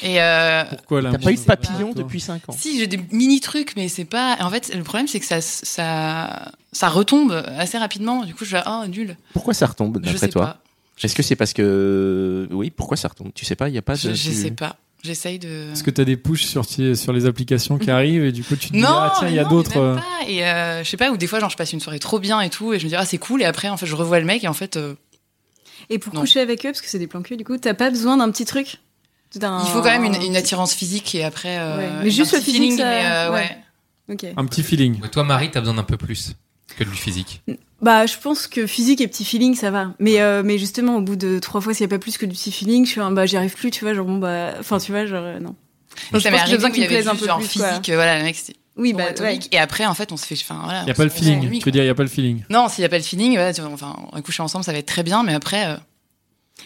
S6: Et euh,
S3: Pourquoi là Ah,
S1: T'as pas eu de
S3: de
S1: papillon depuis 5 ans.
S6: si, j'ai des mini trucs, mais c'est pas. En fait, le problème, c'est que ça, ça, ça retombe assez rapidement. Du coup, je suis là, oh, nul.
S1: Pourquoi ça retombe
S6: Je
S1: d'après
S6: sais
S1: toi
S6: pas.
S1: Est-ce que c'est parce que oui Pourquoi ça retombe Tu sais pas, il y a pas de.
S6: Je, je
S1: tu-
S6: sais pas. J'essaye de.
S3: Parce que t'as des pushes sur, ti- sur les applications qui arrivent et du coup tu te dis
S6: Non,
S3: ah tiens
S6: mais
S3: il y a
S6: non,
S3: d'autres.
S6: mais
S3: euh,
S6: même pas. Et euh, je sais pas, ou des fois, genre, je passe une soirée trop bien et tout, et je me dis, ah, c'est cool, et après, en fait, je revois le mec, et en fait, euh,
S4: Et pour
S6: Non.
S4: coucher avec eux, parce que c'est des plans cul, du coup, t'as pas besoin d'un petit truc d'un-
S6: il faut quand même une, une attirance physique, et après. euh,
S4: Ah. Ouais, mais
S6: un
S4: juste
S6: petit
S4: le physique,
S6: feeling,
S4: ça-
S6: mais, euh,
S4: ouais.
S6: ouais.
S4: Ok.
S3: Un petit feeling.
S2: Ouais, toi, Marie, t'as besoin d'un peu plus que du physique.
S4: Bah, je pense que physique et petit feeling, ça va. Mais, euh, mais justement, au bout de trois fois, s'il n'y a pas plus que du petit feeling, je suis un bah, j'y arrive plus, tu vois, genre, bon, bah, enfin, tu vois, genre, euh, non. Je
S6: Moi, ça
S4: pense
S6: m'est
S4: que j'ai
S6: arrivé
S4: besoin
S6: qu'il
S4: qu'il
S6: y
S4: me
S6: avait
S4: plaise un
S6: juste
S4: peu
S6: genre
S4: plus, quoi.
S6: physique, euh, voilà, le mec, c'était
S4: Oui,
S6: bon,
S4: bah, ouais.
S6: atomique. Et après, en fait, on se fait. Enfin, voilà,
S3: Il y a
S6: on
S3: pas le
S6: se- on s'ennuie,
S3: feeling. Tu veux
S6: quoi.
S3: dire il y a pas le feeling.
S6: Non, s'il n'y a pas le feeling, voilà, tu- enfin, on est couché ensemble, ça va être très bien, mais après, euh,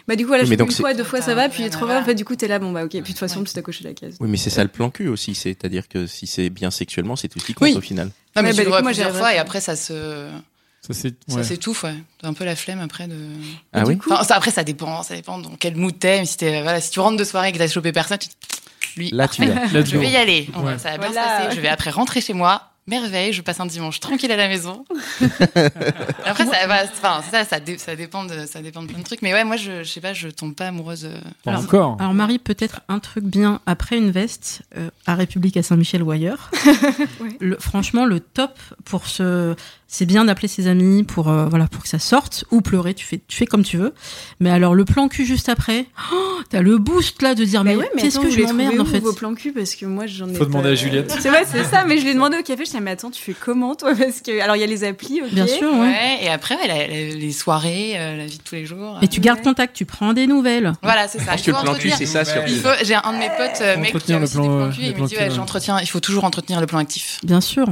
S4: Bah, du coup, voilà,
S1: Oui,
S4: je
S1: mais
S4: fais
S1: donc
S4: une
S1: c'est-
S4: fois, deux fois, ça va, puis les
S6: Ouais,
S4: trois
S6: voilà.
S4: fois, en fait, du coup, t'es là, bon, bah, ok, puis de toute façon,
S6: Ouais.
S4: tu t'as coché la case.
S1: Oui, mais c'est ça le plan cul aussi. C'est-à-dire que si c'est bien sexuellement, c'est tout ce qui compte
S6: Oui.
S1: au final.
S6: non, mais
S4: Ouais,
S6: tu
S4: bah,
S6: le
S4: du
S6: vois
S4: coup, moi, j'ai
S6: plusieurs
S4: la
S6: fois,
S4: vraie-
S6: et après, ça se,
S3: Ça c'est.
S6: ça
S3: ouais.
S6: s'étouffe, ouais. T'as un peu la flemme après de.
S1: Ah oui.
S6: Enfin, ça, après, ça dépend, ça dépend dans quel mood t'es, mais si t'es, voilà, si tu rentres de soirée et que t'as chopé personne, tu te- lui,
S1: Là, tu l'as.
S3: Let's
S6: je
S3: go.
S6: vais y aller,
S3: Ouais.
S6: Ouais, ça va bien
S4: Voilà.
S6: se passer, je vais après rentrer chez moi. Merveille, je passe un dimanche tranquille à la maison. Après, ça, va- enfin, ça, ça, dé- ça dépend de, ça dépend de plein de trucs. Mais ouais, moi, je, je sais pas, je tombe pas amoureuse. euh,
S3: Pas
S5: Alors- ah.
S3: encore.
S5: Alors Marie, peut-être un truc bien après une veste euh, à République à Saint-Michel ou ailleurs.
S4: Ouais.
S5: Le- franchement, le top pour ce, c'est bien d'appeler ses amis pour euh, voilà pour que ça sorte ou pleurer. Tu fais tu fais comme tu veux. Mais alors le plan cul juste après, oh, t'as le boost là de dire Bah, mais, qu'est-ce que je m'emmerde en fait.
S4: vos plans cul parce que moi j'en ai.
S3: Faut demander
S4: pas-
S3: à Juliette.
S4: C'est vrai, c'est ça, mais je lui ai demandé au café, je lui ai dit, mais attends, tu fais comment toi Parce que. Alors il y a les applis, ok.
S5: Bien sûr. ouais.
S6: Ouais, et après, ouais, la- la- les soirées, euh, la vie de tous les jours.
S5: Et tu
S6: euh,
S5: gardes
S4: Ouais.
S5: contact, tu prends des nouvelles.
S6: Voilà, c'est
S1: Je
S6: ça.
S1: pense
S6: Il
S1: que le
S6: faut
S1: plan cul,
S6: entretenir-
S1: c'est ça. Sur...
S6: Il faut- J'ai un de mes potes, euh, mec, qui
S3: Entretenir
S6: a
S3: le
S6: aussi
S3: plan,
S6: des
S3: euh,
S6: plans cul,
S3: le
S6: il
S3: plan
S6: me dit,
S3: cul,
S6: ouais,
S3: ouais.
S6: j'entretiens, il faut toujours entretenir le plan actif.
S5: Bien sûr.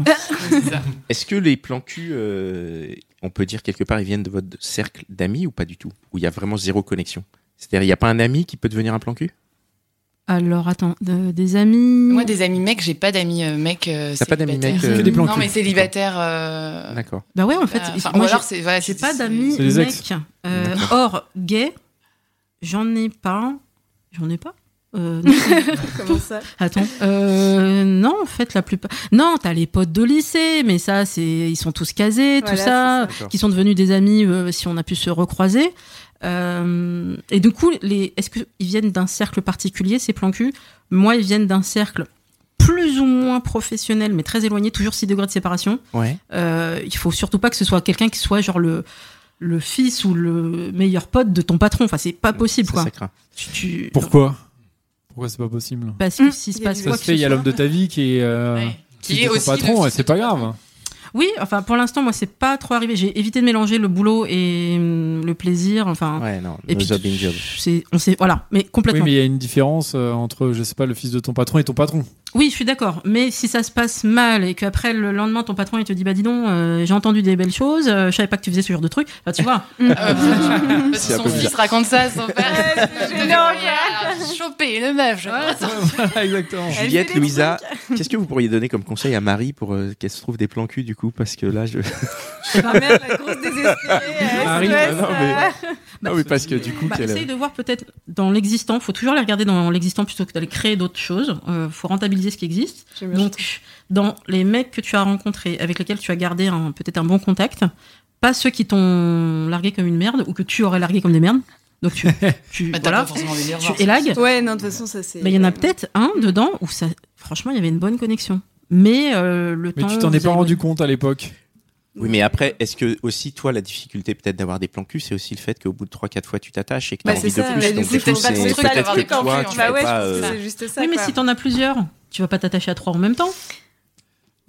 S1: Est-ce que les plans cul, euh, on peut dire quelque part, ils viennent de votre cercle d'amis ou pas du tout Où il y a vraiment zéro connexion C'est-à-dire, il n'y a pas un ami qui peut devenir un plan cul
S5: Alors attends, euh, des amis.
S6: Moi, des amis mecs, j'ai pas d'amis euh, mecs. euh,
S1: T'as pas d'amis
S6: célibataires.
S1: mecs, euh, Que
S3: des plans
S6: Non,
S3: cul.
S6: mais célibataire. euh,
S1: D'accord.
S5: Bah ouais en fait.
S6: enfin, ou
S5: moi, j'ai-
S6: alors, c'est. voilà,
S5: J'ai
S6: c'est-
S5: pas
S6: c'est-
S5: d'amis
S3: C'est les ex.
S5: mecs. Euh, or, gay, j'en ai pas. J'en ai pas. Euh, non.
S4: Comment ça
S5: Attends. Euh, non, en fait, la plupart. Non, t'as les potes de lycée, mais ça, c'est ils sont tous casés, tout
S4: Voilà,
S5: ça,
S1: c'est ça.
S5: qui sont devenus des amis euh, si on a pu se recroiser. Euh, et du coup, les, est-ce qu'ils viennent d'un cercle particulier, ces plans cul Moi, ils viennent d'un cercle plus ou moins professionnel, mais très éloigné, toujours 6 degrés de séparation.
S1: Ouais.
S5: Euh, il faut surtout pas que ce soit quelqu'un qui soit genre le le fils ou le meilleur pote de ton patron. Enfin, c'est pas possible
S1: Ça,
S5: quoi.
S1: ça craint.
S5: Tu, tu-
S3: Pourquoi Pourquoi c'est pas possible
S5: Parce que
S4: Mmh.
S5: s'il se
S4: Il y a
S5: passe
S4: des-
S3: Ça
S5: quoi
S3: se
S5: que
S3: fait,
S5: ce
S3: il y a
S5: soit-
S3: l'homme de ta vie qui est. euh,
S6: Ouais.
S3: qui
S6: Qui est
S3: est ton
S6: aussi
S3: patron,
S6: le-
S3: et c'est pas grave.
S5: Oui, enfin pour l'instant, moi c'est pas trop arrivé. J'ai évité de mélanger le boulot et hum, le plaisir. Enfin,
S1: Ouais, non.
S5: et
S1: no
S5: puis
S1: job in job.
S5: c'est on sait voilà, mais
S3: Oui,
S5: complètement.
S3: mais
S5: Oui,
S3: il y a une différence euh, entre, je sais pas, le fils de ton patron et ton patron.
S5: je suis d'accord. Mais si ça se passe mal et qu'après le lendemain ton patron il te dit bah dis donc, euh, j'ai entendu des belles choses, euh, je savais pas que tu faisais ce genre de truc. Enfin, tu vois.
S6: Euh, parce que
S1: un peu
S6: son fils
S1: bizarre.
S6: raconte ça à son père.
S4: c'est gênant,
S6: J'ai chopé une meuf. je pense.
S3: exactement.
S4: Elle
S1: Juliette,
S4: fait des
S1: Louisa, qu'est-ce que vous pourriez donner comme conseil à Marie pour euh, qu'elle se trouve des plans cul du coup Parce que là, je.
S4: Ma mère, Ah, la grosse désespérée. elle
S3: Marie,
S4: se laisse,
S1: non, mais-
S4: euh,
S1: non, mais parce que du coup,
S5: Bah,
S1: qu'elle- euh,
S5: essaye de voir peut-être dans l'existant. faut toujours les regarder dans l'existant plutôt que d'aller créer d'autres choses. Euh, faut rentabiliser ce qui existe.
S4: J'aime bien.
S5: Donc, dans les mecs que tu as rencontrés, avec lesquels tu as gardé un- peut-être un bon contact, pas ceux qui t'ont largué comme une merde ou que tu aurais largué comme des merdes. Donc tu, tu
S6: Bah, t'as
S5: voilà,
S6: pas forcément envie de les
S5: tu
S6: revoir.
S5: élagues.
S4: Ouais, non, de toute façon, ça c'est.
S5: Mais Bah, il y en a peut-être un dedans où ça, franchement, il y avait une bonne connexion. Mais euh, le
S3: Mais
S5: temps.
S3: tu t'en es
S5: vous
S3: pas
S5: avez-
S3: rendu compte à l'époque.
S1: Oui, mais après, est-ce que aussi, toi, la difficulté peut-être d'avoir des plans cul, c'est aussi le fait qu'au bout de 3-4 fois, tu t'attaches et que t'as
S4: Bah,
S1: envie
S4: c'est ça,
S1: de plus.
S4: mais
S1: donc,
S4: du coup,
S1: du
S4: c'est
S1: coup,
S4: pas
S1: c'est
S4: ton truc
S1: peut-être
S6: d'avoir
S1: que
S6: des plans
S1: toi, tu
S6: cul, hein.
S4: Bah
S1: peux
S4: ouais, je
S1: pas,
S4: pense que
S1: euh,
S4: c'est juste ça.
S5: Oui, mais
S4: quoi.
S5: si t'en as plusieurs, tu vas pas t'attacher à trois en même temps.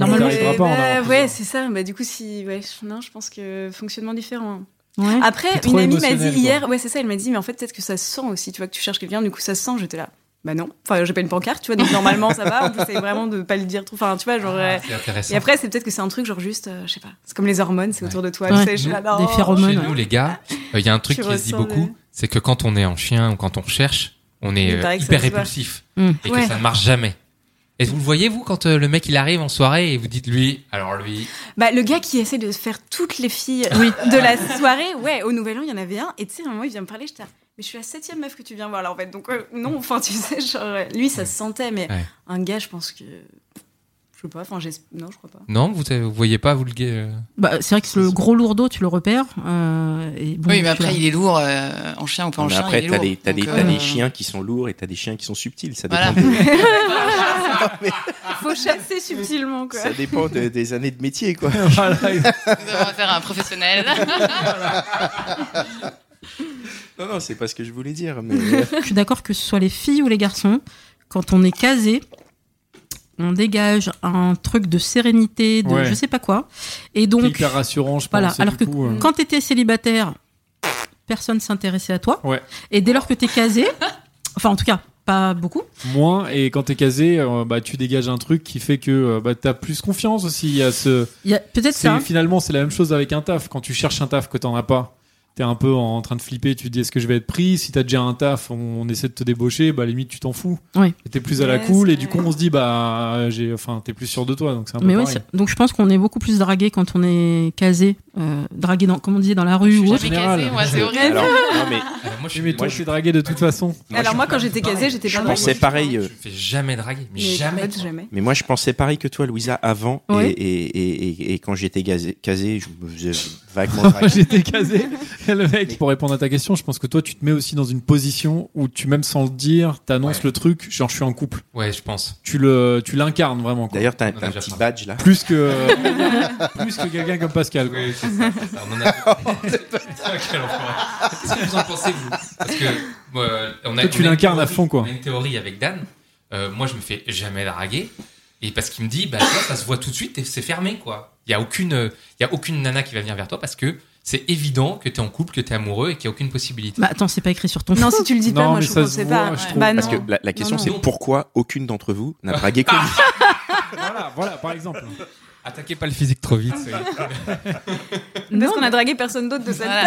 S4: Mais,
S5: Normalement, eh ben,
S3: Ouais, t'arriveras pas à en avoir
S4: bah,
S3: plusieurs.
S4: ouais, c'est ça. Bah, du coup, si, ouais, je- non, je pense que fonctionnement différent.
S5: ouais.
S6: Ah.
S4: Après,
S3: T'es trop
S4: une amie m'a dit
S3: émotionnel, quoi.
S4: hier, ouais, c'est ça, elle m'a dit, mais en fait, peut-être que ça se sent aussi, tu vois, que tu cherches quelqu'un, du coup, ça se sent, j'étais là. Bah non, enfin, j'ai pas une pancarte, tu vois, donc normalement, ça va, on essaie vraiment de pas le dire trop, enfin, tu vois,
S5: Ah,
S4: genre. euh,
S2: C'est intéressant.
S4: Et après, c'est peut-être que c'est un truc, genre juste, euh, je sais pas, c'est comme les hormones, c'est autour de toi,
S5: Ouais.
S4: tu sais, je suis là,
S5: Des
S4: non.
S5: phéromones.
S2: Chez
S5: Ouais.
S2: nous, les gars, euh, il y a un truc
S4: Tu
S2: qui se dit
S4: ressens le-
S2: beaucoup, c'est que quand on est en chien ou quand on cherche, on est
S4: Il
S2: euh,
S4: paraît que ça
S2: hyper
S4: se voit.
S2: répulsif
S5: Mm.
S2: et que
S4: Ouais.
S2: ça ne marche jamais. Et vous le voyez, vous, quand euh, le mec il arrive en soirée et vous dites lui, alors lui,
S4: Bah, le gars qui essaie de faire toutes les filles euh, de la soirée, ouais, au Nouvel An, il y en avait un, et tu sais, à un moment, il vient me parler, j'étais là, mais je suis la septième meuf que tu viens voir là, en fait, donc euh, non, enfin, tu sais, genre, euh, lui, ça se sentait, mais
S2: Ouais.
S4: un gars, je pense que. Je sais pas, enfin, j'es- non, je crois pas.
S2: non, vous, euh, vous voyez pas, vous le gay. euh,
S5: Bah, c'est vrai que le gros lourdeau, tu le repères. euh, et bon,
S6: Oui, mais
S5: tu l'as.
S6: après, il est lourd euh, en chien ou pas en
S1: mais
S6: chien.
S1: après,
S6: il est
S1: t'as
S6: lourd.
S1: des, t'as des,
S6: Donc,
S1: t'as
S6: euh,
S1: des chiens qui sont lourds et t'as des chiens qui sont subtils. Ça
S6: Voilà.
S1: dépend, de-
S4: Faut chasser subtilement, quoi.
S1: ça dépend de- des années de métier, quoi.
S6: On va faire un professionnel.
S1: Non, non, c'est pas ce que je voulais dire. Mais... euh,
S5: Je suis d'accord que ce soit les filles ou les garçons, quand on est casé, on dégage un truc de sérénité, de
S3: Ouais.
S5: je sais pas quoi. Et
S3: C'est
S5: donc,
S3: hyper rassurant, je pense.
S5: voilà.
S3: et
S5: Alors
S3: du
S5: que
S3: coup, euh,
S5: quand t'étais célibataire, personne s'intéressait à toi.
S3: Ouais.
S5: Et dès lors que t'es casé, enfin en tout cas pas beaucoup.
S3: moins et quand t'es casé euh, bah tu dégages un truc qui fait que euh, bah t'as plus confiance aussi il y a ce
S5: Il y a peut-être
S3: c'est
S5: ça.
S3: finalement c'est la même chose avec un taf quand tu cherches un taf que t'en as pas t'es un peu en, train de flipper tu te dis est-ce que je vais être pris si t'as déjà un taf on, on essaie de te débaucher bah à la limite tu t'en fous
S5: Ouais.
S3: Et t'es plus à la
S4: Ouais,
S3: cool
S4: c'est
S3: et du coup
S4: vrai.
S3: on se dit bah j'ai enfin t'es plus sûr de toi donc c'est un peu
S5: Mais ouais,
S3: hein, bah, pareil.
S5: c'est- donc je pense qu'on est beaucoup plus dragué quand on est casé, euh, dragué dans, comme on disait, dans la rue
S6: Je
S5: ou
S6: suis
S5: autre.
S6: jamais
S3: général.
S6: casée, moi, c'est horrible.
S1: Alors, non, mais
S4: Ah.
S2: alors Euh, moi, je
S3: Oui,
S2: suis,
S3: mais toi
S2: moi,
S3: je
S2: je,
S3: suis dragué de toute façon
S4: Alors moi, quand j'étais casée, j'étais pas
S1: je
S4: draguée.
S1: pensais pareil. euh,
S2: je me fais jamais draguer, mais,
S4: Mais
S2: jamais.
S4: en fait, jamais.
S1: Mais moi, je pensais pareil que toi, Louisa, avant. et-
S5: Ouais.
S1: Et, et, et, et quand j'étais gazé- casé, je me faisais vaguement draguer.
S3: j'étais casé le mec pour répondre à ta question je pense que toi tu te mets aussi dans une position où tu même sans le dire t'annonces
S2: Ouais.
S3: le truc genre je suis en couple
S2: Ouais, je pense.
S3: tu le tu l'incarnes vraiment quoi.
S1: D'ailleurs, t'as un,
S2: On a
S1: t'as un
S2: déjà
S1: petit
S2: parlé.
S1: badge là.
S3: plus que plus que quelqu'un comme Pascal. quoi.
S2: Oui, c'est ça. c'est ça. On en a... Quel enfoiré. Qu'est-ce que vous en pensez, vous Parce que moi, euh, on a,
S3: Toi, tu
S2: on a une
S3: l'incarnes à
S2: théorie-
S3: fond, quoi.
S2: On a une théorie avec Dan. Euh, moi, je me fais jamais draguer. Et parce qu'il me dit, bah, toi, ça se voit tout de suite et c'est fermé, quoi. Il n'y a, aucune, euh, il y a aucune nana qui va venir vers toi parce que c'est évident que tu es en couple, que tu es amoureux et qu'il n'y a aucune possibilité.
S5: Bah attends, c'est pas écrit sur ton.
S4: Non,
S5: front.
S4: si tu le dis
S3: Non,
S4: pas, moi,
S3: mais
S4: je
S3: ça
S4: trouve que
S3: se
S4: c'est
S3: voit,
S4: pas.
S3: je trouve.
S4: Bah,
S1: Parce que
S4: non.
S1: la, la question,
S4: non.
S1: c'est pourquoi aucune d'entre vous n'a dragué que lui
S3: Voilà, voilà, par exemple.
S2: Attaquez pas le physique trop vite.
S5: Non,
S4: Parce qu'on a dragué personne d'autre de cette
S6: Voilà.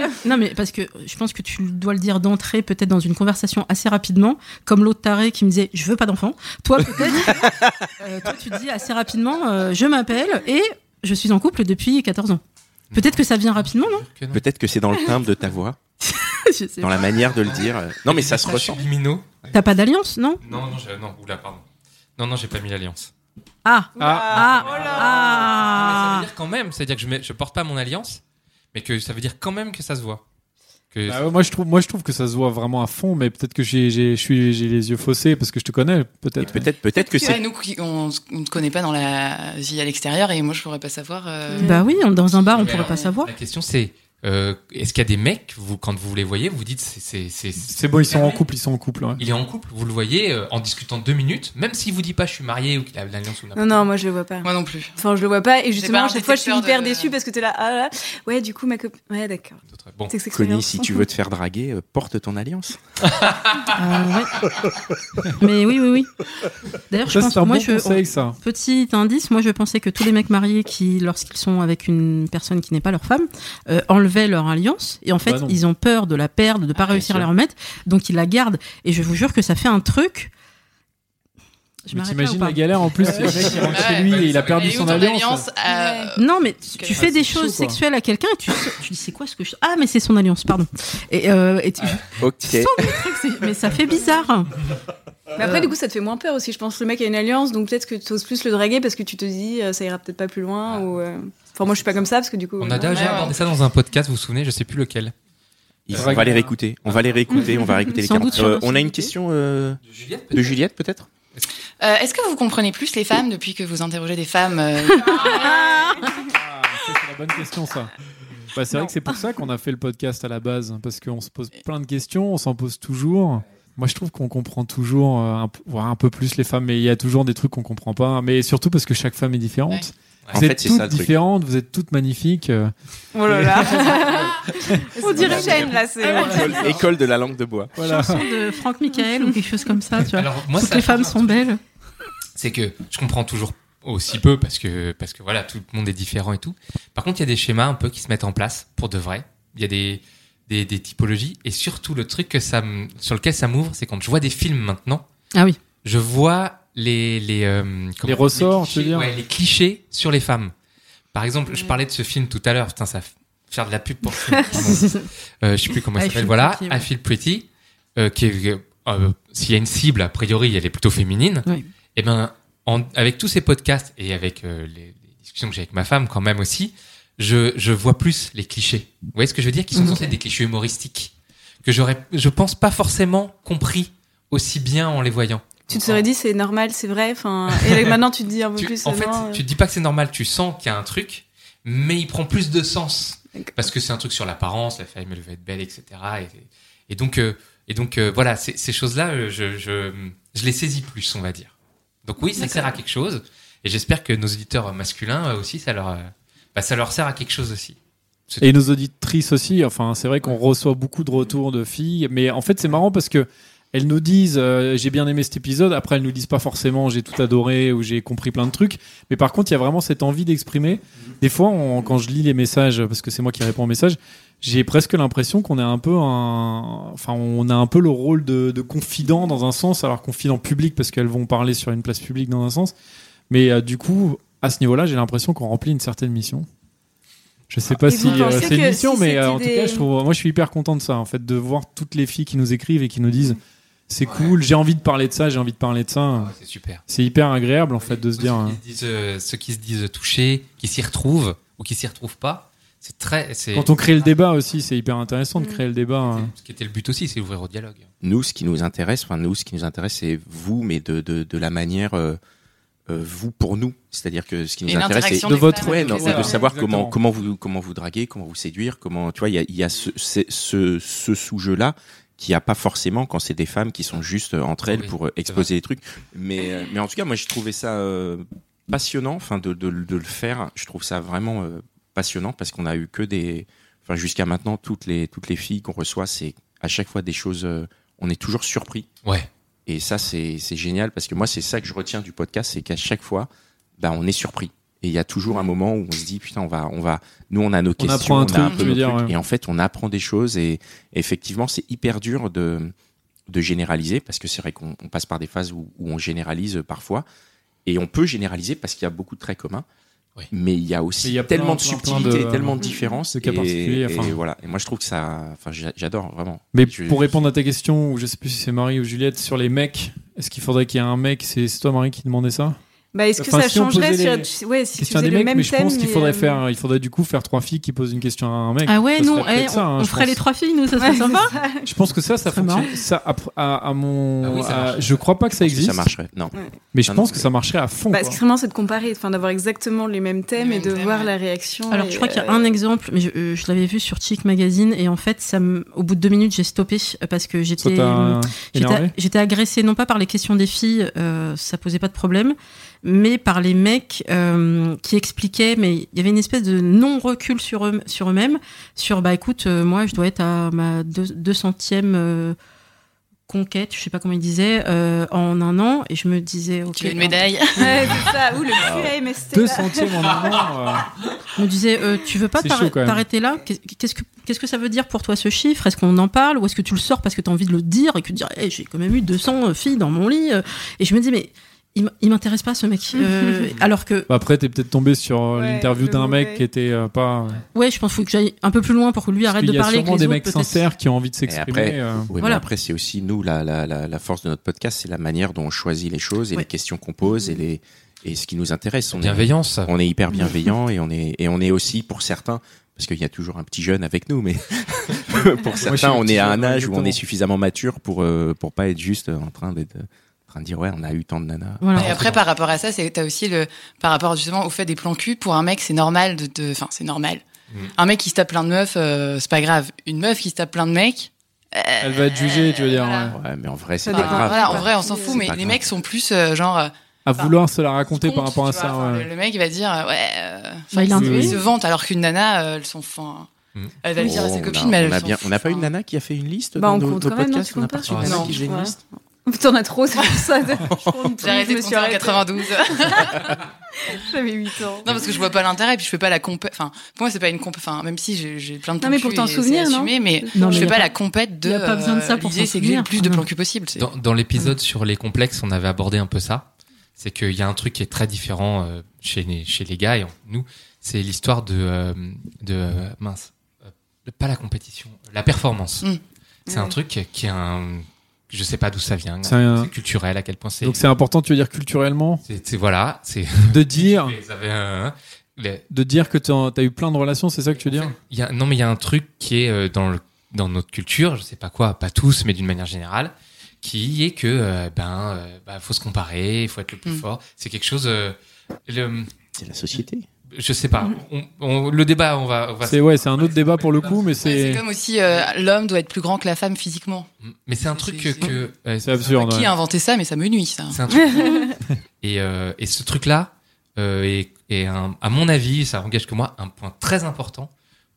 S4: table.
S5: Non, mais parce que je pense que tu dois le dire d'entrée, peut-être dans une conversation assez rapidement, comme l'autre taré qui me disait Je veux pas d'enfant. Toi, peut-être, euh, toi, tu dis assez rapidement euh, Je m'appelle et je suis en couple depuis 14 ans. Peut-être que ça vient rapidement, non
S2: Que non.
S1: Peut-être que c'est dans le timbre de ta voix,
S5: Je sais
S1: dans la manière de le dire. euh. Non, mais ça se
S2: Messages
S1: ressent.
S2: subliminaux.
S5: pas. T'as pas d'alliance, non
S2: Non, non, j'ai- non, oula, pardon. Non, non, j'ai pas mis l'alliance.
S5: Ah
S3: Ah,
S5: Ah
S2: Non, mais ça
S5: Ah
S2: veut dire quand même, c'est-à-dire que je, mets- je porte pas mon alliance, mais que ça veut dire quand même que ça se voit. Que
S3: bah ouais, moi je trouve, moi je trouve que ça se voit vraiment à fond, mais peut-être que j'ai, j'ai, je suis, j'ai les yeux faussés parce que je te connais,
S1: Et
S3: peut-être.
S1: peut-être, peut-être que
S6: Ouais,
S1: c'est.
S6: nous, qui- on s- on ne connaît pas dans la vie à l'extérieur et moi, je pourrais pas savoir. euh,
S5: Bah oui, on- dans un bar, on
S2: Mais
S5: pourrait
S2: alors,
S5: pas savoir.
S2: La question c'est, euh, est-ce qu'il y a des mecs, vous, quand vous les voyez, vous dites, c'est, c'est, c'est-
S3: C'est bon, ils sont en couple, ils sont en couple. ouais.
S2: il est en couple, vous le voyez euh, en discutant deux minutes, même s'il vous dit pas je suis marié ou qu'il a l'alliance ou
S4: Ah. Non,
S2: n'importe
S4: non, moi, je le vois pas.
S6: Moi non plus.
S4: Enfin, je le vois pas, et justement,
S6: pas un
S4: à chaque fois, je suis
S6: détecteur
S4: hyper
S6: de-
S4: déçue parce que t'es là, ah là, ouais, du coup, ma copine. Ouais, d'accord.
S2: quoi d'autre. Bon,
S4: C'est que c'est
S1: Connie,
S4: expérience.
S1: si tu veux te faire draguer, euh, porte ton alliance.
S5: Euh, ouais. Mais oui, oui, oui. D'ailleurs,
S3: Ça,
S5: je pense
S3: c'est
S5: que
S3: un
S5: moi,
S3: bon
S5: je.
S3: conseil, ça.
S5: Petit indice, moi je pensais que tous les mecs mariés qui, lorsqu'ils sont avec une personne qui n'est pas leur femme, euh, enlevaient leur alliance et en fait
S3: Bah non. Ah,
S5: ils ont peur de la perdre, de pas réussir à
S3: sûr.
S5: la remettre, donc ils la gardent. Et je vous jure que ça fait un truc. Je
S3: Mais
S5: m'arrête là ou
S3: t'imagines
S5: pas
S3: la galère en plus, le mec il rentre chez lui et il a perdu
S6: Et
S3: son
S6: où ton
S3: alliance.
S6: euh,
S5: Non, mais tu,
S6: que-
S5: tu
S6: Ah,
S5: fais
S3: c'est
S5: des
S3: chaud,
S5: choses
S3: quoi.
S5: sexuelles à quelqu'un et tu, tu dis c'est quoi ce que je. Ah, mais c'est son alliance, pardon. Et, euh, et tu-
S3: Ah,
S1: Ok.
S5: Sans le truc, c'est- mais ça fait bizarre.
S4: Mais après, du coup, ça te fait moins peur aussi. Je pense que le mec a une alliance, donc peut-être que tu oses plus le draguer parce que tu te dis euh, ça ira peut-être pas plus
S3: Ah.
S4: loin. Ou, euh, Enfin, moi, je suis pas comme ça parce que du coup. euh,
S2: On
S4: non.
S2: a déjà
S6: Ouais,
S2: abordé
S6: ouais.
S2: ça dans un podcast, vous vous souvenez, je sais plus lequel.
S1: Ils-
S3: Euh,
S1: on va les réécouter. On va les réécouter. On va réécouter les
S5: Sans
S1: cartes.
S5: doute sur
S1: Euh,
S5: leur
S1: on a une
S5: solidité.
S1: question euh,
S2: Juliette,
S1: de Juliette peut-être.
S6: euh, Est-ce que vous comprenez plus les femmes depuis que vous interrogez des femmes euh,
S3: Ah, ça, c'est la bonne question ça. Bah, c'est vrai que c'est pour ça qu'on a fait le podcast à la base, hein, parce qu'on se pose plein de questions, on s'en pose toujours. Moi, je trouve qu'on comprend toujours euh, un, p- voire un peu plus les femmes, mais il y a toujours des trucs qu'on comprend pas. Mais surtout parce que chaque femme est différente.
S1: En
S3: Vous
S1: fait,
S3: êtes
S1: c'est
S3: toutes
S1: ça le truc.
S3: différentes, vous êtes toutes magnifiques. euh,
S4: Oh là là On dirait Shane là, c'est.
S1: École, école de la langue de bois.
S3: voilà.
S5: Chanson de Franck Michael ou quelque chose comme ça, tu vois.
S2: Alors, moi,
S5: Toutes
S2: ça
S5: les
S2: change
S5: femmes
S2: un
S5: sont
S2: truc.
S5: belles.
S2: c'est que je comprends toujours aussi peu parce que parce que voilà tout le monde est différent et tout. Par contre, il y a des schémas un peu qui se mettent en place pour de vrai. Il y a des des, des typologies et surtout le truc que ça me- sur lequel ça m'ouvre, c'est quand je vois des films maintenant,
S5: Ah oui.
S2: je vois les les euh, comment-
S3: Les ressorts,
S2: clichés,
S3: tu veux dire
S2: ouais, les clichés sur les femmes. Par exemple, je parlais de ce film tout à l'heure. Putain, ça f- faire de la pub pour ce film.
S3: Ah
S2: Pardon. Euh, je sais plus comment
S5: I
S2: il s'appelle,
S5: Feel
S2: voilà,
S5: Pretty, ouais.
S2: I Feel Pretty, euh, qui est, euh, euh, s'il y a une cible, a priori, elle est plutôt féminine.
S5: Oui.
S2: Et ben, en- avec tous ces podcasts et avec euh, les, les discussions que j'ai avec ma femme quand même aussi, je, je vois plus les clichés. Vous voyez ce que je veux dire
S5: Mhm.
S2: Qui sont censés être des clichés humoristiques que j'aurais, je pense pas forcément compris aussi bien en les voyant.
S4: Tu te serais dit c'est normal, c'est vrai. Enfin, et là, maintenant, tu te dis un peu
S2: Tu-
S4: plus.
S2: en
S4: euh,
S2: fait,
S4: non, euh,
S2: tu te dis pas que c'est normal, tu sens qu'il y a un truc, mais il prend plus de sens.
S4: D'accord.
S2: Parce que c'est un truc sur l'apparence, la femme, elle veut être belle, etc. Et, et donc, euh, et donc euh, voilà, ces, ces choses-là, euh, je, je, je les saisis plus, on va dire. Donc oui, ça sert à quelque chose. Et j'espère que nos auditeurs masculins euh, aussi, ça leur, euh, bah, ça leur sert à quelque chose aussi.
S3: Et nos auditrices aussi, enfin, c'est vrai qu'on reçoit beaucoup de retours de filles, mais en fait, c'est marrant parce que elles nous disent euh, j'ai bien aimé cet épisode, après elles nous disent pas forcément j'ai tout adoré ou j'ai compris plein de trucs, mais par contre, il y a vraiment cette envie d'exprimer. Des fois, on- quand je lis les messages parce que c'est moi qui réponds aux messages, j'ai presque l'impression qu'on est un peu un enfin, on a un peu le rôle de, de confident dans un sens, alors confident public parce qu'elles vont parler sur une place publique dans un sens, mais euh, du coup, à ce niveau-là, j'ai l'impression qu'on remplit une certaine mission. Je sais pas
S4: Et
S3: si
S4: vous
S3: euh,
S4: pensez
S3: c'est une
S4: que
S3: mission,
S4: si
S3: mais euh,
S4: c'était
S3: en tout
S4: des-
S3: cas, je trouve, moi, je suis hyper content de ça, en fait, de voir toutes les filles qui nous écrivent et qui nous disent c'est cool, j'ai envie de parler de ça, j'ai envie de parler de ça.
S2: c'est super.
S3: C'est hyper agréable, en fait, de se
S2: Ceux
S3: dire.
S2: qui
S3: hein.
S2: se disent, euh, ceux qui se disent touchés, qui s'y retrouvent ou qui s'y retrouvent pas, c'est très. c'est-
S3: Quand on crée le débat aussi, c'est hyper intéressant
S5: Mm.
S3: de créer le débat. hein.
S2: Ce qui était le but aussi, c'est ouvrir au dialogue.
S1: Nous, ce qui nous intéresse, enfin nous, ce qui nous intéresse, c'est vous, mais de de, de la manière euh, euh, vous pour nous. C'est-à-dire que ce qui nous
S6: une
S1: intéresse, hein, c'est
S6: interaction
S3: de
S6: des
S3: votre-
S6: femmes
S1: Ouais,
S6: avec
S1: non,
S6: les
S3: c'est
S1: de
S6: hommes.
S3: ça.
S1: savoir
S3: Exactement.
S1: comment comment vous comment vous draguer, comment vous séduire, comment tu vois, il y a, il y a ce c'est- ce, ce sous-jeu là qui a pas forcément quand c'est des femmes qui sont juste euh, entre elles
S2: Oui,
S1: pour euh,
S2: c'est
S1: exposer les trucs. Mais euh, mais en tout cas, moi j'ai trouvé ça euh, passionnant, enfin de, de de le faire. Je trouve ça vraiment euh, passionnant parce qu'on a eu que des enfin jusqu'à maintenant toutes les toutes les filles qu'on reçoit, c'est à chaque fois des choses. euh, on est toujours surpris.
S2: Ouais.
S1: Et ça, c'est c'est génial parce que moi, c'est ça que je retiens du podcast, c'est qu'à chaque fois, bah, on est surpris. Et il y a toujours un moment où on se dit, putain, on va, on va, nous, on a nos questions,
S3: apprend un
S1: on
S3: truc,
S1: a un peu
S3: tu veux
S1: nos
S3: dire,
S1: trucs.
S3: ouais.
S1: Et en fait, on apprend des choses et effectivement, c'est hyper dur de, de généraliser parce que c'est vrai qu'on on passe par des phases où, où on généralise parfois et on peut généraliser parce qu'il y a beaucoup de traits communs.
S2: Oui.
S1: Mais il y a
S3: Mais
S1: aussi
S3: il y a plein,
S1: tellement de
S3: plein, plein
S1: subtilités,
S3: de-
S1: tellement de différences.
S3: de cas
S1: et,
S3: particuliers,
S1: et
S3: enfin.
S1: voilà. Et moi, je trouve que ça, enfin, j'a- j'adore vraiment.
S3: Mais
S1: Je-
S3: pour répondre à ta question, ou je sais plus si c'est Marie ou Juliette, sur les mecs, est-ce qu'il faudrait qu'il y ait un mec C'est c'est toi, Marie, qui demandait ça
S4: Bah, est-ce que
S3: Enfin,
S4: ça
S3: si on
S4: changerait
S3: posait les-
S4: sur... Ouais, si tu
S3: Question
S4: faisais
S3: des
S4: le
S3: mecs,
S4: même
S3: mais je
S4: thème,
S3: pense qu'il faudrait
S4: euh,
S3: faire, il faudrait du coup faire trois filles qui posent une question à un mec.
S5: Ah ouais,
S3: Ça
S5: non,
S3: serait peut-être
S5: eh, on,
S3: ça, hein,
S5: on
S3: je
S5: ferait
S3: pense.
S5: les trois filles, nous, ça serait
S4: Ouais, Bah,
S5: sympa.
S3: Je pense que ça, ça
S5: Très marrant.
S3: fonctionne. Ça, à, à- à mon,
S2: Ah oui, ça
S3: à-
S2: marche.
S3: je crois pas que ça
S1: je pense que
S3: existe,
S1: ça marcherait. Non.
S3: mais je
S1: Non,
S3: pense
S1: non,
S3: que
S1: mais-
S3: ça marcherait à fond.
S4: Bah,
S3: quoi.
S4: ce qui est vraiment, c'est de comparer, enfin, d'avoir exactement les mêmes thèmes
S6: Les
S4: et de
S6: mêmes
S4: voir
S6: thèmes,
S4: la réaction.
S5: Alors,
S4: et,
S5: je crois qu'il y a
S4: euh,
S5: un exemple, mais je, euh, je l'avais vu sur Chic Magazine, et en fait, ça me- au bout de deux minutes, j'ai stoppé euh, parce que
S3: Toi,
S5: j'étais. euh,
S3: t'as énervé
S5: J'étais j'étais agressée non pas par les questions des filles, euh, ça posait pas de problème, mais par les mecs euh, qui expliquaient, mais il y avait une espèce de non-recul sur eux, sur eux-mêmes, sur bah écoute, euh, moi je dois être à ma deux, 200e euh, conquête, je sais pas comment ils disaient, euh, en un an, et je me disais, ok,
S6: Tu veux une
S5: alors,
S6: médaille
S4: Ouais, c'est ça. Ouh, le
S1: Ah.
S4: cul à MST.
S3: Deux
S4: là.
S3: centièmes en un an, euh,
S5: Je me disais, euh, tu veux pas
S3: C'est
S5: t'arr-
S3: chaud, quand même.
S5: t'arrêter là Qu'est- Qu'est-ce que qu'est-ce que ça veut dire pour toi ce chiffre Est-ce qu'on en parle ou est-ce que tu le sors parce que tu as envie de le dire euh. et que tu te dis, Eh, j'ai quand même eu 200 filles dans mon lit euh. Et je me dis, mais il m- il m'intéresse pas ce mec. Euh, alors que,
S3: Bah, après, t'es peut-être tombé sur euh,
S4: Ouais,
S3: l'interview
S4: le
S3: d'un mec
S4: mauvais.
S3: qui était euh, pas.
S5: ouais, je pense qu'il faut que j'aille un peu plus loin pour que lui
S3: Parce
S5: arrête
S3: qu'il
S5: de
S3: y a
S5: parler. et que
S3: sûrement
S5: les
S3: des
S5: autres,
S3: mecs
S5: peut-être-
S3: sincères qui ont envie de
S1: Et
S3: s'exprimer.
S1: après,
S3: euh,
S1: oui, mais
S5: Voilà.
S1: après c'est aussi nous la, la, la, la force de notre podcast, c'est la manière dont on choisit les choses et
S5: Ouais.
S1: les questions qu'on pose et les et ce qui nous intéresse. On est,
S2: Bienveillance.
S1: on est hyper bienveillant et on est et on est aussi pour certains parce qu'il y a toujours un petit jeune avec nous, mais pour
S3: je suis
S1: certains
S3: le
S1: on
S3: petit
S1: est à un
S3: jeune,
S1: âge où on
S3: exactement.
S1: est suffisamment mature pour euh, pour pas être juste en train d'être en train de dire ouais on a eu tant de nanas.
S5: Voilà.
S6: Et après, par rapport à ça, c'est t'as aussi le par rapport justement au fait des plans cul. Pour un mec, c'est normal de, de- enfin, c'est normal. Un mec qui se tape plein de meufs, euh, c'est pas grave. Une meuf qui se tape plein de mecs, euh,
S3: Elle va être jugée, tu veux dire. ouais.
S1: Ouais, mais en vrai c'est
S4: Ça
S1: pas
S4: dépend.
S1: grave.
S6: voilà, en
S4: Ouais.
S6: vrai, on s'en fout.
S4: C'est
S6: Mais
S1: pas
S6: les
S1: grave.
S6: mecs sont plus euh, genre euh,
S3: À
S6: Enfin,
S3: vouloir se la raconter
S6: contre,
S3: par rapport à
S6: tu vois.
S3: ça.
S6: Enfin,
S3: ouais.
S6: le, le mec, il va dire euh, ouais, euh, enfin,
S5: Ouais, Bah, il
S6: il,
S5: a
S6: se-
S3: un
S6: il
S3: truc.
S6: se vante alors qu'une nana, euh, elle s'en enfin,
S2: Mm.
S6: elle va le dire à
S1: Oh,
S6: ses
S1: on a-
S6: copines, mais elle
S1: on a
S6: s'en
S1: bien,
S6: fout,
S1: on n'a pas
S6: enfin.
S1: une nana qui a fait une liste
S4: Bah,
S1: dans
S4: on
S1: nos,
S4: compte
S1: nos
S4: quand même, non,
S1: podcasts,
S4: tu
S1: on n'a
S4: comptes
S1: pas
S4: pas
S1: reçu une nana
S4: Non,
S1: qui faisait une
S4: ouais.
S1: liste.
S4: T'en as trop, c'est pour ça. de- Je compte plus,
S6: J'ai arrêté
S4: je
S6: de
S4: me suis
S6: compter en
S4: arrêtée.
S6: 92.
S4: J'avais 8 ans.
S6: Non, parce que je vois pas l'intérêt, puis je fais pas la compète. Enfin, pour moi, c'est pas une compète. Enfin, même si j'ai- j'ai plein de plans
S4: Non, mais
S6: cul
S4: pour t'en
S6: et c'est
S4: souvenir, non
S6: assumé, mais
S5: Non, mais
S6: je
S5: y
S6: fais
S5: a
S6: pas
S5: pas-
S6: la compète de.
S5: y a pas besoin de ça
S6: euh,
S5: pour
S6: L'idée,
S5: s'en
S6: c'est que j'ai le
S5: souvenir.
S6: plus de
S5: Mm.
S6: plans cul possible. c'est-
S2: Dans, dans l'épisode sur les complexes, on avait abordé un peu ça. C'est qu'il y a un truc qui est très différent euh, chez, les- chez les gars et en- nous. C'est l'histoire de, euh, de euh, mince, euh, pas la compétition, la performance.
S6: Mm.
S2: C'est un
S4: Ouais.
S2: truc qui est un, je sais pas d'où ça vient.
S3: C'est un-
S2: culturel à quel point c'est.
S3: Donc c'est important, tu veux dire culturellement,
S2: c'est- c'est- voilà, c'est.
S3: de dire,
S2: Ils avaient un- hein. les-
S3: de dire que t'en- t'as eu plein de relations, c'est ça que tu veux dire
S2: Il y a, non, mais il y a un truc qui est euh, dans, le- dans notre culture, je sais pas quoi, pas tous, mais d'une manière générale, qui est que euh, ben euh, bah, faut se comparer, il faut être le plus
S6: Mm.
S2: fort. C'est quelque chose. euh, le,
S1: C'est la société.
S2: je sais pas. On- on- le débat, on va. on va-
S3: C'est ouais, c'est un autre débat pour le coup, mais
S6: Ouais,
S3: c'est
S6: C'est comme aussi euh, l'homme doit être plus grand que la femme physiquement.
S2: Mm. mais c'est un
S6: c'est-
S2: truc que.
S6: c'est-
S2: que, euh,
S3: c'est absurde.
S6: Qui hein.
S3: ouais.
S6: a inventé ça, mais ça me nuit, ça.
S2: c'est un truc- et, euh, et ce truc-là euh, est, est un- à mon avis, ça engage que moi, un point très important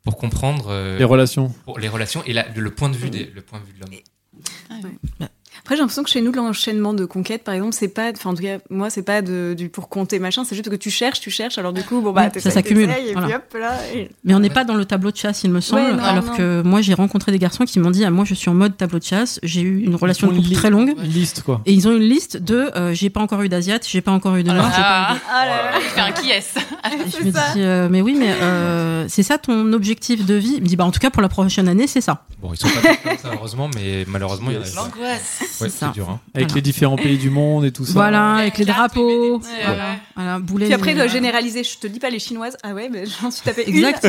S2: pour comprendre euh,
S3: Les relations.
S2: pour les relations et la- le point de vue des, le point de vue de l'homme.
S4: Après, j'ai l'impression que chez nous, l'enchaînement de conquêtes, par exemple, c'est pas, enfin, en tout cas, moi, c'est pas de, du pour compter machin, c'est juste que tu cherches, tu cherches, alors du coup, bon, bah,
S5: Oui, ça
S4: t'essayes,
S5: s'accumule,
S4: t'essayes, Et puis
S5: voilà.
S4: hop, là. et-
S5: Mais on n'est pas dans le tableau de chasse, il me semble.
S4: Ouais, non,
S5: alors
S4: non.
S5: que moi, j'ai rencontré des garçons qui m'ont dit ah, Moi, je suis en mode tableau de chasse, j'ai eu une relation de couple très longue.
S3: Une liste quoi.
S5: Et ils ont une liste de euh, J'ai pas encore eu d'Asiate, j'ai pas encore eu de Noir. j'ai pas
S6: Ah,
S4: Ah là là,
S6: il fait un qui est
S5: Et je
S4: c'est
S5: me
S4: ça.
S5: dis, euh, mais oui, mais euh, c'est ça ton objectif de vie Il me dit, bah, en tout cas, pour la prochaine année, c'est ça.
S2: Bon, ils sont pas tous comme ça, heureusement, mais malheureusement, il y en a.
S6: L'angoisse.
S2: Ouais,
S5: ça.
S2: c'est dur. hein.
S3: Avec
S5: Voilà.
S3: les différents pays du monde et tout ça.
S5: Voilà, Ah, avec les
S6: Quatre,
S5: drapeaux.
S6: mais des petits,
S5: Voilà,
S6: ouais.
S5: voilà, boulet.
S4: euh, Puis après,
S5: mais-
S4: de généraliser, je te dis pas les chinoises. Ah ouais, mais j'en suis tapé une.
S5: Exact.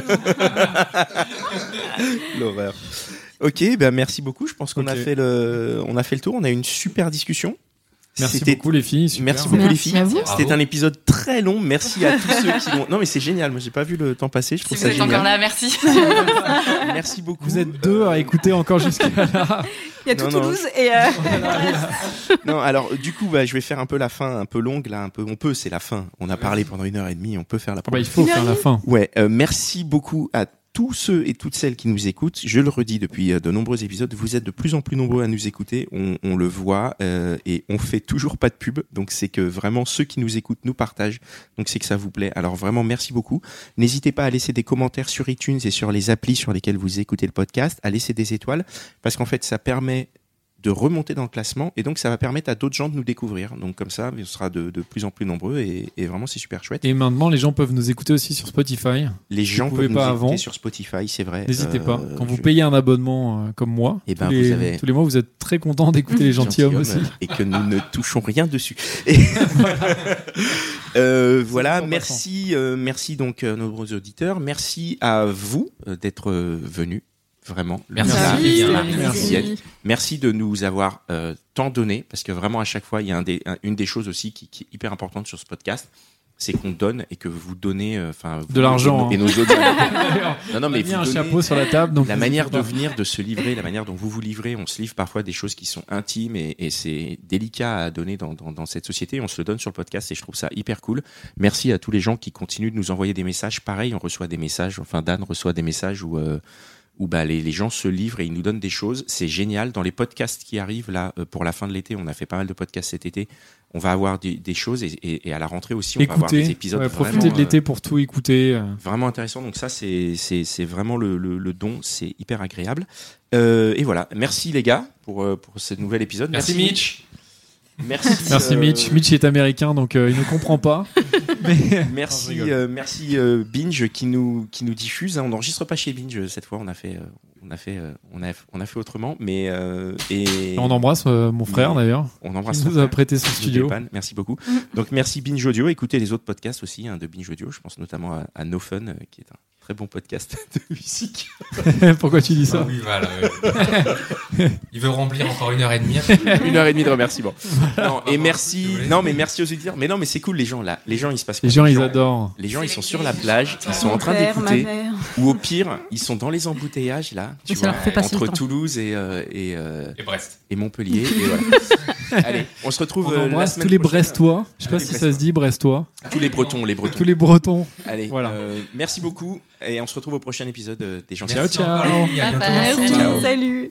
S1: L'horreur. Ok, ben merci beaucoup. Je pense qu'on a
S3: Ok.
S1: fait le, on a fait le tour. On a eu une super discussion.
S3: Merci
S1: C'était-
S3: beaucoup les filles. super.
S1: Merci beaucoup les
S5: Merci
S1: filles.
S5: à vous.
S1: C'était
S2: Bravo.
S1: un épisode très long. Merci à tous ceux qui l'ont. Non mais c'est génial. Moi j'ai pas vu le temps passer. Je
S6: Si
S1: trouve
S6: vous
S1: ça
S6: êtes encore
S1: génial.
S6: là, merci.
S1: Merci beaucoup.
S3: Vous êtes deux à écouter encore jusqu'à là.
S4: Il y a tout
S1: Non, non.
S4: Toulouse et. euh,
S1: Non, alors du coup, bah, je vais faire un peu la fin, un peu longue là, un peu. On peut, c'est la fin. On a parlé pendant une heure et demie. On peut faire la.
S3: Bah, il faut faire la fin.
S1: Ouais, euh, merci beaucoup à tous ceux et toutes celles qui nous écoutent. Je le redis depuis euh, de nombreux épisodes, vous êtes de plus en plus nombreux à nous écouter. On, on le voit euh, et on fait toujours pas de pub. Donc c'est que vraiment ceux qui nous écoutent nous partagent. Donc c'est que ça vous plaît. Alors vraiment merci beaucoup. N'hésitez pas à laisser des commentaires sur iTunes et sur les applis sur lesquelles vous écoutez le podcast, à laisser des étoiles parce qu'en fait ça permet de remonter dans le classement et donc ça va permettre à d'autres gens de nous découvrir. Donc comme ça, on sera de, de plus en plus nombreux et, et vraiment c'est super chouette.
S3: Et maintenant, les gens peuvent nous écouter aussi sur Spotify.
S1: Les gens
S3: pouvez
S1: peuvent
S3: pas
S1: nous écouter
S3: avant.
S1: sur Spotify, c'est vrai.
S3: N'hésitez
S1: Eh Euh,
S3: pas. Quand vous
S1: je-
S3: payez un abonnement euh, comme moi,
S1: Eh ben,
S3: tous, les,
S1: vous avez-
S3: tous les mois, vous êtes très content d'écouter les gentilshommes aussi.
S1: Et que nous ne touchons rien dessus. Et- Euh, voilà,
S3: C'est important.
S1: merci, euh, merci donc à nos gros auditeurs, merci à vous euh, d'être euh, venus, vraiment. Le
S2: Merci.
S1: plaisir
S2: Merci.
S1: est là.
S2: Merci.
S1: Merci. Merci de nous avoir euh, tant donné, parce que vraiment à chaque fois, il y a un des- un- une des choses aussi qui, qui est hyper importante sur ce podcast, c'est qu'on donne et que vous donnez, euh, enfin, vous-
S3: De l'argent, hein.
S1: et, nos et nos autres. non, non, mais
S3: Il y a un
S1: vous donnez-
S3: chapeau sur la table. Donc
S1: la
S3: n'hésitez
S1: manière de
S3: pas.
S1: venir, de se livrer, la manière dont vous vous livrez, on se livre parfois des choses qui sont intimes et, et c'est délicat à donner dans, dans- dans cette société. On se le donne sur le podcast et je trouve ça hyper cool. Merci à tous les gens qui continuent de nous envoyer des messages. Pareil, on reçoit des messages, enfin Dan reçoit des messages où, euh, où bah, les, les gens se livrent et ils nous donnent des choses. C'est génial. Dans les podcasts qui arrivent là euh, pour la fin de l'été, on a fait pas mal de podcasts cet été. On va avoir des, des choses et, et- et à la rentrée aussi, on va avoir des
S3: Écoutez,
S1: épisodes.
S3: ouais,
S1: vraiment,
S3: profitez de
S1: euh,
S3: l'été pour tout écouter. euh.
S1: vraiment intéressant. Donc ça, c'est c'est c'est vraiment le, le, le don, c'est hyper agréable. Euh, et voilà, merci les gars pour euh, pour ce nouvel épisode.
S2: Merci Mitch.
S1: Merci.
S7: Merci
S1: euh,
S7: Mitch. Mitch est américain, donc euh, il ne comprend pas. Non, Oh, je
S1: Merci,
S7: rigole.
S1: euh, merci euh, Binge qui nous qui nous diffuse. hein. On n'enregistre pas chez Binge cette fois. On a fait, euh, on a fait, euh, on a, on a fait autrement. Mais euh, et
S7: On embrasse euh, mon frère d'ailleurs.
S1: on
S7: qui
S1: embrasse.
S7: nous
S1: ton
S7: a
S1: frère.
S7: prêté son
S1: Nous
S7: studio.
S1: dépanne. Merci beaucoup. Donc merci Binge Audio. Écoutez les autres podcasts aussi hein, de Binge Audio. Je pense notamment à, à No Fun, euh, qui est un très bon podcast de musique.
S7: Pourquoi tu dis ça
S2: Ah oui, voilà. Il veut remplir encore une heure et demie.
S1: Une heure et demie de remerciements. Non, et merci.
S2: Désolé.
S1: Non, mais merci aux auditeurs. Mais non, mais c'est cool les gens là. Les gens, ils se passent.
S7: Les
S1: pas.
S7: gens, ils adorent.
S1: Les gens, ils sont sur la plage, ils sont en
S4: Mon
S1: train
S4: père, ma
S1: d'écouter.
S4: mère.
S1: Ou au pire, ils sont dans les embouteillages là, tu
S5: ça
S1: vois,
S5: leur fait passer le
S1: entre
S5: temps.
S1: Toulouse et, euh, et, euh,
S2: Et Brest.
S1: et Montpellier. et voilà. Allez, on se retrouve
S7: On
S1: euh, la
S7: embrasse
S1: semaine
S7: tous les
S1: prochaine.
S7: Brestois. Je sais pas
S1: Les
S7: si ça
S1: Brestois.
S7: se dit Brestois.
S1: tous les Bretons, les Bretons.
S7: Tous les Bretons.
S1: Allez,
S7: Voilà.
S1: euh, merci beaucoup et on se retrouve au prochain épisode euh, des gens.
S7: Ciao,
S2: Merci
S7: ciao.
S2: encore, Lily, à bientôt.
S6: Bye bye.
S4: Merci,
S1: Ciao.
S4: salut.